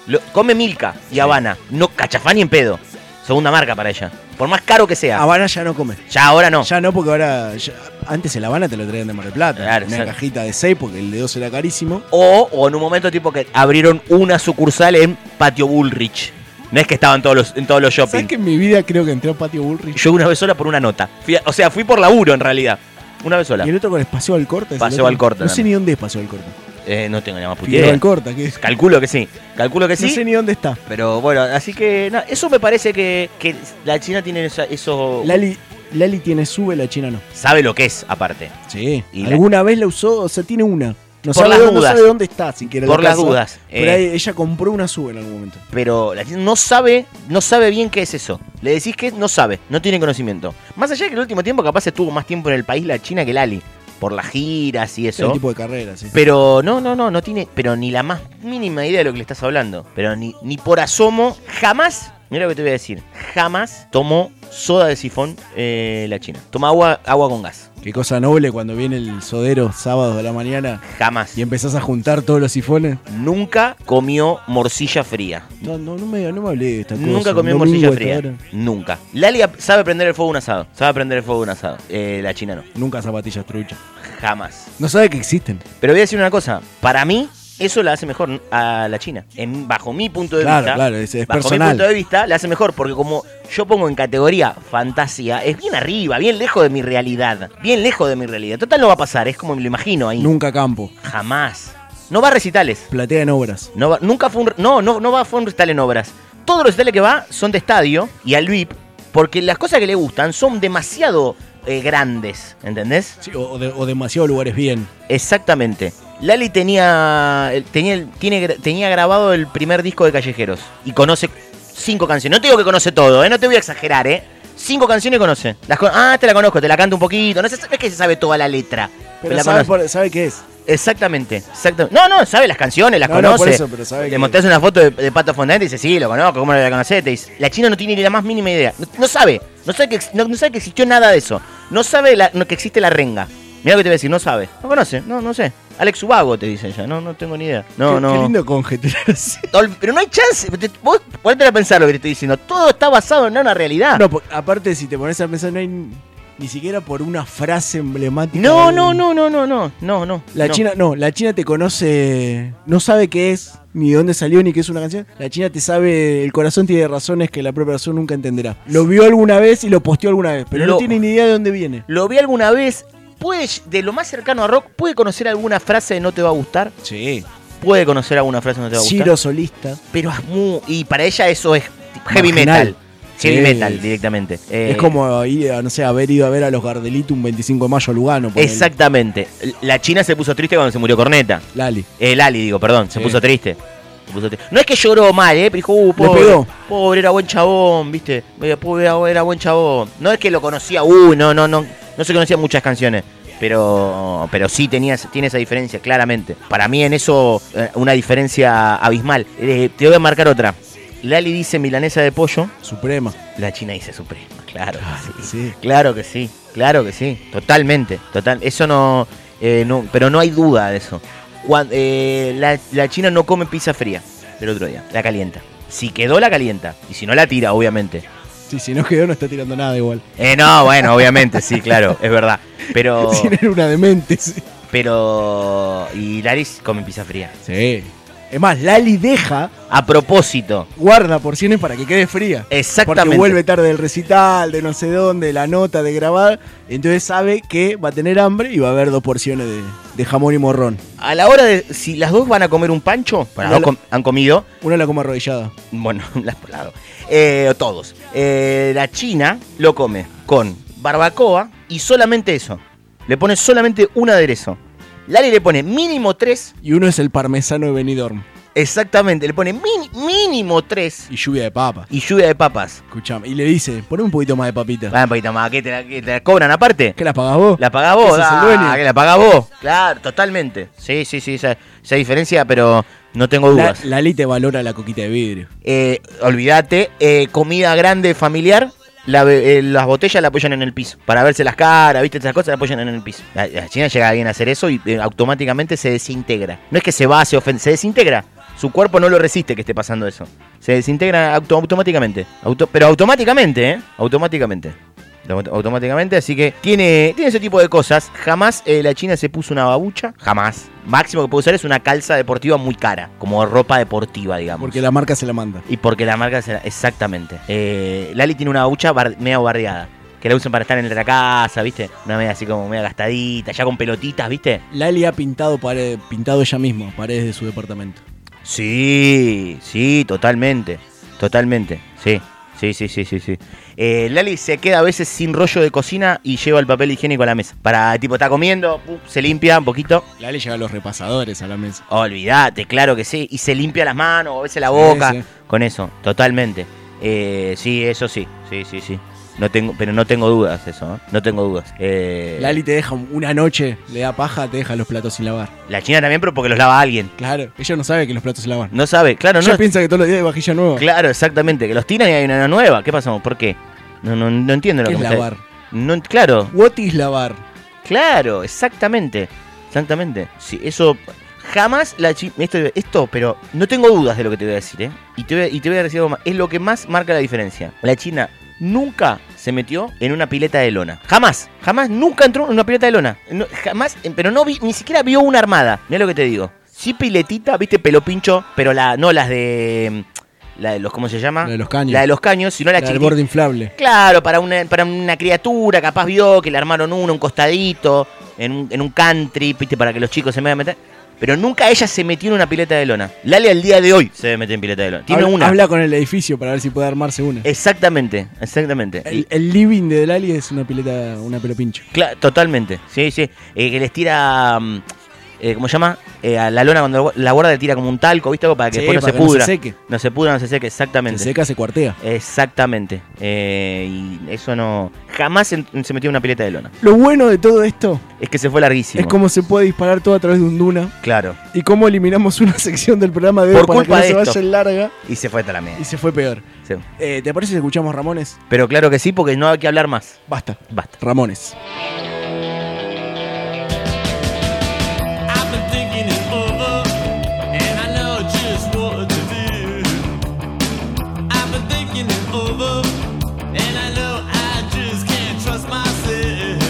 [SPEAKER 12] Lo- come Milka y Habana. No, Cachafá ni en pedo. Segunda marca para ella. Por más caro que sea.
[SPEAKER 8] Habana ya no come.
[SPEAKER 12] Ya ahora no.
[SPEAKER 8] Ya no, porque ahora. ya- antes en La Habana te lo traían de Mar del Plata.
[SPEAKER 12] Claro,
[SPEAKER 8] una
[SPEAKER 12] exacto.
[SPEAKER 8] cajita de 6 porque el de 2 era carísimo.
[SPEAKER 12] O, o en un momento tipo que abrieron una sucursal en Patio Bullrich. No es que estaban todos los, en todos los
[SPEAKER 8] ¿Sabes
[SPEAKER 12] shopping.
[SPEAKER 8] que en mi vida creo que entré a Patio Bullrich?
[SPEAKER 12] Yo una vez sola por una nota. Fui a- o sea, fui por laburo en realidad. Una vez sola.
[SPEAKER 8] Y el otro con el Paseo al Corte.
[SPEAKER 12] Paseo al Corta
[SPEAKER 8] No sé
[SPEAKER 12] también.
[SPEAKER 8] ni dónde es Paseo al Corte.
[SPEAKER 12] Eh, no tengo ni la más puta
[SPEAKER 8] Figueroa
[SPEAKER 12] idea.
[SPEAKER 8] al Corta, que es.
[SPEAKER 12] Calculo que sí. Calculo que sí.
[SPEAKER 8] No sé ni dónde está.
[SPEAKER 12] Pero bueno, así que nada, eso me parece que, que la China tiene esa- eso...
[SPEAKER 8] Lali, Lali tiene sube, la China no.
[SPEAKER 12] Sabe lo que es, aparte.
[SPEAKER 8] Sí.
[SPEAKER 12] Y la-
[SPEAKER 8] Alguna vez la usó, o sea, tiene una. No,
[SPEAKER 12] Por
[SPEAKER 8] sabe,
[SPEAKER 12] las
[SPEAKER 8] dónde, no
[SPEAKER 12] dudas.
[SPEAKER 8] sabe dónde está, si quiere la
[SPEAKER 12] Por las
[SPEAKER 8] casa,
[SPEAKER 12] dudas,
[SPEAKER 8] Pero
[SPEAKER 12] eh.
[SPEAKER 8] ahí ella compró una sube en algún momento.
[SPEAKER 12] Pero la China no sabe, no sabe bien qué es eso. Le decís que no sabe, no tiene conocimiento. Más allá de que el último tiempo capaz estuvo más tiempo en el país la China que Lali. Por las giras y
[SPEAKER 8] Todo
[SPEAKER 12] eso.
[SPEAKER 8] tipo de carreras, sí.
[SPEAKER 12] Pero no, no, no, no tiene, pero ni la más mínima idea de lo que le estás hablando. Pero ni, ni por asomo, jamás, mira lo que te voy a decir, jamás tomó soda de sifón eh, la China. Toma agua, agua con gas.
[SPEAKER 8] Qué cosa noble cuando viene el sodero sábado de la mañana
[SPEAKER 12] Jamás.
[SPEAKER 8] y empezás a juntar todos los sifones.
[SPEAKER 12] Nunca comió morcilla fría.
[SPEAKER 8] No, no, no me, no me hablé de esta cosa.
[SPEAKER 12] Nunca comió
[SPEAKER 8] un domingo
[SPEAKER 12] morcilla
[SPEAKER 8] a esta
[SPEAKER 12] fría.
[SPEAKER 8] hora.
[SPEAKER 12] Nunca. Lali ap- sabe prender el fuego de un asado. Sabe prender el fuego de un asado. Eh, la China no.
[SPEAKER 8] Nunca zapatillas truchas.
[SPEAKER 12] Jamás.
[SPEAKER 8] No sabe que existen.
[SPEAKER 12] Pero voy a decir una cosa. Para mí, eso la hace mejor a la China. En- bajo mi punto de
[SPEAKER 8] Claro,
[SPEAKER 12] vista.
[SPEAKER 8] claro, es- es
[SPEAKER 12] bajo
[SPEAKER 8] personal.
[SPEAKER 12] mi punto de vista, la hace mejor. Porque como yo pongo en categoría fantasía, es bien arriba, bien lejos de mi realidad. Bien lejos de mi realidad. Total no va a pasar, es como me lo imagino ahí.
[SPEAKER 8] Nunca campo.
[SPEAKER 12] Jamás. No va a recitales.
[SPEAKER 8] Platea en obras.
[SPEAKER 12] No va- nunca fue un, re- no, no, no va, fue un recital en obras. Todos los recitales que va son de estadio y al VIP. Porque las cosas que le gustan son demasiado eh, grandes. ¿Entendés?
[SPEAKER 8] Sí, o, o de- o demasiados lugares bien.
[SPEAKER 12] Exactamente. Lali tenía, el- tenía, el- tiene, gra- tenía grabado el primer disco de Callejeros y conoce cinco canciones. No te digo que conoce todo, ¿eh? no te voy a exagerar, ¿eh? Cinco canciones conoce. Las con- ah, te la conozco, te la canto un poquito. No, sé, no es que se sabe toda la letra.
[SPEAKER 8] Pero
[SPEAKER 12] la
[SPEAKER 8] sabe,
[SPEAKER 12] conoce.
[SPEAKER 8] por- sabe qué es.
[SPEAKER 12] Exactamente, exactamente. No, no, sabe las canciones, las
[SPEAKER 8] No, no,
[SPEAKER 12] conoce.
[SPEAKER 8] por eso, pero sabe
[SPEAKER 12] Le
[SPEAKER 8] que-
[SPEAKER 12] mostrás una foto de, de Pato Fondante y dice, sí, lo conozco, ¿cómo no la conocés? Te dice, la china no tiene ni la más mínima idea. No, no sabe, no sabe, que, ex- no, no sabe que existió nada de eso. No sabe la- no- que existe la renga. Mira lo que te voy a decir, no sabe. No conoce, no, no sé. Alex Ubago te dice ella, no, no tengo ni idea. No,
[SPEAKER 8] qué,
[SPEAKER 12] no.
[SPEAKER 8] Qué lindo conjeturar así.
[SPEAKER 12] Ol- Pero no hay chance. Te- Vos ponete a pensar lo que te estoy diciendo. Todo está basado en una realidad.
[SPEAKER 8] No, por- aparte, si te pones a pensar, no hay n- ni siquiera por una frase emblemática.
[SPEAKER 12] No,
[SPEAKER 8] del-
[SPEAKER 12] no, no, no, no, no, no, no.
[SPEAKER 8] La
[SPEAKER 12] no.
[SPEAKER 8] China, no, la China te conoce, no sabe qué es, ni de dónde salió, ni qué es una canción. La China te sabe, el corazón tiene razones que la propia razón nunca entenderá. Lo vio alguna vez y lo posteó alguna vez, pero no
[SPEAKER 12] Lo-
[SPEAKER 8] tiene ni idea de dónde viene.
[SPEAKER 12] Lo vi alguna vez. Puede, de lo más cercano a rock, puede conocer alguna frase de no te va a gustar.
[SPEAKER 8] Sí.
[SPEAKER 12] Puede conocer alguna frase de no te va a gustar.
[SPEAKER 8] Ciro solista.
[SPEAKER 12] Pero es muy. Y para ella eso es
[SPEAKER 8] Marginal.
[SPEAKER 12] heavy metal. Heavy
[SPEAKER 8] Sí.
[SPEAKER 12] metal directamente. Eh,
[SPEAKER 8] es como ir a, no sé, haber ido a ver a los Gardelitos un 25 de mayo a Lugano. ponele.
[SPEAKER 12] Exactamente. La China se puso triste cuando se murió Corneta.
[SPEAKER 8] Lali.
[SPEAKER 12] El Ali, Eh, digo, perdón, se
[SPEAKER 8] Sí.
[SPEAKER 12] puso triste. No es que lloró mal, ¿eh? Pero dijo, uh,
[SPEAKER 14] Le
[SPEAKER 12] pobre,
[SPEAKER 14] pegó.
[SPEAKER 12] pobre, era buen chabón, ¿viste? Eh, Pobre, era- era buen chabón. No es que lo conocía, uh, no, no, no. No se conocían muchas canciones. Pero, pero sí tenía, tiene esa diferencia, claramente. Para mí en eso, eh, una diferencia abismal. Eh, te voy a marcar otra. Lali dice milanesa de pollo.
[SPEAKER 8] Suprema.
[SPEAKER 12] La China dice suprema, claro. que sí. Claro que sí, claro que sí. Totalmente, total. Eso no, eh, no pero no hay duda de eso. Cuan- eh, la, la China no come pizza fría del otro día, la calienta. Si quedó, la calienta. Y si no, la tira, obviamente.
[SPEAKER 8] Sí, si no quedó, no está tirando nada igual.
[SPEAKER 12] Eh, no, bueno, obviamente, sí, claro, es verdad. Pero,
[SPEAKER 8] Si no era una demente. sí.
[SPEAKER 12] pero, y Laris come pizza fría.
[SPEAKER 8] Sí. Es más, Lali deja,
[SPEAKER 12] A propósito,
[SPEAKER 8] guarda porciones para que quede fría.
[SPEAKER 12] exactamente.
[SPEAKER 8] Porque vuelve tarde del recital, de no sé dónde, la nota de grabar. Entonces sabe que va a tener hambre y va a haber dos porciones de, de jamón y morrón.
[SPEAKER 12] A la hora de, si las dos van a comer un pancho, bueno, las
[SPEAKER 8] Una
[SPEAKER 12] dos com- han comido,
[SPEAKER 8] Una la come arrodillada.
[SPEAKER 12] Bueno, las por lado. Eh, todos. Eh, la China lo come con barbacoa y solamente eso. Le pone solamente un aderezo. Lali le pone mínimo tres.
[SPEAKER 8] Y uno es el parmesano de Benidorm.
[SPEAKER 12] Exactamente, le pone mini- mínimo tres
[SPEAKER 8] Y lluvia de papa.
[SPEAKER 12] y lluvia de papas.
[SPEAKER 8] Escuchame. Y le dice, poné un poquito más de papita.
[SPEAKER 12] Vale, un poquito más. ¿Qué te, la, qué te la cobran aparte?
[SPEAKER 8] ¿Qué la pagás vos?
[SPEAKER 12] La pagás vos.
[SPEAKER 8] ¿Qué sos el
[SPEAKER 12] ah,
[SPEAKER 8] dueño?
[SPEAKER 12] que la pagás vos. Claro, totalmente. Sí, sí, sí, esa, esa diferencia, pero no tengo
[SPEAKER 8] La,
[SPEAKER 12] dudas.
[SPEAKER 8] Lali te valora la coquita de vidrio.
[SPEAKER 12] Eh, olvídate, eh, comida grande familiar. la be- eh, las botellas la apoyan en el piso. Para verse las caras, viste, esas cosas la apoyan en el piso. A, a China llega alguien a hacer eso y eh, automáticamente se desintegra. No es que se va, se ofen- se desintegra. Su cuerpo no lo resiste que esté pasando eso. Se desintegra auto- automáticamente. Auto- pero automáticamente, ¿eh? Automáticamente. Auto- Automáticamente, así que tiene, tiene ese tipo de cosas. Jamás eh, la China se puso una babucha. Jamás. Máximo que puede usar es una calza deportiva muy cara. Como ropa deportiva, digamos.
[SPEAKER 8] Porque la marca se la manda.
[SPEAKER 12] Y porque la marca será. Exactamente. Eh, Lali tiene una hucha bar- media bardeada. Que la usan para estar en la casa, ¿viste? Una media así como media gastadita, ya con pelotitas, ¿viste?
[SPEAKER 8] Lali ha pintado, pared- pintado ella misma paredes de su departamento.
[SPEAKER 12] Sí, sí, totalmente. Totalmente. Sí, sí, sí, sí, sí. sí. Eh, Lali se queda a veces sin rollo de cocina y lleva el papel higiénico a la mesa. Para, tipo, está comiendo, pum, se limpia un poquito.
[SPEAKER 8] Lali lleva los repasadores a la mesa.
[SPEAKER 12] Oh, Olvídate, claro que sí. Y se limpia las manos o a veces la boca.
[SPEAKER 8] sí.
[SPEAKER 12] Con eso, totalmente. Eh, sí, eso sí. Sí, sí, sí. No tengo, pero no tengo dudas eso, ¿eh? No tengo dudas. Eh,
[SPEAKER 8] Lali te deja una noche, le da paja, te deja los platos sin lavar.
[SPEAKER 12] La China también, pero porque los lava alguien.
[SPEAKER 8] Claro, ella no sabe que los platos se lavan.
[SPEAKER 12] No sabe, claro,
[SPEAKER 8] ella
[SPEAKER 12] no.
[SPEAKER 8] piensa que todos los días hay vajilla nueva.
[SPEAKER 12] Claro, exactamente. Que los tiran y hay una nueva. ¿Qué pasó? ¿Por qué? No, no, no entiendo lo
[SPEAKER 8] ¿Qué
[SPEAKER 12] que
[SPEAKER 8] es
[SPEAKER 12] me está-
[SPEAKER 8] lavar?
[SPEAKER 12] No, ent- claro,
[SPEAKER 8] What is lavar?
[SPEAKER 12] claro, exactamente. Exactamente. Sí, eso. Jamás la chi- esto, esto, pero no tengo dudas de lo que te voy a decir, ¿eh? Y te voy a, y te voy a decir algo más. Es lo que más marca la diferencia. La China nunca se metió en una pileta de lona. Jamás. Jamás nunca entró en una pileta de lona. No, jamás, eh, pero no vi, ni siquiera vio una armada. Mira lo que te digo. Sí, piletita, viste, pelo pincho, pero la, no las de. mm, La de los, ¿cómo se llama?
[SPEAKER 8] La de los caños.
[SPEAKER 12] La de los caños, sino la,
[SPEAKER 8] La del
[SPEAKER 12] chiquitita.
[SPEAKER 8] borde inflable.
[SPEAKER 12] Claro, para una, para una criatura, capaz vio que le armaron uno, un costadito, en un, en un country, viste, para que los chicos se me vayan a meter. Pero nunca ella se metió en una pileta de lona. Lale al día de hoy se debe meter en pileta de lona. Tiene
[SPEAKER 8] habla,
[SPEAKER 12] una. Eh,
[SPEAKER 8] habla con el edificio para ver si puede armarse una.
[SPEAKER 12] Exactamente, exactamente.
[SPEAKER 8] El, el living de Lali es una pileta, una pelo pincho.
[SPEAKER 12] Cla- totalmente, sí, sí. Eh, que les tira. mm, eh, ¿Cómo se llama? Eh, a la lona cuando la guarda le tira como un talco, ¿viste? Algo Para que
[SPEAKER 8] Sí,
[SPEAKER 12] después no
[SPEAKER 8] para
[SPEAKER 12] se
[SPEAKER 8] que no se
[SPEAKER 12] pudra.
[SPEAKER 8] seque.
[SPEAKER 12] No se pudra, no se seque, exactamente.
[SPEAKER 8] Se seca, se cuartea.
[SPEAKER 12] Exactamente. Eh, y eso no. Jamás en- se metió en una pileta de lona.
[SPEAKER 8] Lo bueno de todo esto
[SPEAKER 12] Es que se fue larguísimo.
[SPEAKER 8] es cómo se puede disparar todo a través de un duna
[SPEAKER 12] Claro.
[SPEAKER 8] y cómo eliminamos una sección del programa de hoy
[SPEAKER 12] Por
[SPEAKER 8] para que
[SPEAKER 12] culpa
[SPEAKER 8] no
[SPEAKER 12] de
[SPEAKER 8] se
[SPEAKER 12] esto.
[SPEAKER 8] vaya en larga
[SPEAKER 12] Y se fue hasta la
[SPEAKER 8] y
[SPEAKER 12] mierda.
[SPEAKER 8] se fue peor.
[SPEAKER 12] Sí.
[SPEAKER 8] Eh, ¿Te parece si escuchamos Ramones?
[SPEAKER 12] Pero claro que sí, porque no hay que hablar más.
[SPEAKER 8] Basta.
[SPEAKER 12] Basta.
[SPEAKER 8] Ramones.
[SPEAKER 13] I've been thinking it over, and I know just what to do. I've been thinking it over, and I know I just can't trust myself.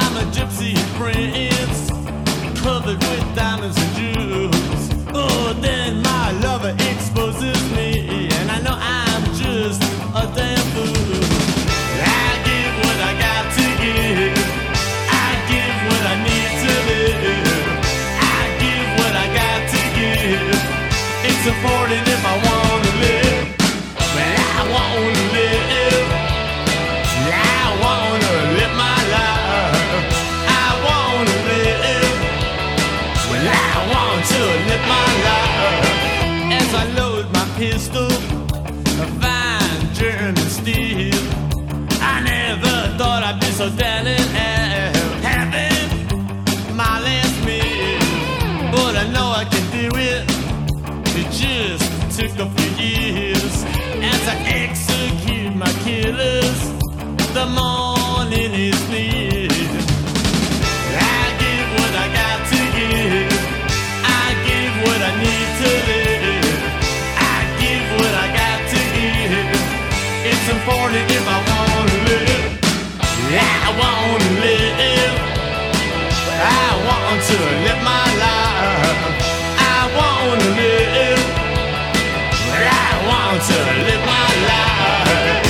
[SPEAKER 13] I'm a gypsy prince, covered with diamonds and jewels. Oh, then my lover exposes me, and I know I'm just a damn fool. I give what I got to give. so darling, I'm happy. My last meal, but I know I can do it. It just took a few years as I execute my killers. The morning is near. I give what I got to give. I give what I need to live. I give what I got to give. It's important if I want to live. I want to live. I want to live my life. I want to live. I want to live my life.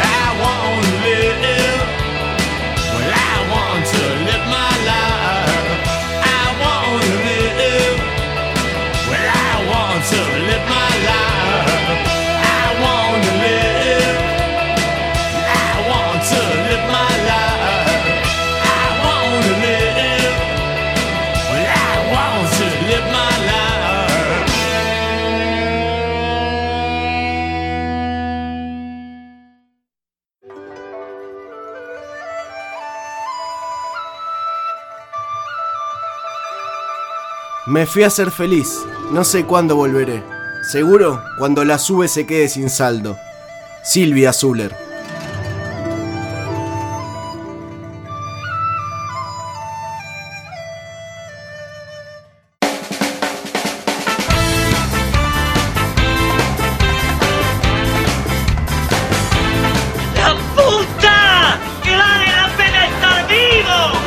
[SPEAKER 13] I want to live. Well, I want to live my life. I want to live. Well, I want to live my life. I want to live. I want to live my life. I want to live. Well, I want to live my life.
[SPEAKER 18] Me fui a ser feliz, no sé cuándo volveré. Seguro cuando la sube se quede sin saldo. Silvia Zuller.
[SPEAKER 13] ¡La puta! ¡Que vale la pena estar vivo!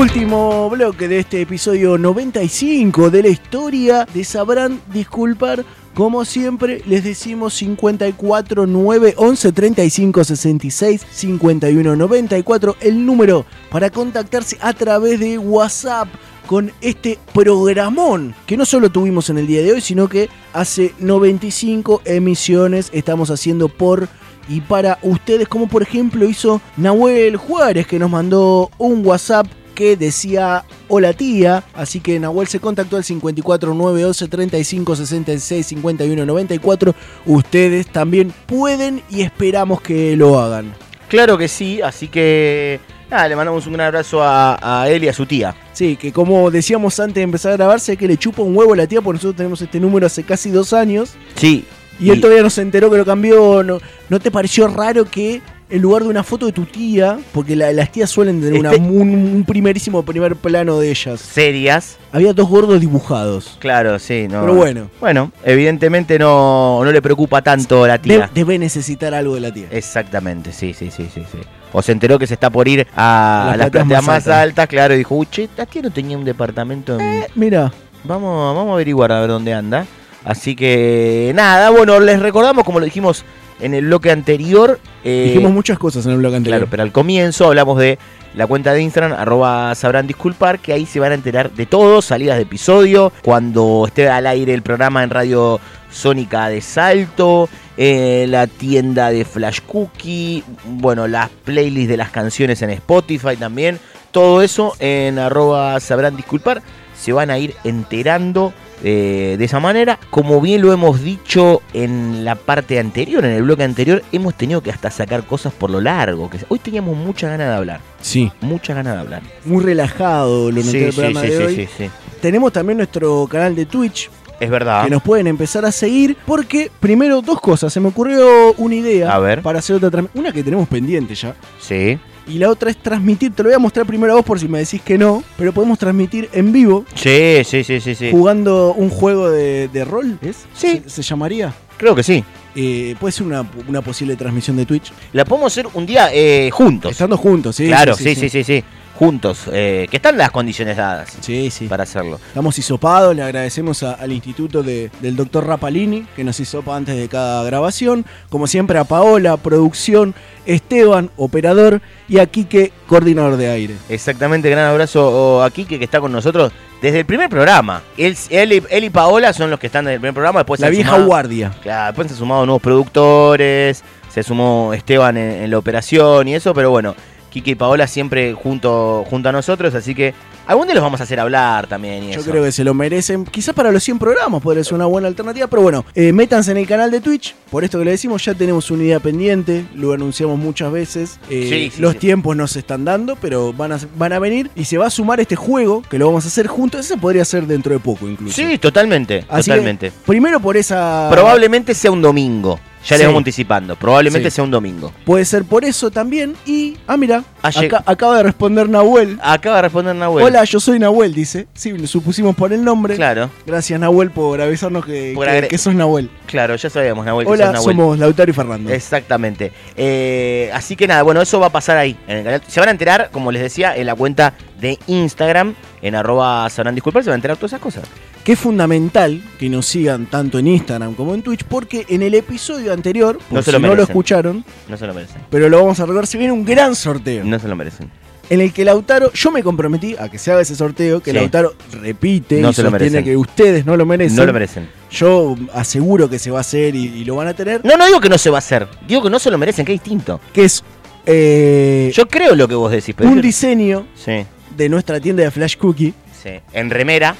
[SPEAKER 8] Último bloque de este episodio 95 de la historia de Sabrán Disculpar. Como siempre, les decimos 54 9 11 35 66 51 94, el número para contactarse a través de WhatsApp con este programón que no solo tuvimos en el día de hoy, sino que hace 95 emisiones estamos haciendo por y para ustedes, como por ejemplo hizo Nahuel Juárez, que nos mandó un WhatsApp que decía hola tía, así que Nahuel se contactó al 54 9 11 35 66 51 94. Ustedes también pueden y esperamos que lo hagan.
[SPEAKER 12] Claro que sí, así que nada, le mandamos un gran abrazo a, a él y a su tía.
[SPEAKER 8] Sí, que como decíamos antes de empezar a grabarse, que le chupa un huevo a la tía, porque nosotros tenemos este número hace casi dos años.
[SPEAKER 12] Sí.
[SPEAKER 8] Y él todavía no se enteró que lo cambió. ¿No, ¿no te pareció raro que en lugar de una foto de tu tía, porque la- las tías suelen tener una-
[SPEAKER 12] Este-
[SPEAKER 8] un, un primerísimo primer plano de ellas,
[SPEAKER 12] Serias.
[SPEAKER 8] había dos gordos dibujados?
[SPEAKER 12] Claro, sí, no.
[SPEAKER 8] Pero bueno.
[SPEAKER 12] Bueno, evidentemente no, no le preocupa tanto la
[SPEAKER 8] De-
[SPEAKER 12] tía. Eh,
[SPEAKER 8] debe necesitar algo de la tía.
[SPEAKER 12] Exactamente, sí, sí, sí, sí, sí. O se enteró que se está por ir a
[SPEAKER 8] Las
[SPEAKER 12] las,
[SPEAKER 8] platas
[SPEAKER 12] plantas
[SPEAKER 8] más
[SPEAKER 12] más,
[SPEAKER 8] altas. Eh,
[SPEAKER 12] altas. claro, y dijo, "Uy, che, la tía no tenía un departamento en...
[SPEAKER 8] Mira,
[SPEAKER 12] Vamos, vamos a averiguar a ver dónde anda. Así que nada, bueno, les recordamos, como lo dijimos en el bloque anterior. eh,
[SPEAKER 8] dijimos muchas cosas en el blog anterior.
[SPEAKER 12] Claro, pero al comienzo hablamos de la cuenta de Instagram, arroba sabrán disculpar, que ahí se van a enterar de todo, salidas de episodio, cuando esté al aire el programa en Radio Sónica de Salto, eh, la tienda de Flash Cookie, bueno, las playlists de las canciones en Spotify también, todo eso en arroba sabrán disculpar, se van a ir enterando. eh, de esa manera, como bien lo hemos dicho en la parte anterior, en el bloque anterior, hemos tenido que hasta sacar cosas por lo largo. Que hoy teníamos muchas ganas de hablar.
[SPEAKER 8] Sí.
[SPEAKER 12] Muchas ganas de hablar.
[SPEAKER 8] Muy relajado lo noté
[SPEAKER 12] Sí,
[SPEAKER 8] el
[SPEAKER 12] sí,
[SPEAKER 8] programa
[SPEAKER 12] sí,
[SPEAKER 8] de
[SPEAKER 12] sí,
[SPEAKER 8] hoy.
[SPEAKER 12] sí, sí.
[SPEAKER 8] Tenemos también nuestro canal de Twitch.
[SPEAKER 12] Es verdad.
[SPEAKER 8] Que nos pueden empezar a seguir porque, primero, dos cosas. Se me ocurrió una idea
[SPEAKER 12] A ver.
[SPEAKER 8] para hacer otra transmisión. Una que tenemos pendiente ya.
[SPEAKER 12] Sí.
[SPEAKER 8] Y la otra es transmitir. Te lo voy a mostrar primero a vos por si me decís que no. Pero podemos transmitir en vivo
[SPEAKER 12] Sí, sí, sí, sí, sí.
[SPEAKER 8] jugando un juego de, de rol. ¿Es?
[SPEAKER 12] Sí.
[SPEAKER 8] ¿Se, se llamaría?
[SPEAKER 12] Creo que sí.
[SPEAKER 8] Eh, puede ser una, una posible transmisión de Twitch.
[SPEAKER 12] La podemos hacer un día eh, juntos.
[SPEAKER 8] Estando juntos, sí.
[SPEAKER 12] claro, sí, sí, sí, sí. Juntos. eh, que están las condiciones dadas.
[SPEAKER 8] Sí, sí.
[SPEAKER 12] Para hacerlo.
[SPEAKER 8] Estamos hisopados, le agradecemos a- al instituto de- del doctor Rapalini que nos hisopa antes de cada grabación. Como siempre a Paola, producción, Esteban, operador y a Quique, coordinador de aire.
[SPEAKER 12] Exactamente, gran abrazo a Quique que está con nosotros desde el primer programa. Él, él y, él y Paola son los que están desde el primer programa. Después se
[SPEAKER 8] La
[SPEAKER 12] han
[SPEAKER 8] vieja
[SPEAKER 12] sumado-
[SPEAKER 8] guardia.
[SPEAKER 12] Claro, después se han sumado nuevos productores, se sumó Esteban en, en la operación y eso, pero bueno, Kike y Paola siempre junto, junto a nosotros, así que algún día los vamos a hacer hablar también. Y
[SPEAKER 8] Yo
[SPEAKER 12] eso.
[SPEAKER 8] creo que se lo merecen. Quizás para los 100 programas podría ser una buena alternativa, pero bueno, eh, métanse en el canal de Twitch. Por esto que le decimos, ya tenemos una idea pendiente, lo anunciamos muchas veces. Eh,
[SPEAKER 12] Sí, sí,
[SPEAKER 8] los
[SPEAKER 12] sí.
[SPEAKER 8] tiempos no se están dando, pero van a, van a venir y se va a sumar este juego que lo vamos a hacer juntos. Ese podría ser dentro de poco incluso.
[SPEAKER 12] Sí, totalmente,
[SPEAKER 8] Así que,
[SPEAKER 12] totalmente.
[SPEAKER 8] primero por esa.
[SPEAKER 12] Probablemente sea un domingo, ya
[SPEAKER 8] Sí.
[SPEAKER 12] les vamos anticipando, probablemente
[SPEAKER 8] Sí.
[SPEAKER 12] sea un domingo.
[SPEAKER 8] Puede ser por eso también. Y, ah, mira,
[SPEAKER 12] Ah, lleg-
[SPEAKER 8] acá- acaba de responder Nahuel.
[SPEAKER 12] Acaba de responder Nahuel.
[SPEAKER 8] Hola, yo soy Nahuel, dice. Sí, lo supusimos por el nombre.
[SPEAKER 12] Claro.
[SPEAKER 8] Gracias, Nahuel, por avisarnos que,
[SPEAKER 12] Por
[SPEAKER 8] que-
[SPEAKER 12] agre-
[SPEAKER 8] que sos Nahuel.
[SPEAKER 12] Claro, ya sabíamos, Nahuel. que
[SPEAKER 8] Hola,
[SPEAKER 12] sos Nahuel.
[SPEAKER 8] somos Lautaro y Fernando.
[SPEAKER 12] Exactamente. Eh, así que nada, bueno, eso va a pasar ahí en el canal. Se van a enterar, como les decía, en la cuenta de Instagram, en arroba sabrán disculpar, se van a enterar todas esas cosas.
[SPEAKER 8] Que es fundamental que nos sigan tanto en Instagram como en Twitch, porque en el episodio anterior, por
[SPEAKER 12] No se
[SPEAKER 8] si
[SPEAKER 12] lo
[SPEAKER 8] no lo
[SPEAKER 12] merecen.
[SPEAKER 8] escucharon,
[SPEAKER 12] No se lo merecen.
[SPEAKER 8] pero lo vamos a recordar, se viene un gran sorteo.
[SPEAKER 12] No se lo merecen.
[SPEAKER 8] En el que Lautaro, yo me comprometí a que se haga ese sorteo, que
[SPEAKER 12] Sí.
[SPEAKER 8] Lautaro repite
[SPEAKER 12] No
[SPEAKER 8] y
[SPEAKER 12] se lo
[SPEAKER 8] sostiene
[SPEAKER 12] merecen.
[SPEAKER 8] que ustedes no lo merecen.
[SPEAKER 12] No lo merecen.
[SPEAKER 8] Yo aseguro que se va a hacer y, y lo van a tener.
[SPEAKER 12] No, no digo que no se va a hacer. Digo que no se lo merecen, que es distinto.
[SPEAKER 8] Que es eh,
[SPEAKER 12] Yo creo lo que vos decís, pero.
[SPEAKER 8] un
[SPEAKER 12] yo-
[SPEAKER 8] diseño
[SPEAKER 12] Sí,
[SPEAKER 8] de nuestra tienda de Flash Cookie.
[SPEAKER 12] sí. En remera.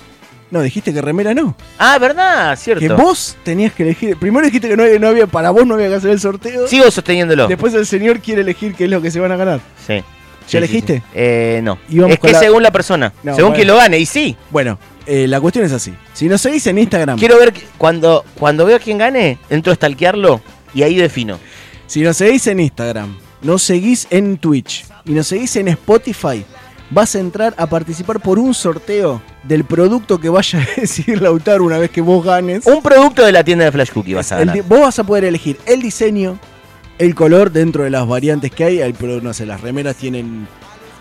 [SPEAKER 8] No, dijiste que remera no.
[SPEAKER 12] Ah, verdad, cierto.
[SPEAKER 8] Que vos tenías que elegir. Primero dijiste que no, había- no había, para vos no había que hacer el sorteo.
[SPEAKER 12] Sigo sosteniéndolo.
[SPEAKER 8] Después el señor quiere elegir qué es lo que se van a ganar.
[SPEAKER 12] Sí. Sí, sí,
[SPEAKER 8] elegiste?
[SPEAKER 12] sí. Eh, no.
[SPEAKER 8] Íbamos
[SPEAKER 12] es
[SPEAKER 8] con
[SPEAKER 12] que
[SPEAKER 8] la-
[SPEAKER 12] según la persona.
[SPEAKER 8] No,
[SPEAKER 12] según
[SPEAKER 8] bueno.
[SPEAKER 12] quien lo gane, y sí.
[SPEAKER 8] Bueno, eh, la cuestión es así. Si nos seguís en Instagram,
[SPEAKER 12] Quiero ver que- cuando, cuando veo a quién gane, entro a stalkearlo y ahí defino.
[SPEAKER 8] si nos seguís en Instagram, nos seguís en Twitch y nos seguís en Spotify, vas a entrar a participar por un sorteo del producto que vaya a decir Lautaro una vez que vos ganes.
[SPEAKER 12] Un producto de la tienda de Flash Cookie vas a
[SPEAKER 8] El
[SPEAKER 12] ganar.
[SPEAKER 8] di- vos vas a poder elegir el diseño, el color dentro de las variantes que hay. Hay, pero no sé, las remeras tienen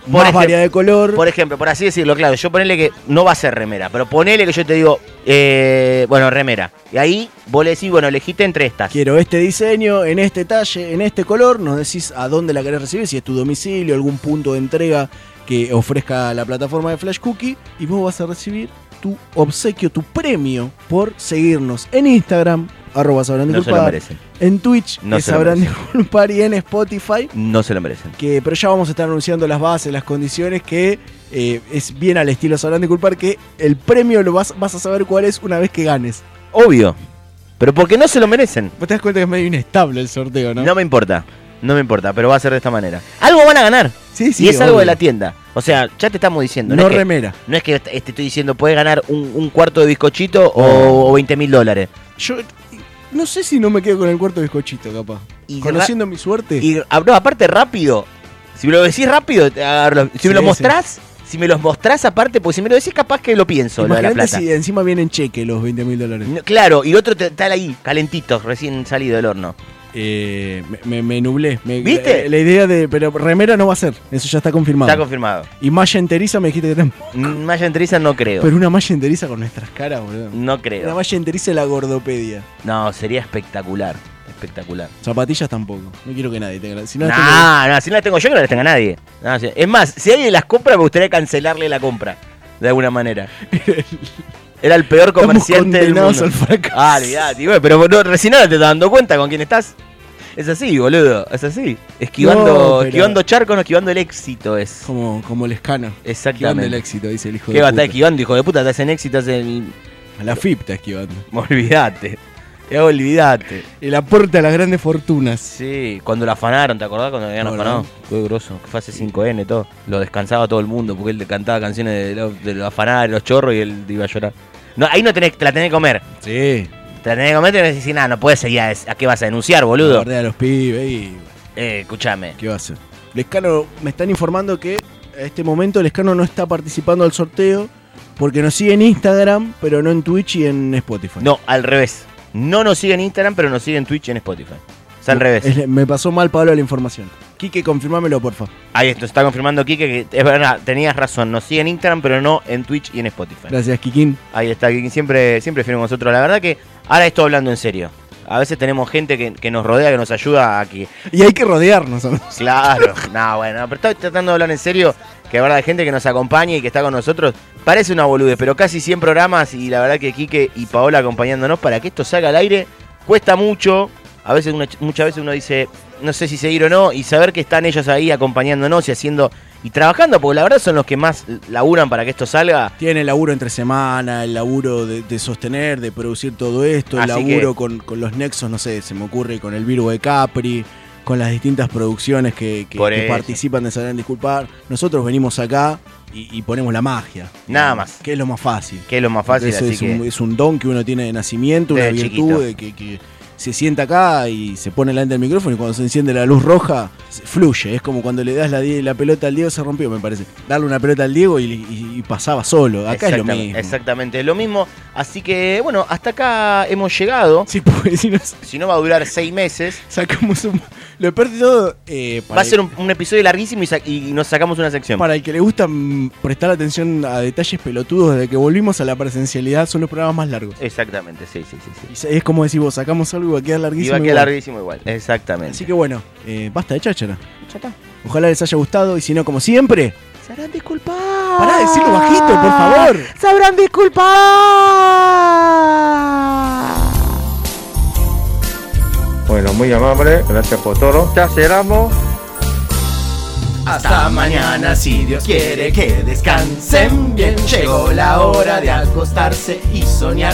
[SPEAKER 8] más
[SPEAKER 12] ejem-
[SPEAKER 8] variedad de color.
[SPEAKER 12] Por ejemplo, por así decirlo, claro, yo ponele que no va a ser remera, pero ponele que yo te digo, eh, bueno, remera. Y ahí vos le decís, bueno, elegiste entre estas.
[SPEAKER 8] Quiero este diseño, en este talle, en este color. Nos decís a dónde la querés recibir, si es tu domicilio, algún punto de entrega que ofrezca la plataforma de Flash Cookie. Y vos vas a recibir tu obsequio, tu premio por seguirnos en Instagram, arroba sabrán
[SPEAKER 12] No se lo
[SPEAKER 8] disculpar,
[SPEAKER 12] merecen.
[SPEAKER 8] en Twitch,
[SPEAKER 12] No
[SPEAKER 8] que
[SPEAKER 12] se lo
[SPEAKER 8] sabrán
[SPEAKER 12] merecen.
[SPEAKER 8] disculpar, y en Spotify,
[SPEAKER 12] No se lo merecen.
[SPEAKER 8] que pero ya vamos a estar anunciando las bases, las condiciones que eh, es bien al estilo Sabrán disculpar que el premio lo vas, vas a saber cuál es una vez que ganes.
[SPEAKER 12] Obvio. Pero porque no se lo merecen.
[SPEAKER 8] Vos te das cuenta que es medio inestable el sorteo, ¿no?
[SPEAKER 12] No me importa. No me importa, pero va a ser de esta manera. Algo van a ganar.
[SPEAKER 8] Sí, sí,
[SPEAKER 12] y es algo
[SPEAKER 8] obvio.
[SPEAKER 12] de la tienda. O sea, ya te estamos diciendo.
[SPEAKER 8] No
[SPEAKER 12] es que-
[SPEAKER 8] remera.
[SPEAKER 12] no es que est- te estoy diciendo, puedes ganar un, un cuarto de bizcochito o, o 20 mil dólares.
[SPEAKER 8] Yo no sé si no me quedo con el cuarto bizcochito, capaz.
[SPEAKER 12] Y
[SPEAKER 8] Conociendo mi suerte.
[SPEAKER 12] Y ah, no, aparte rápido. Si me lo decís rápido, te agarro los- si me
[SPEAKER 8] Sí,
[SPEAKER 12] lo
[SPEAKER 8] sí.
[SPEAKER 12] mostrás, si me los mostrás aparte, porque si me lo decís capaz que lo pienso, lo de la
[SPEAKER 8] Imagínate
[SPEAKER 12] plata.
[SPEAKER 8] si encima vienen cheque los 20 mil dólares.
[SPEAKER 12] No, Claro, y otro te- está ahí, calentito, recién salido del horno.
[SPEAKER 8] Eh, me, me- me nublé. me- eh,
[SPEAKER 12] ¿Viste?
[SPEAKER 8] La, la idea de. Pero remera no va a ser. Eso ya está confirmado.
[SPEAKER 12] Está confirmado.
[SPEAKER 8] y malla enteriza me dijiste que tampoco.
[SPEAKER 12] Mm, Maya enteriza no creo.
[SPEAKER 8] Pero una malla enteriza con nuestras caras, boludo.
[SPEAKER 12] No
[SPEAKER 8] Una
[SPEAKER 12] creo.
[SPEAKER 8] malla enteriza de la gordopedia.
[SPEAKER 12] No, sería espectacular. Espectacular.
[SPEAKER 8] Zapatillas tampoco. No quiero que nadie tenga. Si no,
[SPEAKER 12] No,
[SPEAKER 8] las tengo-
[SPEAKER 12] no, si no las tengo yo, que no las tenga nadie. No, sí. Es más, si alguien las compra, me gustaría cancelarle la compra. De alguna manera. Era el peor
[SPEAKER 8] Estamos
[SPEAKER 12] comerciante del
[SPEAKER 8] condenados
[SPEAKER 12] mundo.
[SPEAKER 8] al fracaso.
[SPEAKER 12] Ah, olvidate, güey, pero no, recién ahora te estás dando cuenta con quién estás. Es así, boludo, es así. Esquivando,
[SPEAKER 8] No, pero-
[SPEAKER 12] esquivando charcos, no esquivando el éxito es.
[SPEAKER 8] como, como el escano. Esquivando
[SPEAKER 12] Exactamente.
[SPEAKER 8] el éxito, dice el hijo
[SPEAKER 12] ¿Qué
[SPEAKER 8] de
[SPEAKER 12] va a estar
[SPEAKER 8] puta.
[SPEAKER 12] esquivando, hijo de puta? Estás en éxito, estás en...
[SPEAKER 8] A la FIP está esquivando.
[SPEAKER 12] Olvidate. Ya olvidate.
[SPEAKER 8] El aporte a las grandes fortunas.
[SPEAKER 12] Sí, cuando la afanaron, ¿te acordás? Cuando habían
[SPEAKER 8] No, no.
[SPEAKER 12] afanado. Qué grosso. Que fue hace 5N, todo. Lo descansaba todo el mundo porque él cantaba canciones de los, de los afanados, de los chorros y él iba a llorar. No, ahí no tenés, te la tenés que comer.
[SPEAKER 8] Sí.
[SPEAKER 12] Te la tenés que comer, tenés que decir, nada, no puedes seguir a, des- a qué vas a denunciar,
[SPEAKER 8] La
[SPEAKER 12] boludo.
[SPEAKER 8] bardea a los pibes y.
[SPEAKER 12] Eh, escuchame.
[SPEAKER 8] ¿Qué va a hacer? Lescano, me están informando que a este momento Lescano no está participando al sorteo porque nos sigue en Instagram, pero no en Twitch y en Spotify.
[SPEAKER 12] No, al revés. No nos sigue en Instagram, pero nos sigue en Twitch y en Spotify. Es al revés.
[SPEAKER 8] Es- me pasó mal, Pablo, la información. Quique, confirmámelo, porfa.
[SPEAKER 12] Ahí esto está confirmando Kike que es verdad, tenías razón. Nos sigue en Instagram, pero no en Twitch y en Spotify.
[SPEAKER 8] Gracias, Kikín.
[SPEAKER 12] Ahí está, Kiki, siempre, siempre firme con nosotros. La verdad que ahora estoy hablando en serio. A veces tenemos gente que, que nos rodea, que nos ayuda aquí.
[SPEAKER 8] Y hay que rodearnos. ¿no?
[SPEAKER 12] Claro, no, bueno, pero estoy tratando de hablar en serio, que la verdad hay gente que nos acompaña y que está con nosotros. Parece una boludez, pero casi 100 programas y la verdad que Quique y Paola acompañándonos para que esto salga al aire. Cuesta mucho, a veces uno- muchas veces uno dice, no sé si seguir o no, y saber que están ellos ahí acompañándonos y haciendo y trabajando, porque la verdad son los que más laburan para que esto salga.
[SPEAKER 8] Tiene el laburo entre semana, el laburo de, de sostener, de producir todo esto, el
[SPEAKER 12] Así
[SPEAKER 8] laburo
[SPEAKER 12] que-
[SPEAKER 8] con, con los nexos, no sé, se me ocurre con el Virgo de Capri, con las distintas producciones que, que-
[SPEAKER 12] Por
[SPEAKER 8] que
[SPEAKER 12] eso.
[SPEAKER 8] participan de Sabrán Disculpar. Nosotros venimos acá y, y ponemos la magia.
[SPEAKER 12] Nada más.
[SPEAKER 8] Que es lo más fácil.
[SPEAKER 12] Que es lo más fácil,
[SPEAKER 8] Eso
[SPEAKER 12] así
[SPEAKER 8] es,
[SPEAKER 12] que-
[SPEAKER 8] un, es un don que uno tiene de nacimiento, una
[SPEAKER 12] Desde
[SPEAKER 8] virtud
[SPEAKER 12] chiquito.
[SPEAKER 8] de que, que se sienta acá y se pone delante del micrófono y cuando se enciende la luz roja, se- fluye. Es como cuando le das la, die- la pelota al Diego, se rompió, me parece. Darle una pelota al Diego y, y- y pasaba solo. Acá es lo
[SPEAKER 12] Exactamente,
[SPEAKER 8] mismo.
[SPEAKER 12] Exactamente, es lo mismo. Así que, bueno, hasta acá hemos llegado.
[SPEAKER 8] si, no...
[SPEAKER 12] va a durar seis meses.
[SPEAKER 8] Sacamos un... Lo peor de todo... eh, para
[SPEAKER 12] Va a
[SPEAKER 8] el-
[SPEAKER 12] ser un, un episodio larguísimo y, sa- y nos sacamos una sección.
[SPEAKER 8] Para el que le gusta mm, prestar atención a detalles pelotudos desde que volvimos a la presencialidad, son los programas más largos.
[SPEAKER 12] Exactamente, sí, sí, sí. sí.
[SPEAKER 8] Y se- Es como decir vos, sacamos algo y va a quedar larguísimo.
[SPEAKER 12] Y va a quedar
[SPEAKER 8] igual.
[SPEAKER 12] larguísimo igual. Exactamente.
[SPEAKER 8] Así que bueno, eh, basta de cháchara.
[SPEAKER 12] Ya está.
[SPEAKER 8] Ojalá les haya gustado y si no, como siempre,
[SPEAKER 12] Sabrán disculpar.
[SPEAKER 8] Pará de decirlo bajito, por favor.
[SPEAKER 12] Sabrán disculpar.
[SPEAKER 19] Bueno, muy amable, gracias por todo. Ya cerramos.
[SPEAKER 20] Hasta mañana si Dios quiere que descansen bien. Llegó la hora de acostarse y soñar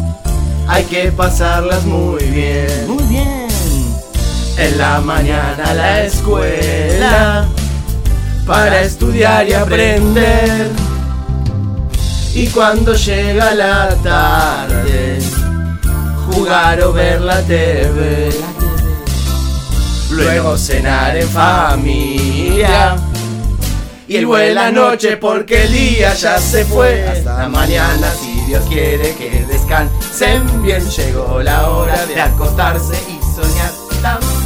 [SPEAKER 20] Hay que pasarlas muy bien. Muy bien. En la mañana a la escuela para estudiar y aprender. Y cuando llega la tarde, jugar o ver la TV. Luego cenar en familia. Y el buena noche porque el día ya se fue. Hasta mañana si Dios quiere que descansen bien. Llegó la hora de acostarse y soñar también.